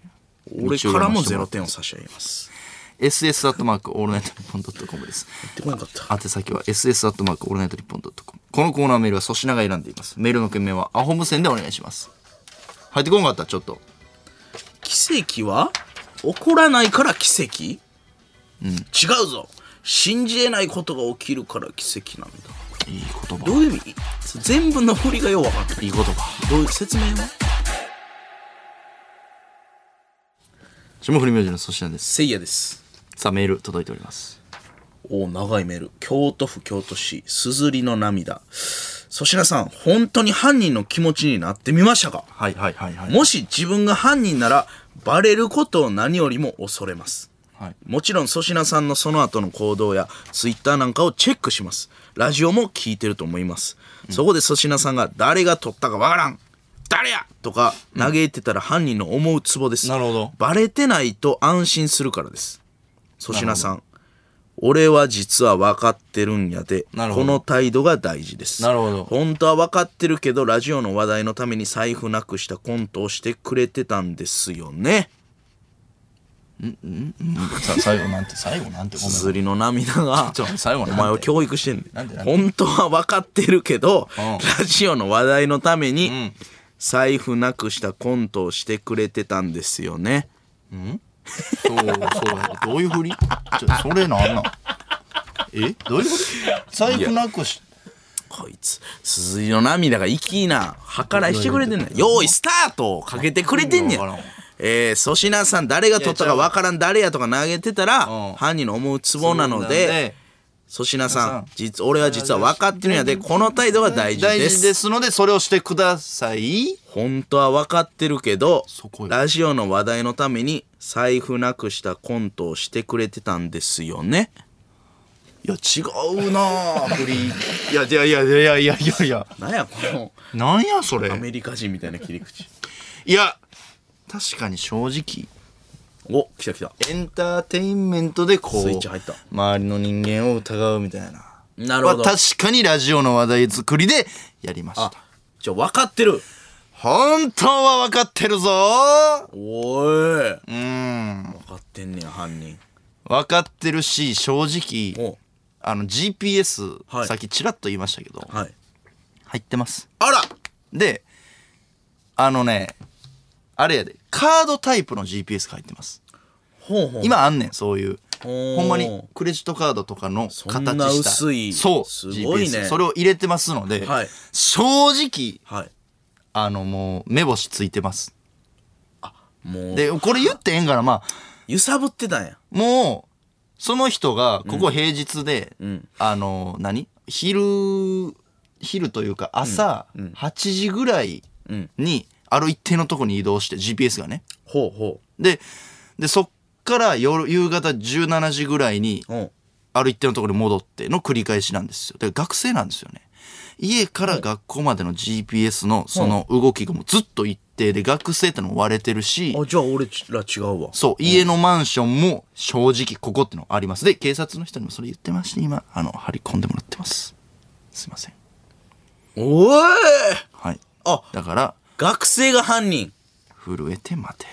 [SPEAKER 2] 俺からも
[SPEAKER 1] 一応読
[SPEAKER 2] 0
[SPEAKER 1] ませて
[SPEAKER 2] 点
[SPEAKER 1] も
[SPEAKER 2] を差し上げます
[SPEAKER 1] SS アットマークオールナイトニッポンドットコムです
[SPEAKER 2] 入ってこなかった
[SPEAKER 1] 宛先は SS アットマークオールナイトニッポンドットコムこのコーナーメールは粗品が選んでいますメールの件名はアホ無線でお願いします入ってこんかったちょっと
[SPEAKER 2] 奇跡は起こらないから奇跡、違うぞ信じえないことが起きるから奇跡なんだ
[SPEAKER 1] いい言葉
[SPEAKER 2] どういう意味全部の振りがよう分かんない
[SPEAKER 1] いい言葉
[SPEAKER 2] どういう説明は
[SPEAKER 1] 霜降り明星の粗品です
[SPEAKER 2] せいやです
[SPEAKER 1] さあメール届いております
[SPEAKER 2] おお長いメール京都府京都市すずりの涙粗品さん本当に犯人の気持ちになってみましたか
[SPEAKER 1] はいはいはいは
[SPEAKER 2] もし自分が犯人ならバレることを何よりも恐れます
[SPEAKER 1] はい、
[SPEAKER 2] もちろん粗品さんのその後の行動やツイッターなんかをチェックしますラジオも聞いてると思います、そこで粗品さんが誰が取ったかわからん誰やとか嘆いてたら犯人の思うツボです、
[SPEAKER 1] なるほど
[SPEAKER 2] バレてないと安心するからです粗品さん俺は実は分かってるんやで
[SPEAKER 1] なるほ
[SPEAKER 2] こ
[SPEAKER 1] ど
[SPEAKER 2] の態度が大事です
[SPEAKER 1] なるほど
[SPEAKER 2] 本当は分かってるけどラジオの話題のために財布なくしたコントをしてくれてたんですよね
[SPEAKER 1] さあ最後なんて最後なんてごめん
[SPEAKER 2] 硯の涙が
[SPEAKER 1] ちょ最後なん
[SPEAKER 2] お
[SPEAKER 1] て
[SPEAKER 2] 前を教育してん
[SPEAKER 1] なんで
[SPEAKER 2] ね
[SPEAKER 1] なんんで
[SPEAKER 2] 本当は分かってるけど
[SPEAKER 1] ん
[SPEAKER 2] ラジオの話題のため
[SPEAKER 1] う
[SPEAKER 2] に
[SPEAKER 1] ん
[SPEAKER 2] 財布なくしたコントをしてくれてたんですよね
[SPEAKER 1] そうそうどういうふりちょそれなんなんえどういうこと財布なくし
[SPEAKER 2] こいつ硯の涙が粋な計らいしてくれてんねん用意スタートをかけてくれてんねん
[SPEAKER 1] わからん
[SPEAKER 2] えー粗品さん誰が取ったか分からん誰やとか投げてた
[SPEAKER 1] うん
[SPEAKER 2] ら犯人の思うツボなので粗品さん実俺は実は分かってるんやでこの態度が大事
[SPEAKER 1] 大
[SPEAKER 2] で
[SPEAKER 1] 事
[SPEAKER 2] す
[SPEAKER 1] ですのでそれをしてください
[SPEAKER 2] 本当は分かってるけど
[SPEAKER 1] そこよ
[SPEAKER 2] ラジオの話題のために財布なくしたコントをしてくれてたんですよねいや違うなぁ振り
[SPEAKER 1] いやいやいやいやいやいやいや
[SPEAKER 2] 何やこの
[SPEAKER 1] なんやそれ
[SPEAKER 2] アメリカ人みたいな切り口
[SPEAKER 1] いや確かに正直
[SPEAKER 2] お来た来た
[SPEAKER 1] エンターテインメントでこう
[SPEAKER 2] スイッチ入った
[SPEAKER 1] 周りの人間を疑うみたいな
[SPEAKER 2] なる
[SPEAKER 1] は
[SPEAKER 2] ほど
[SPEAKER 1] 確かにラジオの話題作りでやりました
[SPEAKER 2] あじゃあ分かってる
[SPEAKER 1] 本当は分かってるぞ
[SPEAKER 2] おいう
[SPEAKER 1] ーん
[SPEAKER 2] 分かってんねや犯人
[SPEAKER 1] 分かってるし正直
[SPEAKER 2] お
[SPEAKER 1] あの GPS、
[SPEAKER 2] はい
[SPEAKER 1] さっきちらっと言いましたけど、
[SPEAKER 2] はい
[SPEAKER 1] 入ってます
[SPEAKER 2] あら
[SPEAKER 1] であのねあれやでカードタイプの GPS が入ってます
[SPEAKER 2] ほうほう
[SPEAKER 1] 今あんねんそういう
[SPEAKER 2] ほう
[SPEAKER 1] ほんまにクレジットカードとかの形した
[SPEAKER 2] そんな薄い
[SPEAKER 1] そう
[SPEAKER 2] すごいね
[SPEAKER 1] GPS それを入れてますので、
[SPEAKER 2] はい
[SPEAKER 1] 正直
[SPEAKER 2] はい
[SPEAKER 1] あのもう目星ついてます
[SPEAKER 2] もう
[SPEAKER 1] でこれ言ってええんからまあ
[SPEAKER 2] 揺さぶってたんや
[SPEAKER 1] もうその人がここ平日で、
[SPEAKER 2] ん
[SPEAKER 1] あの何昼昼というか朝8時ぐらい
[SPEAKER 2] うん
[SPEAKER 1] にある一定のとこに移動して GPS がね
[SPEAKER 2] ほうほ
[SPEAKER 1] ででそっから夜夕方17時ぐらいに
[SPEAKER 2] ううん
[SPEAKER 1] ある一定のところに戻っての繰り返しなんですよ。で学生なんですよね。家から学校までの GPS のその動きがもうずっと一定で学生ってのも割れてるし、
[SPEAKER 2] あじゃあ俺ら違うわ
[SPEAKER 1] そう、家のマンションも正直ここってのあります。で、警察の人にもそれ言ってまして、今、あの、張り込んでもらってます。すいません。
[SPEAKER 2] おい
[SPEAKER 1] はい。
[SPEAKER 2] あ
[SPEAKER 1] だから、
[SPEAKER 2] 学生が犯人
[SPEAKER 1] 震えて待て。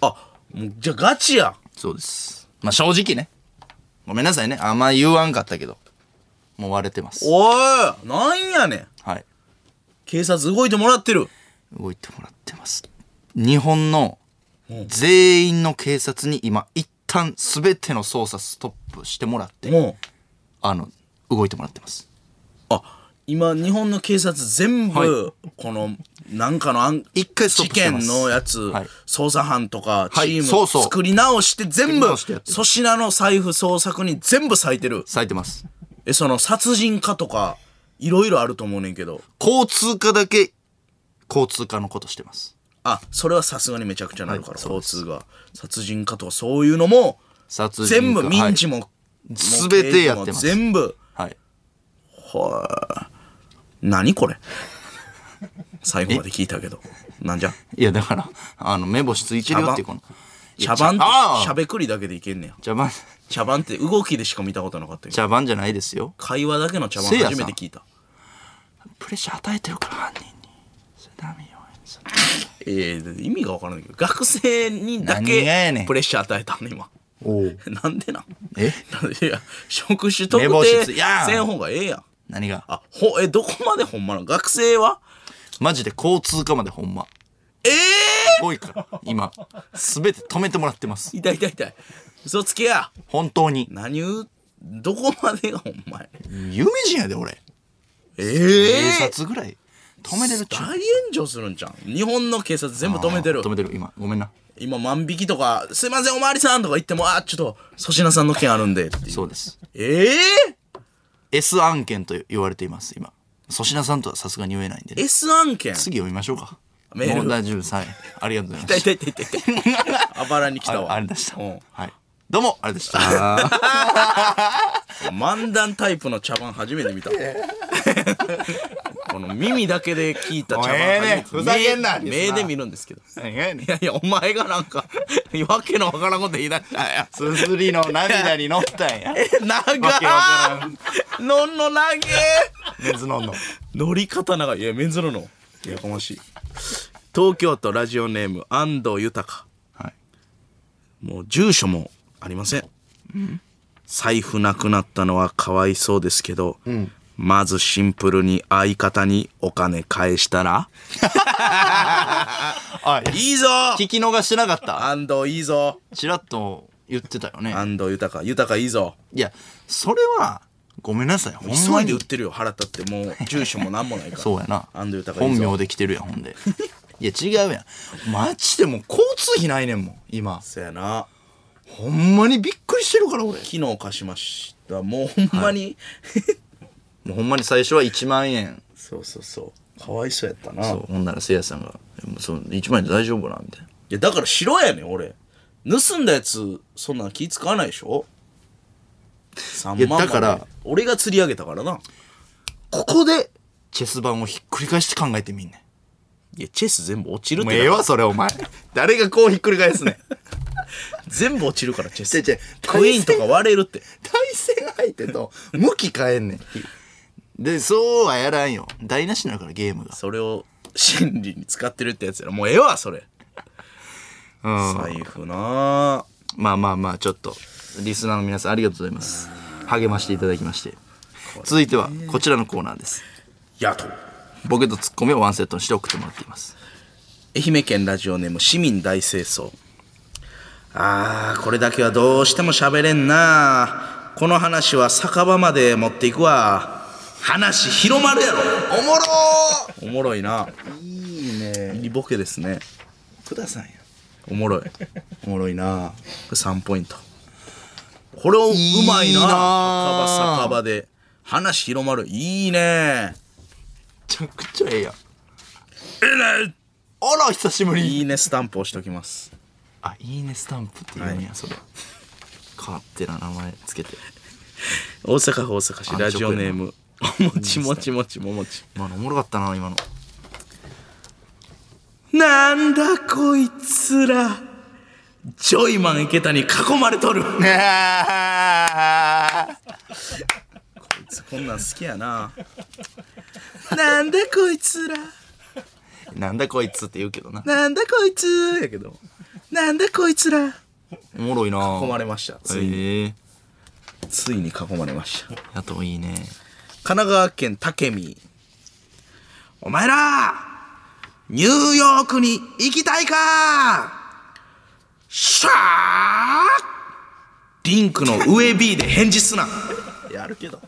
[SPEAKER 2] あもうじゃあガチや
[SPEAKER 1] そうです。まあ正直ね。ごめんなさいね。あんま言わんかったけど。もう割れてます。
[SPEAKER 2] おいなんやねん
[SPEAKER 1] はい。
[SPEAKER 2] 警察動いてもらってる
[SPEAKER 1] 動いてもらってます。日本の全員の警察に今、一旦全ての捜査ストップしてもらって、
[SPEAKER 2] も
[SPEAKER 1] あの、動いてもらってます。
[SPEAKER 2] うあ今日本の警察全部、このなんかの案
[SPEAKER 1] 一回ストッ
[SPEAKER 2] 事
[SPEAKER 1] プしてま
[SPEAKER 2] 件
[SPEAKER 1] す
[SPEAKER 2] のやつ、
[SPEAKER 1] はい
[SPEAKER 2] 捜査班とかチ
[SPEAKER 1] はい
[SPEAKER 2] ーム、
[SPEAKER 1] そうそう
[SPEAKER 2] 作り直して全
[SPEAKER 1] 作
[SPEAKER 2] 部
[SPEAKER 1] り直してやってる
[SPEAKER 2] 粗品の財布捜索に全部割いてる
[SPEAKER 1] 咲いてます。
[SPEAKER 2] えその殺人家とかいろいろあると思うねんけど
[SPEAKER 1] 交通課だけ、交通課のことしてます。
[SPEAKER 2] あそれはさすがにめちゃくちゃなるか
[SPEAKER 1] は
[SPEAKER 2] ら、
[SPEAKER 1] い
[SPEAKER 2] 交通が殺人家とかそういうのも
[SPEAKER 1] 殺人課
[SPEAKER 2] 全部民事も、もう
[SPEAKER 1] すべてやってます
[SPEAKER 2] 刑事も全部
[SPEAKER 1] はい。はい
[SPEAKER 2] 何これ最後まで聞いたけどなんじゃ
[SPEAKER 1] いや、だから、あの、目星ついてるよっていうこの。い
[SPEAKER 2] 茶
[SPEAKER 1] や
[SPEAKER 2] 番って
[SPEAKER 1] あー
[SPEAKER 2] しゃべくりだけでいけんねや
[SPEAKER 1] 茶番、
[SPEAKER 2] 茶番って動きでしか見たことなかったけど
[SPEAKER 1] 茶番じゃないですよ。
[SPEAKER 2] 会話だけの茶番
[SPEAKER 1] せいやさ
[SPEAKER 2] 初
[SPEAKER 1] ん
[SPEAKER 2] めて聞いた
[SPEAKER 1] プレッシャー与えてるから、犯人に。それダメよ。それ
[SPEAKER 2] ええ意味が分からないけど学生にだ
[SPEAKER 1] 何がやね
[SPEAKER 2] け
[SPEAKER 1] ん
[SPEAKER 2] プレッシャー与えたんね今なんでなん
[SPEAKER 1] え
[SPEAKER 2] なんでい や職種特
[SPEAKER 1] 寝坊
[SPEAKER 2] 定
[SPEAKER 1] しついやん
[SPEAKER 2] せん方がええやん
[SPEAKER 1] 何が
[SPEAKER 2] あほえどこまでほんまなの学生は
[SPEAKER 1] マジで交通課までほんま。
[SPEAKER 2] ええ
[SPEAKER 1] すごいから、今。すべて止めてもらってます。
[SPEAKER 2] 痛い痛い痛い嘘つけや
[SPEAKER 1] 本当に。
[SPEAKER 2] 何言うどこまでがほんまやねん
[SPEAKER 1] 有名人やで、俺。
[SPEAKER 2] え
[SPEAKER 1] 警
[SPEAKER 2] え
[SPEAKER 1] 察ぐらい。止めれるっちゅ
[SPEAKER 2] 大
[SPEAKER 1] う
[SPEAKER 2] 炎上するんじゃん日本の警察全部止めてる
[SPEAKER 1] 止めてる、今。ごめんな。
[SPEAKER 2] 今万引きとか「すいませんおまわりさん」とか言っても「あーちょっと粗品さんの件あるんで」っていう
[SPEAKER 1] そうです。
[SPEAKER 2] ええ
[SPEAKER 1] S 案件と言われています、今。粗品さんとはさすがに言えないんで、ね。
[SPEAKER 2] S 案件
[SPEAKER 1] 次読みましょうか。
[SPEAKER 2] メール
[SPEAKER 1] もう大丈夫です。はい。ありがとうございま
[SPEAKER 2] 痛い
[SPEAKER 1] す。
[SPEAKER 2] 痛い痛い痛い痛い あばらに来たわ
[SPEAKER 1] ああれでした。
[SPEAKER 2] うん
[SPEAKER 1] はい。 どうも、あれでした。
[SPEAKER 2] 漫談タイプの茶番初めて 見たこの耳だけで聞いた茶番初め
[SPEAKER 1] も
[SPEAKER 2] て
[SPEAKER 1] うええねんふざけんな
[SPEAKER 2] 目
[SPEAKER 1] リスナ
[SPEAKER 2] 目
[SPEAKER 1] ー
[SPEAKER 2] で見るんですけどい
[SPEAKER 1] 何やねん
[SPEAKER 2] やいやお前がなんか わけのわからんこと言い出したんや
[SPEAKER 1] すずりの涙に乗ったん や。わけわ
[SPEAKER 2] 長ーのんの長え
[SPEAKER 1] メンズノンの。
[SPEAKER 2] 乗り方長いいやメンズののやかましい東京都ラジオネーム安藤豊
[SPEAKER 1] はい。
[SPEAKER 2] もう住所もありません、財布なくなったのはかわいそうですけど、まずシンプルに相方にお金返したら
[SPEAKER 1] あ、いや
[SPEAKER 2] いいぞ
[SPEAKER 1] 聞き逃してなかった。
[SPEAKER 2] 安藤いいぞ
[SPEAKER 1] ちらっと言ってたよね。
[SPEAKER 2] 安藤豊豊いいぞ
[SPEAKER 1] いや、それは、ごめんなさい。ほん
[SPEAKER 2] 急
[SPEAKER 1] ま
[SPEAKER 2] いで
[SPEAKER 1] に
[SPEAKER 2] 売っ。てるよ腹立ってもう住所も何もないから
[SPEAKER 1] そうやな。
[SPEAKER 2] 安藤豊いい
[SPEAKER 1] 本
[SPEAKER 2] ぞ
[SPEAKER 1] 名で来てるやん、ほんで。 いや、違うやん。マジでもう交通費ないねんもん、今。
[SPEAKER 2] そやな
[SPEAKER 1] ほんまにびっくりしてるから、俺。
[SPEAKER 2] 昨日貸しましたもうほんまに、
[SPEAKER 1] もうほんまに最初は1万円。
[SPEAKER 2] そうそうそうかわいそうやったな
[SPEAKER 1] そう
[SPEAKER 2] い
[SPEAKER 1] ほんならせいやさんが「もうそう1万円で大丈夫な」みたいな
[SPEAKER 2] やだから白やねん俺盗んだやつそんなん気使わないでしょ3
[SPEAKER 1] いや
[SPEAKER 2] 万
[SPEAKER 1] だ
[SPEAKER 2] も
[SPEAKER 1] から
[SPEAKER 2] 俺が釣り上げたからな
[SPEAKER 1] ここでチェス盤をひっくり返して考えてみんね
[SPEAKER 2] いやチェス全部落ちる
[SPEAKER 1] んも
[SPEAKER 2] っ
[SPEAKER 1] うえ
[SPEAKER 2] て
[SPEAKER 1] え
[SPEAKER 2] な
[SPEAKER 1] わそれお前誰が こうひっくり返すねん
[SPEAKER 2] 全部落ちるからチ
[SPEAKER 1] ちょ
[SPEAKER 2] ェス
[SPEAKER 1] いちょい
[SPEAKER 2] クイーンとか割れるって
[SPEAKER 1] 対戦相手と向き変えんねんでそうはやらんよ台無しになるからゲームが
[SPEAKER 2] それを真理に使ってるってやつやろもうええわそれ
[SPEAKER 1] うん
[SPEAKER 2] 財布な
[SPEAKER 1] まあまあまあちょっとリスナーの皆さんありがとうございます励ましていただきまして続いてはこちらのコーナーです
[SPEAKER 2] やと
[SPEAKER 1] ボケとツッコミをワンセットにして送ってもらっています
[SPEAKER 2] 愛媛県ラジオネーム市民大清掃あーこれだけはどうしても喋れんなこの話は酒場まで持っていくわ話広まるやろ
[SPEAKER 1] おもろ
[SPEAKER 2] おもろいないいねいいボケですね
[SPEAKER 1] くださんや
[SPEAKER 2] おもろい
[SPEAKER 1] おもろいな
[SPEAKER 2] 3ポイントこれをうまいない
[SPEAKER 1] いなあ
[SPEAKER 2] 酒場酒場で話広まるいいね
[SPEAKER 1] めちゃくちゃええやん。あら、久しぶり。
[SPEAKER 2] いいねスタンプ押しときます
[SPEAKER 1] あ、いいねスタンプって言うんや、それ。勝手な名前つけて。
[SPEAKER 2] 大阪府大阪市ラジオネームもちもちもちももち
[SPEAKER 1] 今のおもろかったな、今の。
[SPEAKER 2] なんだこいつら。ジョイマン池谷に囲まれとる。こいつこんなん好きやな。なんだこいつら。
[SPEAKER 1] なんだこいつって言うけどな。
[SPEAKER 2] なんだこいつやけど。なんだこいつら。
[SPEAKER 1] おもろいな。
[SPEAKER 2] 囲まれ
[SPEAKER 1] ま
[SPEAKER 2] ました。
[SPEAKER 1] え
[SPEAKER 2] ついに、
[SPEAKER 1] え
[SPEAKER 2] ついに囲まれました。
[SPEAKER 1] あといいね。
[SPEAKER 2] 神奈川県武見お前らニューヨークに行きたいかシャーリンクの上 B で返事すないやあるけど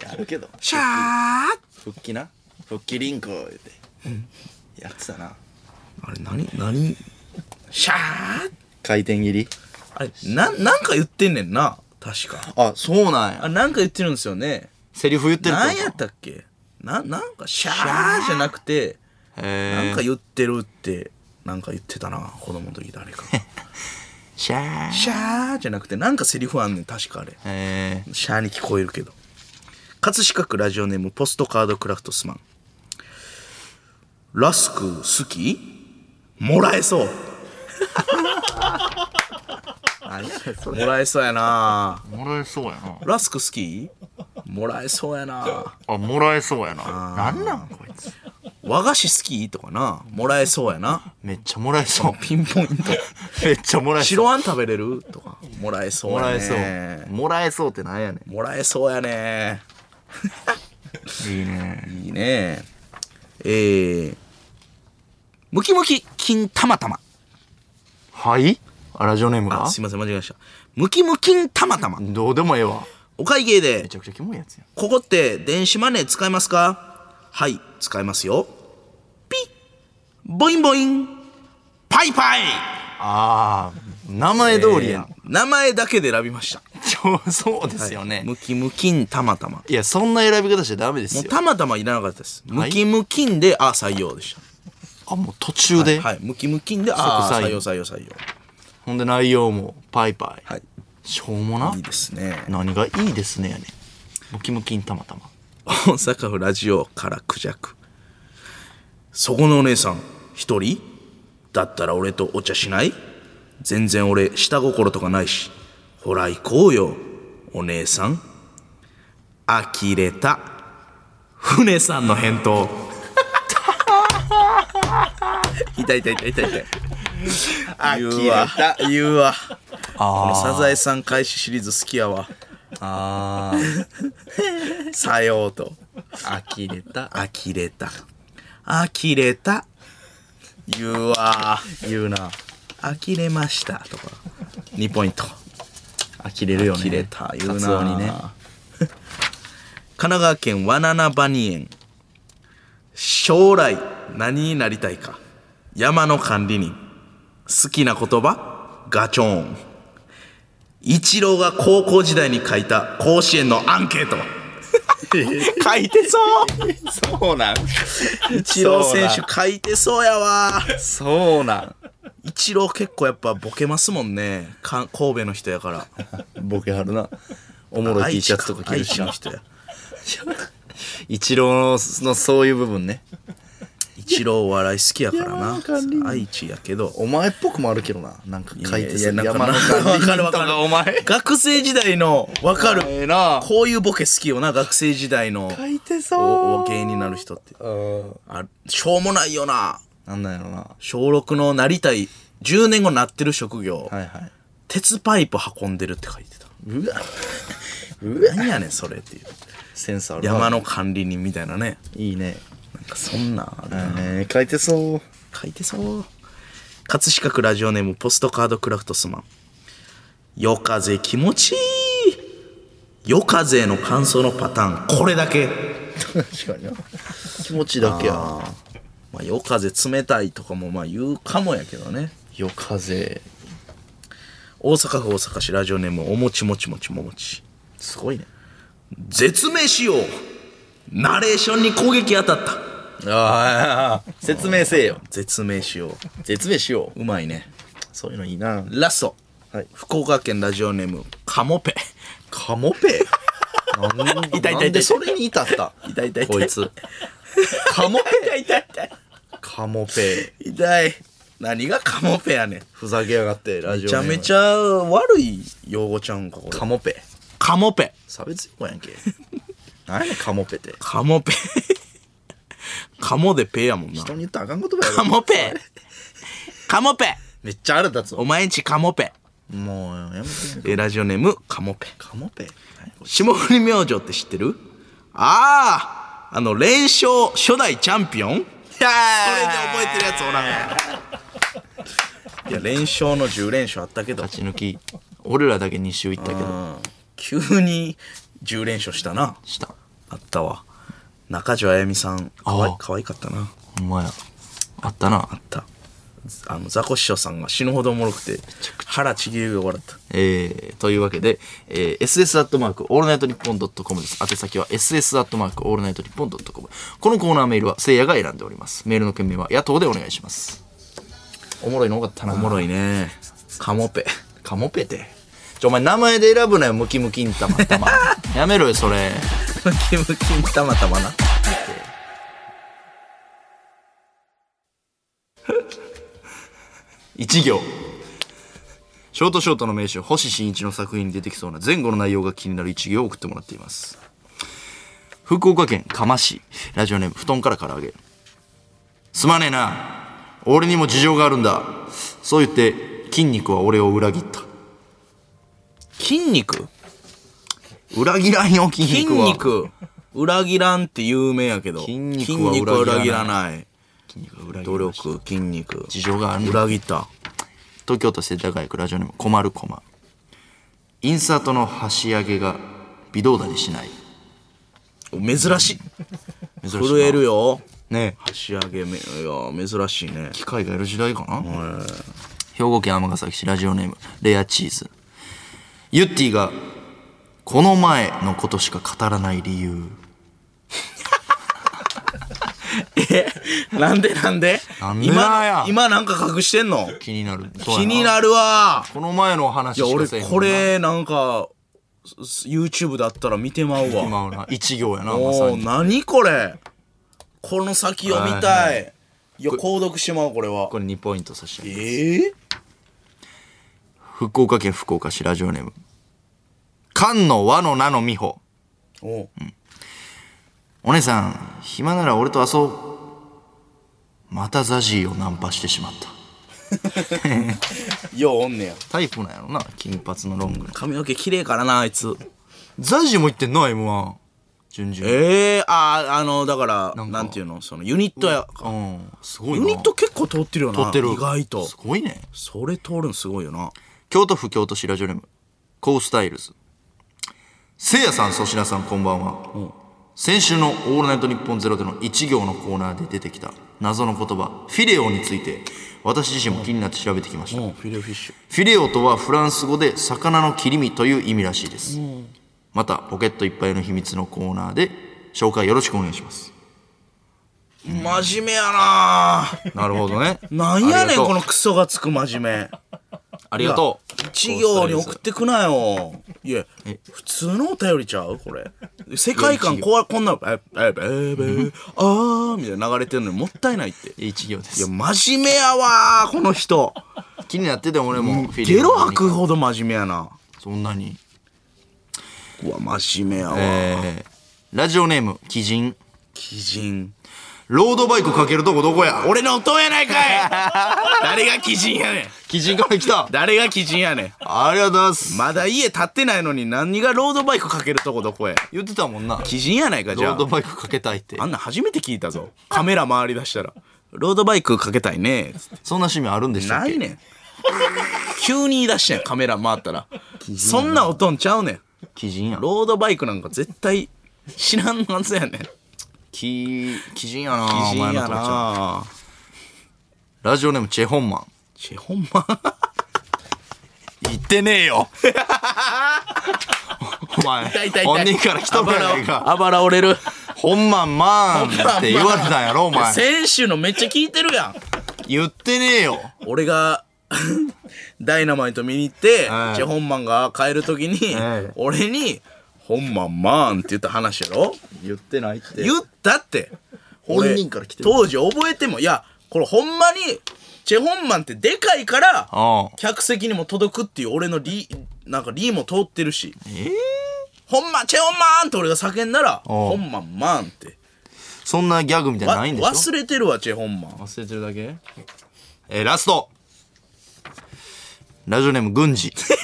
[SPEAKER 2] い
[SPEAKER 1] あるけど
[SPEAKER 7] シャー
[SPEAKER 1] 復帰な復帰リンク言うてやってたな
[SPEAKER 2] あれ何何シャー
[SPEAKER 1] 回転切り
[SPEAKER 2] あれななんか言ってんねんな確か
[SPEAKER 1] あそうなん
[SPEAKER 2] あ
[SPEAKER 1] や
[SPEAKER 2] なんか言ってるんですよね
[SPEAKER 1] セリフ言ってると
[SPEAKER 2] なんやったっけななんかシャーじゃなくて
[SPEAKER 1] へー
[SPEAKER 2] なんか言ってるってなんか言ってたな子供の時誰か
[SPEAKER 1] シャー
[SPEAKER 2] シャーじゃなくてなんかセリフあんねん確かあれ
[SPEAKER 1] えー
[SPEAKER 2] シャーに聞こえるけど葛飾区ラジオネームポストカードクラフトスマンラスク好きもら えそうもらえそうやな
[SPEAKER 1] もらえそうやな
[SPEAKER 2] ラスク好きもらえそうやな
[SPEAKER 1] あもらえそうやななんなんこいつ
[SPEAKER 2] 和菓子好きとかなもらえそうやな
[SPEAKER 1] めっちゃもらえ そう
[SPEAKER 2] ピンポイント
[SPEAKER 1] めっちゃもらえそう
[SPEAKER 2] 白あん食べれるとかもらえそう
[SPEAKER 1] も
[SPEAKER 2] や
[SPEAKER 1] ら
[SPEAKER 2] ね
[SPEAKER 1] えそうもらえそうってなんやね
[SPEAKER 2] もらえそうやね
[SPEAKER 1] ん いいね
[SPEAKER 2] いいねえー、ムキムキ金たまたま
[SPEAKER 1] はいあラジオネームが
[SPEAKER 2] あすいません間違えましたムキムキンたまたま
[SPEAKER 1] どうでもええわ
[SPEAKER 2] お会計で
[SPEAKER 1] めちゃくちゃキモいやつやん
[SPEAKER 2] ここって電子マネー使えますかはい使えますよピッボインボインパイパイ
[SPEAKER 1] あー名前通りやん、
[SPEAKER 2] えー名前だけで選びました
[SPEAKER 1] そうそうですよね、
[SPEAKER 2] ムキムキンたまたま
[SPEAKER 1] いやそんな選び方しちゃダメで
[SPEAKER 2] もう
[SPEAKER 1] すよ
[SPEAKER 2] たまたまいらなかったです。
[SPEAKER 1] は
[SPEAKER 2] ム
[SPEAKER 1] い
[SPEAKER 2] キムキンで、あ、採用でし
[SPEAKER 1] あもう途中で、
[SPEAKER 2] た。はい。ムキムキンで、あ、
[SPEAKER 1] 即採
[SPEAKER 2] 採用、
[SPEAKER 1] 用
[SPEAKER 2] 採用、採用。
[SPEAKER 1] ほんで内容もパイパイ、
[SPEAKER 2] はい。
[SPEAKER 1] しょうもない
[SPEAKER 2] いですね。
[SPEAKER 1] 何がいいですねやねムキムキンたまたま
[SPEAKER 2] 大阪府ラジオからクジャク。そこのお姉さん、一人だったら俺とお茶しない全然俺、下心とかないし。ほら、行こうよ。お姉さん。呆れた。船さんの返答。 痛い痛い痛い痛い痛い。言うわ言うわこのサザエさん開始シリーズ好きやわ
[SPEAKER 1] あ
[SPEAKER 2] さようと
[SPEAKER 1] あ呆れた
[SPEAKER 2] 呆れた呆れた言うわ
[SPEAKER 1] 言うな
[SPEAKER 2] 呆れましたとか2ポイント
[SPEAKER 1] 呆れるよね
[SPEAKER 2] 呆れた言う
[SPEAKER 1] カツオ
[SPEAKER 2] な
[SPEAKER 1] にね
[SPEAKER 2] 神奈川県わななばに園将来何になりたいか山の管理人好きな言葉ガチョーン一郎が高校時代に書いた甲子園のアンケート書いてそう
[SPEAKER 1] そうなん
[SPEAKER 2] 一郎選手書いてそうやわ
[SPEAKER 1] そうなん
[SPEAKER 2] 一郎結構やっぱボケますもんねか神戸の人やから
[SPEAKER 1] ボケはるなおもろい T シャツとか着る
[SPEAKER 2] 愛知
[SPEAKER 1] し
[SPEAKER 2] か愛
[SPEAKER 1] な
[SPEAKER 2] 知の人や
[SPEAKER 1] 一郎ののそういう部分ね
[SPEAKER 2] 一郎お笑い好きやからな愛知やけど
[SPEAKER 1] お前っぽくもあるけどななんか書いて
[SPEAKER 2] い
[SPEAKER 1] さ
[SPEAKER 2] やいやなんか
[SPEAKER 1] 山の管理人とかお前
[SPEAKER 2] 学生時代のわかる
[SPEAKER 1] ええな
[SPEAKER 2] こういうボケ好きよな学生時代の
[SPEAKER 1] 書いて
[SPEAKER 2] おお
[SPEAKER 1] う
[SPEAKER 2] 芸になる人ってあしょうもないよな
[SPEAKER 1] なんなんやろな
[SPEAKER 2] 小6のなりたい10年後なってる職業、
[SPEAKER 1] はいはい
[SPEAKER 2] 鉄パイプ運んでるって書いてた
[SPEAKER 1] うわ
[SPEAKER 2] 何やねんそれっていう
[SPEAKER 1] センスあるな
[SPEAKER 2] 山の管理人みたいなね
[SPEAKER 1] いいね
[SPEAKER 2] なんかそんなんあるな
[SPEAKER 1] えー書いてそう
[SPEAKER 2] 書いてそう葛飾区ラジオネームポストカードクラフトスマン夜風気持ちいい夜風の感想のパターンこれだけ、
[SPEAKER 1] 確かにな気持ちだけやな
[SPEAKER 2] まあ、夜風冷たいとかもまあ言うかもやけどね
[SPEAKER 1] 夜風
[SPEAKER 2] 大阪府大阪市ラジオネームおもちもちもちももち
[SPEAKER 1] すごいね
[SPEAKER 2] 絶命しようナレーションに攻撃当たった
[SPEAKER 1] ああ説明せえよ
[SPEAKER 2] 絶命しよ
[SPEAKER 1] 説明しよ
[SPEAKER 2] ううまいね
[SPEAKER 1] うそういうのいいな
[SPEAKER 2] ラスト、
[SPEAKER 1] はい
[SPEAKER 2] 福岡県ラジオネームカモペ
[SPEAKER 1] カモペなん
[SPEAKER 2] 痛い痛い
[SPEAKER 1] なんでそれに至った
[SPEAKER 2] 痛い痛い痛い
[SPEAKER 1] こいつカモペ
[SPEAKER 2] 痛い痛い痛い
[SPEAKER 1] カモペ
[SPEAKER 2] 痛い何がカモペやねん
[SPEAKER 1] ふざけやがってラジオ
[SPEAKER 2] めち
[SPEAKER 1] ネー
[SPEAKER 2] ゃ
[SPEAKER 1] ム
[SPEAKER 2] めちゃ悪い用語ちゃうんかこれ
[SPEAKER 1] カモペ
[SPEAKER 2] カモペ
[SPEAKER 1] 差別用語やんけ何やねんカモペって
[SPEAKER 2] カモペカモでペやもんな
[SPEAKER 1] 人に言ったらあかん言葉やろ
[SPEAKER 2] カモペカモペ
[SPEAKER 1] めっちゃ腹立つわ
[SPEAKER 2] お前んちカモペ
[SPEAKER 1] もうやめて
[SPEAKER 2] えーラジオネームカモペ
[SPEAKER 1] カモペ
[SPEAKER 2] 霜降り明星って知ってるあああの連勝初代チャンピオン
[SPEAKER 1] いや
[SPEAKER 2] それで覚えてるやつおらんやろいや連勝の10連勝あったけど
[SPEAKER 1] 勝ち抜き俺らだけ2周いったけど
[SPEAKER 2] 急に10連勝したな
[SPEAKER 1] した
[SPEAKER 2] あったわ中条あやみさんかわいかわいかったな
[SPEAKER 1] ほんまや。あったな
[SPEAKER 2] あ。ったあのザコシショウさんが死ぬほどおもろくて腹ちぎれるよ笑った
[SPEAKER 1] えー、というわけで、えー、ss アットマークオールナイトニッポンドットコムです。宛先は ss アットマークオールナイトニッポンドットコム。このコーナーメールはせいやが選んでおります。メールの件名は野党でお願いします。おもろいの多かったな。
[SPEAKER 2] おもろいねカモペ
[SPEAKER 1] カモペて。ちょ、お前名前で選ぶなよ、ムキムキンたまた ま。やめろよ、それ。
[SPEAKER 2] ムキムキたまたまな
[SPEAKER 1] 一行。ショートショートの名手、星新一の作品に出てきそうな前後の内容が気になる一行を送ってもらっています。福岡県釜市、ラジオネーム、布団から唐揚げ。すまねえな。俺にも事情があるんだ。そう言って、筋肉は俺を裏切った。
[SPEAKER 2] 筋肉
[SPEAKER 1] 裏切らんよ、筋
[SPEAKER 2] 筋
[SPEAKER 1] 肉は。
[SPEAKER 2] 肉裏切らんって有名やけど
[SPEAKER 1] 筋肉は
[SPEAKER 2] 筋裏切らない
[SPEAKER 1] 筋肉は裏切らん
[SPEAKER 2] 努力筋肉
[SPEAKER 1] 事情があるんだ
[SPEAKER 2] 裏切った
[SPEAKER 1] 東京都世田谷区ラジオネーム困る困インサートの箸上げが微動だにしない
[SPEAKER 2] 珍しい
[SPEAKER 1] 珍しいな
[SPEAKER 2] 震えるよ
[SPEAKER 1] ね
[SPEAKER 2] 箸上げめいや珍しいね
[SPEAKER 1] 機械がいる時代かな兵庫県尼崎市ラジオネームレアチーズユッティがこの前のことしか語らない理由
[SPEAKER 2] なんでなんで
[SPEAKER 1] なんでなんや
[SPEAKER 2] 今今なんか隠してんの
[SPEAKER 1] 気になる
[SPEAKER 2] 気に
[SPEAKER 1] る
[SPEAKER 2] なるわ
[SPEAKER 1] この前のお話し
[SPEAKER 2] いや
[SPEAKER 1] か
[SPEAKER 2] 俺
[SPEAKER 1] せえへんもん
[SPEAKER 2] こ
[SPEAKER 1] な
[SPEAKER 2] れなんかす YouTube だったら見てまうわ
[SPEAKER 1] 今のな一行やなまさ
[SPEAKER 2] おお
[SPEAKER 1] に
[SPEAKER 2] 何これこの先を見た
[SPEAKER 1] はい
[SPEAKER 2] いや購読してまうこれは
[SPEAKER 1] これ2ポイント差し上げます
[SPEAKER 2] ええ
[SPEAKER 1] 福岡県福岡市ラジオネーム菅野和の名の美穂
[SPEAKER 2] おう
[SPEAKER 1] お姉さん暇なら俺と遊ぼうまたザジーをナンパしてしまった
[SPEAKER 2] ようおんねや
[SPEAKER 1] タイプなんやろな金髪のロングの
[SPEAKER 2] 髪の毛綺麗からなあいつ
[SPEAKER 1] ザジーも行ってんの m 1順々
[SPEAKER 2] ええあーあのだから
[SPEAKER 1] な
[SPEAKER 2] なんん
[SPEAKER 1] か
[SPEAKER 2] ていうのそのユニットや
[SPEAKER 1] うんすごい
[SPEAKER 2] ユ
[SPEAKER 1] な
[SPEAKER 2] ニット結構通ってるよな
[SPEAKER 1] 撮ってる
[SPEAKER 2] 意外と
[SPEAKER 1] すごいね
[SPEAKER 2] それ通るのすごいよな
[SPEAKER 1] 京都府京都市ラジオネームコースタイルズせいやさん粗品さんこんばんは、先週の「オールナイトニッポンゼロでの一行のコーナーで出てきた謎の言葉フィレオについて私自身も気になって調べてきました、
[SPEAKER 2] うんフィレオフィッシュ
[SPEAKER 1] フィレオとはフランス語で魚の切り身という意味らしいです、またポケットいっぱいの秘密のコーナーで紹介よろしくお願いします
[SPEAKER 2] 真面目やな
[SPEAKER 1] なるほどね
[SPEAKER 2] なんや
[SPEAKER 1] ありが
[SPEAKER 2] ねん
[SPEAKER 1] とう
[SPEAKER 2] このクソがつく真面目
[SPEAKER 1] ありがとう
[SPEAKER 2] 一行に送ってくなよいや
[SPEAKER 1] え
[SPEAKER 2] 普通のお便りちゃうこれ世界観こわこんなのええええあーみたいな流れてんのにもったいないって
[SPEAKER 1] いや一行で
[SPEAKER 2] いや
[SPEAKER 1] す
[SPEAKER 2] 真面目やわーこの人
[SPEAKER 1] 気になってて俺もフィレオ
[SPEAKER 2] ゲロ
[SPEAKER 1] 何
[SPEAKER 2] 吐くほど真面目やな
[SPEAKER 1] そんなに
[SPEAKER 2] うわ真面目やわ、
[SPEAKER 1] えー、ラジオネーム鬼人
[SPEAKER 2] 鬼人
[SPEAKER 1] ロードバイクかけるとこどこや
[SPEAKER 2] 俺のおとんやないかい 誰が鬼人やねん
[SPEAKER 1] 鬼人から来た
[SPEAKER 2] 誰が鬼人やねん
[SPEAKER 1] ありがとうございます、
[SPEAKER 2] まだ家建ってないのに何がロードバイクかけるとこどこへ
[SPEAKER 1] 言ってたもんな
[SPEAKER 2] 鬼人やないか
[SPEAKER 1] ロ
[SPEAKER 2] じゃあ
[SPEAKER 1] ードバイクかけたいって
[SPEAKER 2] あんなん初めて聞いたぞカメラ回り出したらロードバイクかけたいねつって
[SPEAKER 1] そんな趣味あるんでしょ
[SPEAKER 2] ないねん急に言い出してんカメラ回ったらそんなおとんちゃうねん
[SPEAKER 1] 鬼人やろ
[SPEAKER 2] ロードバイクなんか絶対知らんはずやねん
[SPEAKER 1] 鬼鬼人やな
[SPEAKER 2] 鬼人や
[SPEAKER 1] お前の父ちゃん
[SPEAKER 2] な
[SPEAKER 1] ラジオネームチェホンマン
[SPEAKER 2] チェホンマン
[SPEAKER 1] 言ってねえ よお前
[SPEAKER 2] 痛い痛い痛い
[SPEAKER 1] 本人から来とるやないか
[SPEAKER 2] あばら折れる
[SPEAKER 1] 本マンマンって言われたんやろお前
[SPEAKER 2] 先週のめっちゃ聞いてるやん
[SPEAKER 1] 言ってねえよ
[SPEAKER 2] 俺が ダイナマイト見に行って、
[SPEAKER 1] はい
[SPEAKER 2] チェ・ホンマンが帰る時に、
[SPEAKER 1] はい
[SPEAKER 2] 俺に「ホンマンマン」って言った話やろ
[SPEAKER 1] 言ってないって
[SPEAKER 2] 言ったって
[SPEAKER 1] 本人から来てる
[SPEAKER 2] 俺当時覚えてもいやこれほんまにチェ・ホンマンってでかいか
[SPEAKER 1] あ
[SPEAKER 2] ら
[SPEAKER 1] あ
[SPEAKER 2] 客席にも届くっていう俺のリなんかリーも通ってるし
[SPEAKER 1] ええ
[SPEAKER 2] 「ホンマンチェ・ホンマン!」って俺が叫んだら「
[SPEAKER 1] おう
[SPEAKER 2] ホンマンマン」って
[SPEAKER 1] そんなギャグみたいなの
[SPEAKER 2] わ
[SPEAKER 1] ないんでしょ
[SPEAKER 2] 忘れてるわチェ・ホンマン
[SPEAKER 1] 忘れてるだけえーラストラジオネーム軍事
[SPEAKER 2] 痛い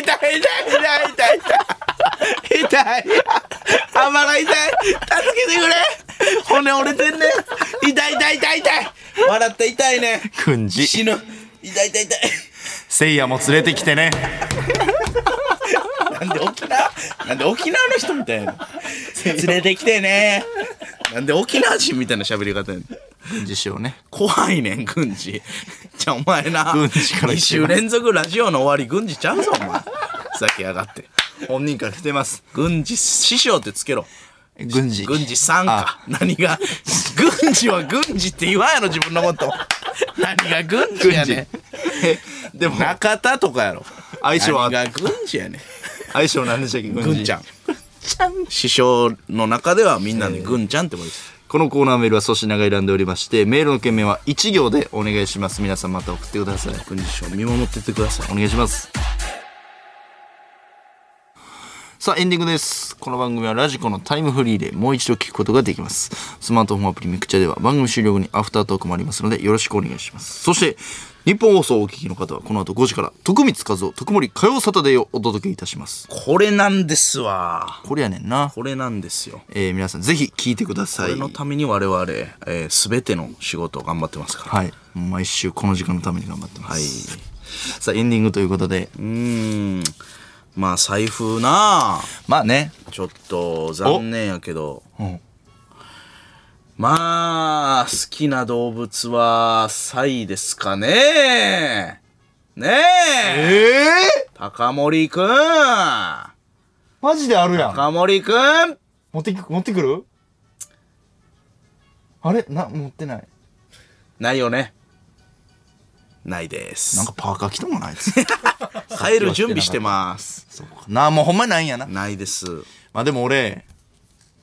[SPEAKER 2] 痛い痛い痛い痛い痛いあばら痛い助けてくれ骨折れてんねん痛い痛い痛い痛い笑った痛いね
[SPEAKER 1] 軍
[SPEAKER 2] 死
[SPEAKER 1] 事
[SPEAKER 2] ぬ痛い痛い痛い
[SPEAKER 1] せいやも連れてきてね
[SPEAKER 2] なんで沖縄なんで沖縄の人みたいな連れてきてねなんで沖縄人みたいな喋り方やねん
[SPEAKER 1] 軍事しようね。
[SPEAKER 2] 怖いねん軍事じゃあお前な
[SPEAKER 1] 軍事から
[SPEAKER 2] 2
[SPEAKER 1] 一番
[SPEAKER 2] 週連続ラジオの終わり軍事ちゃうぞお前ふざけやがって
[SPEAKER 1] 本人 から来てます。
[SPEAKER 2] 軍事師匠ってつけろ
[SPEAKER 1] 軍事。
[SPEAKER 2] 軍事さんか何が軍事は軍事って言わんやろ自分のこと何が軍事やねんでも中田とかやろ
[SPEAKER 1] 相性は
[SPEAKER 2] 何が軍事やねん
[SPEAKER 1] 相性なんでしたっけ軍事
[SPEAKER 2] 軍ちゃん師匠の中ではみんなで軍ちゃんってことです
[SPEAKER 1] このコーナーメールは粗品が選んでおりまして、メールの件名は1行でお願いします。皆さんまた送ってください。
[SPEAKER 2] 軍事師匠見守っててください
[SPEAKER 1] お願いします。さあ、エンディングです。この番組はラジコのタイムフリーでもう一度聞くことができます。スマートフォンアプリミクチャでは番組終了後にアフタートークもありますのでよろしくお願いします。そして、日本放送をお聞きの方はこの後5時から徳光和夫、徳森火曜サタデーをお届けいたします。
[SPEAKER 2] これなんですわ
[SPEAKER 1] これやねんな。
[SPEAKER 2] これなんですよ
[SPEAKER 1] えー皆さんぜひ聞いてくださ
[SPEAKER 2] こ
[SPEAKER 1] い。
[SPEAKER 2] れのために我々、えー、全ての仕事を頑張ってますから
[SPEAKER 1] はい。毎週この時間のために頑張ってます。さあ、エンディングということで。
[SPEAKER 2] うーんまあ財布なあ
[SPEAKER 1] まあね。
[SPEAKER 2] ちょっと残念やけど
[SPEAKER 1] うん
[SPEAKER 2] まあ好きな動物はサイですかねね
[SPEAKER 1] え
[SPEAKER 2] え高森くん
[SPEAKER 1] マジであるやん。
[SPEAKER 2] 高森くん
[SPEAKER 1] 持ってき、持ってくるあれな、持ってない。
[SPEAKER 2] ないよねないです
[SPEAKER 1] なんかパーカー着てもないです。
[SPEAKER 2] 帰る準備してます
[SPEAKER 1] そうかなあ、もうほんまにないんやな。
[SPEAKER 2] ないです
[SPEAKER 1] まあでも俺、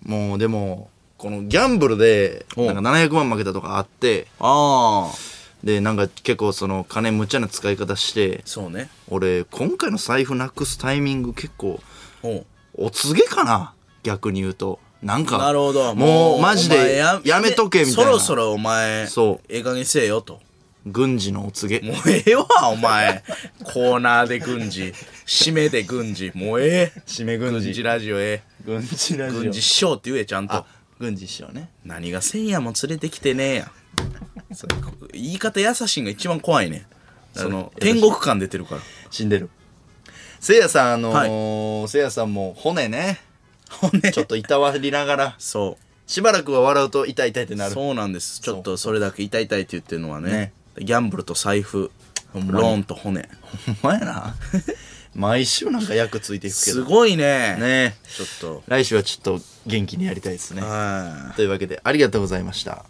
[SPEAKER 1] もうでも、このギャンブルで、
[SPEAKER 2] お
[SPEAKER 1] な
[SPEAKER 2] うん
[SPEAKER 1] か700万負けたとかあって、
[SPEAKER 2] ああ
[SPEAKER 1] で、なんか結構その金無茶な使い方して、
[SPEAKER 2] そうね
[SPEAKER 1] 俺、今回の財布なくすタイミング結構、
[SPEAKER 2] おう
[SPEAKER 1] お告げかな逆に言うと。なんか、
[SPEAKER 2] なるほど
[SPEAKER 1] もうマジ
[SPEAKER 2] お前
[SPEAKER 1] でやめとけみたいな。
[SPEAKER 2] そろそろお前
[SPEAKER 1] そう
[SPEAKER 2] ええ加減せえよと
[SPEAKER 1] 軍事のお告げ。
[SPEAKER 2] もうええわ、お前。コーナーで軍事、締めで軍事、もうええ。
[SPEAKER 1] 締め軍
[SPEAKER 2] 軍
[SPEAKER 1] 事
[SPEAKER 2] 事。ラジオえ
[SPEAKER 1] 軍事ラ
[SPEAKER 2] え。
[SPEAKER 1] ジオ。
[SPEAKER 2] 軍事師匠って言え、ちゃんと
[SPEAKER 1] あ。、軍事しようね。
[SPEAKER 2] 何がせんやもん連れてきてねえや。それ言い方優しいんが一番怖いね。その、天国感出てるから。
[SPEAKER 1] 死んでる。せいやさん、あのーせいやさんも骨ね、
[SPEAKER 2] 骨
[SPEAKER 1] ちょっといたわりながら、
[SPEAKER 2] そ
[SPEAKER 1] しばらくは笑うと痛い痛いってな
[SPEAKER 2] う。
[SPEAKER 1] る。
[SPEAKER 2] そうなんです。ちょっとそれだけ痛い痛いって言ってるのは
[SPEAKER 1] ね
[SPEAKER 2] ね。ギャンブルと財布、ロ
[SPEAKER 1] まに
[SPEAKER 2] ーンと骨。
[SPEAKER 1] ほんまやな。 毎週なんか役ついていくけ
[SPEAKER 2] す
[SPEAKER 1] ど。
[SPEAKER 2] ごいね。
[SPEAKER 1] ね
[SPEAKER 2] ちょっと。
[SPEAKER 1] 来週はちょっと元気にやりたいですね。
[SPEAKER 2] は
[SPEAKER 1] というわけで、ありがとうございました。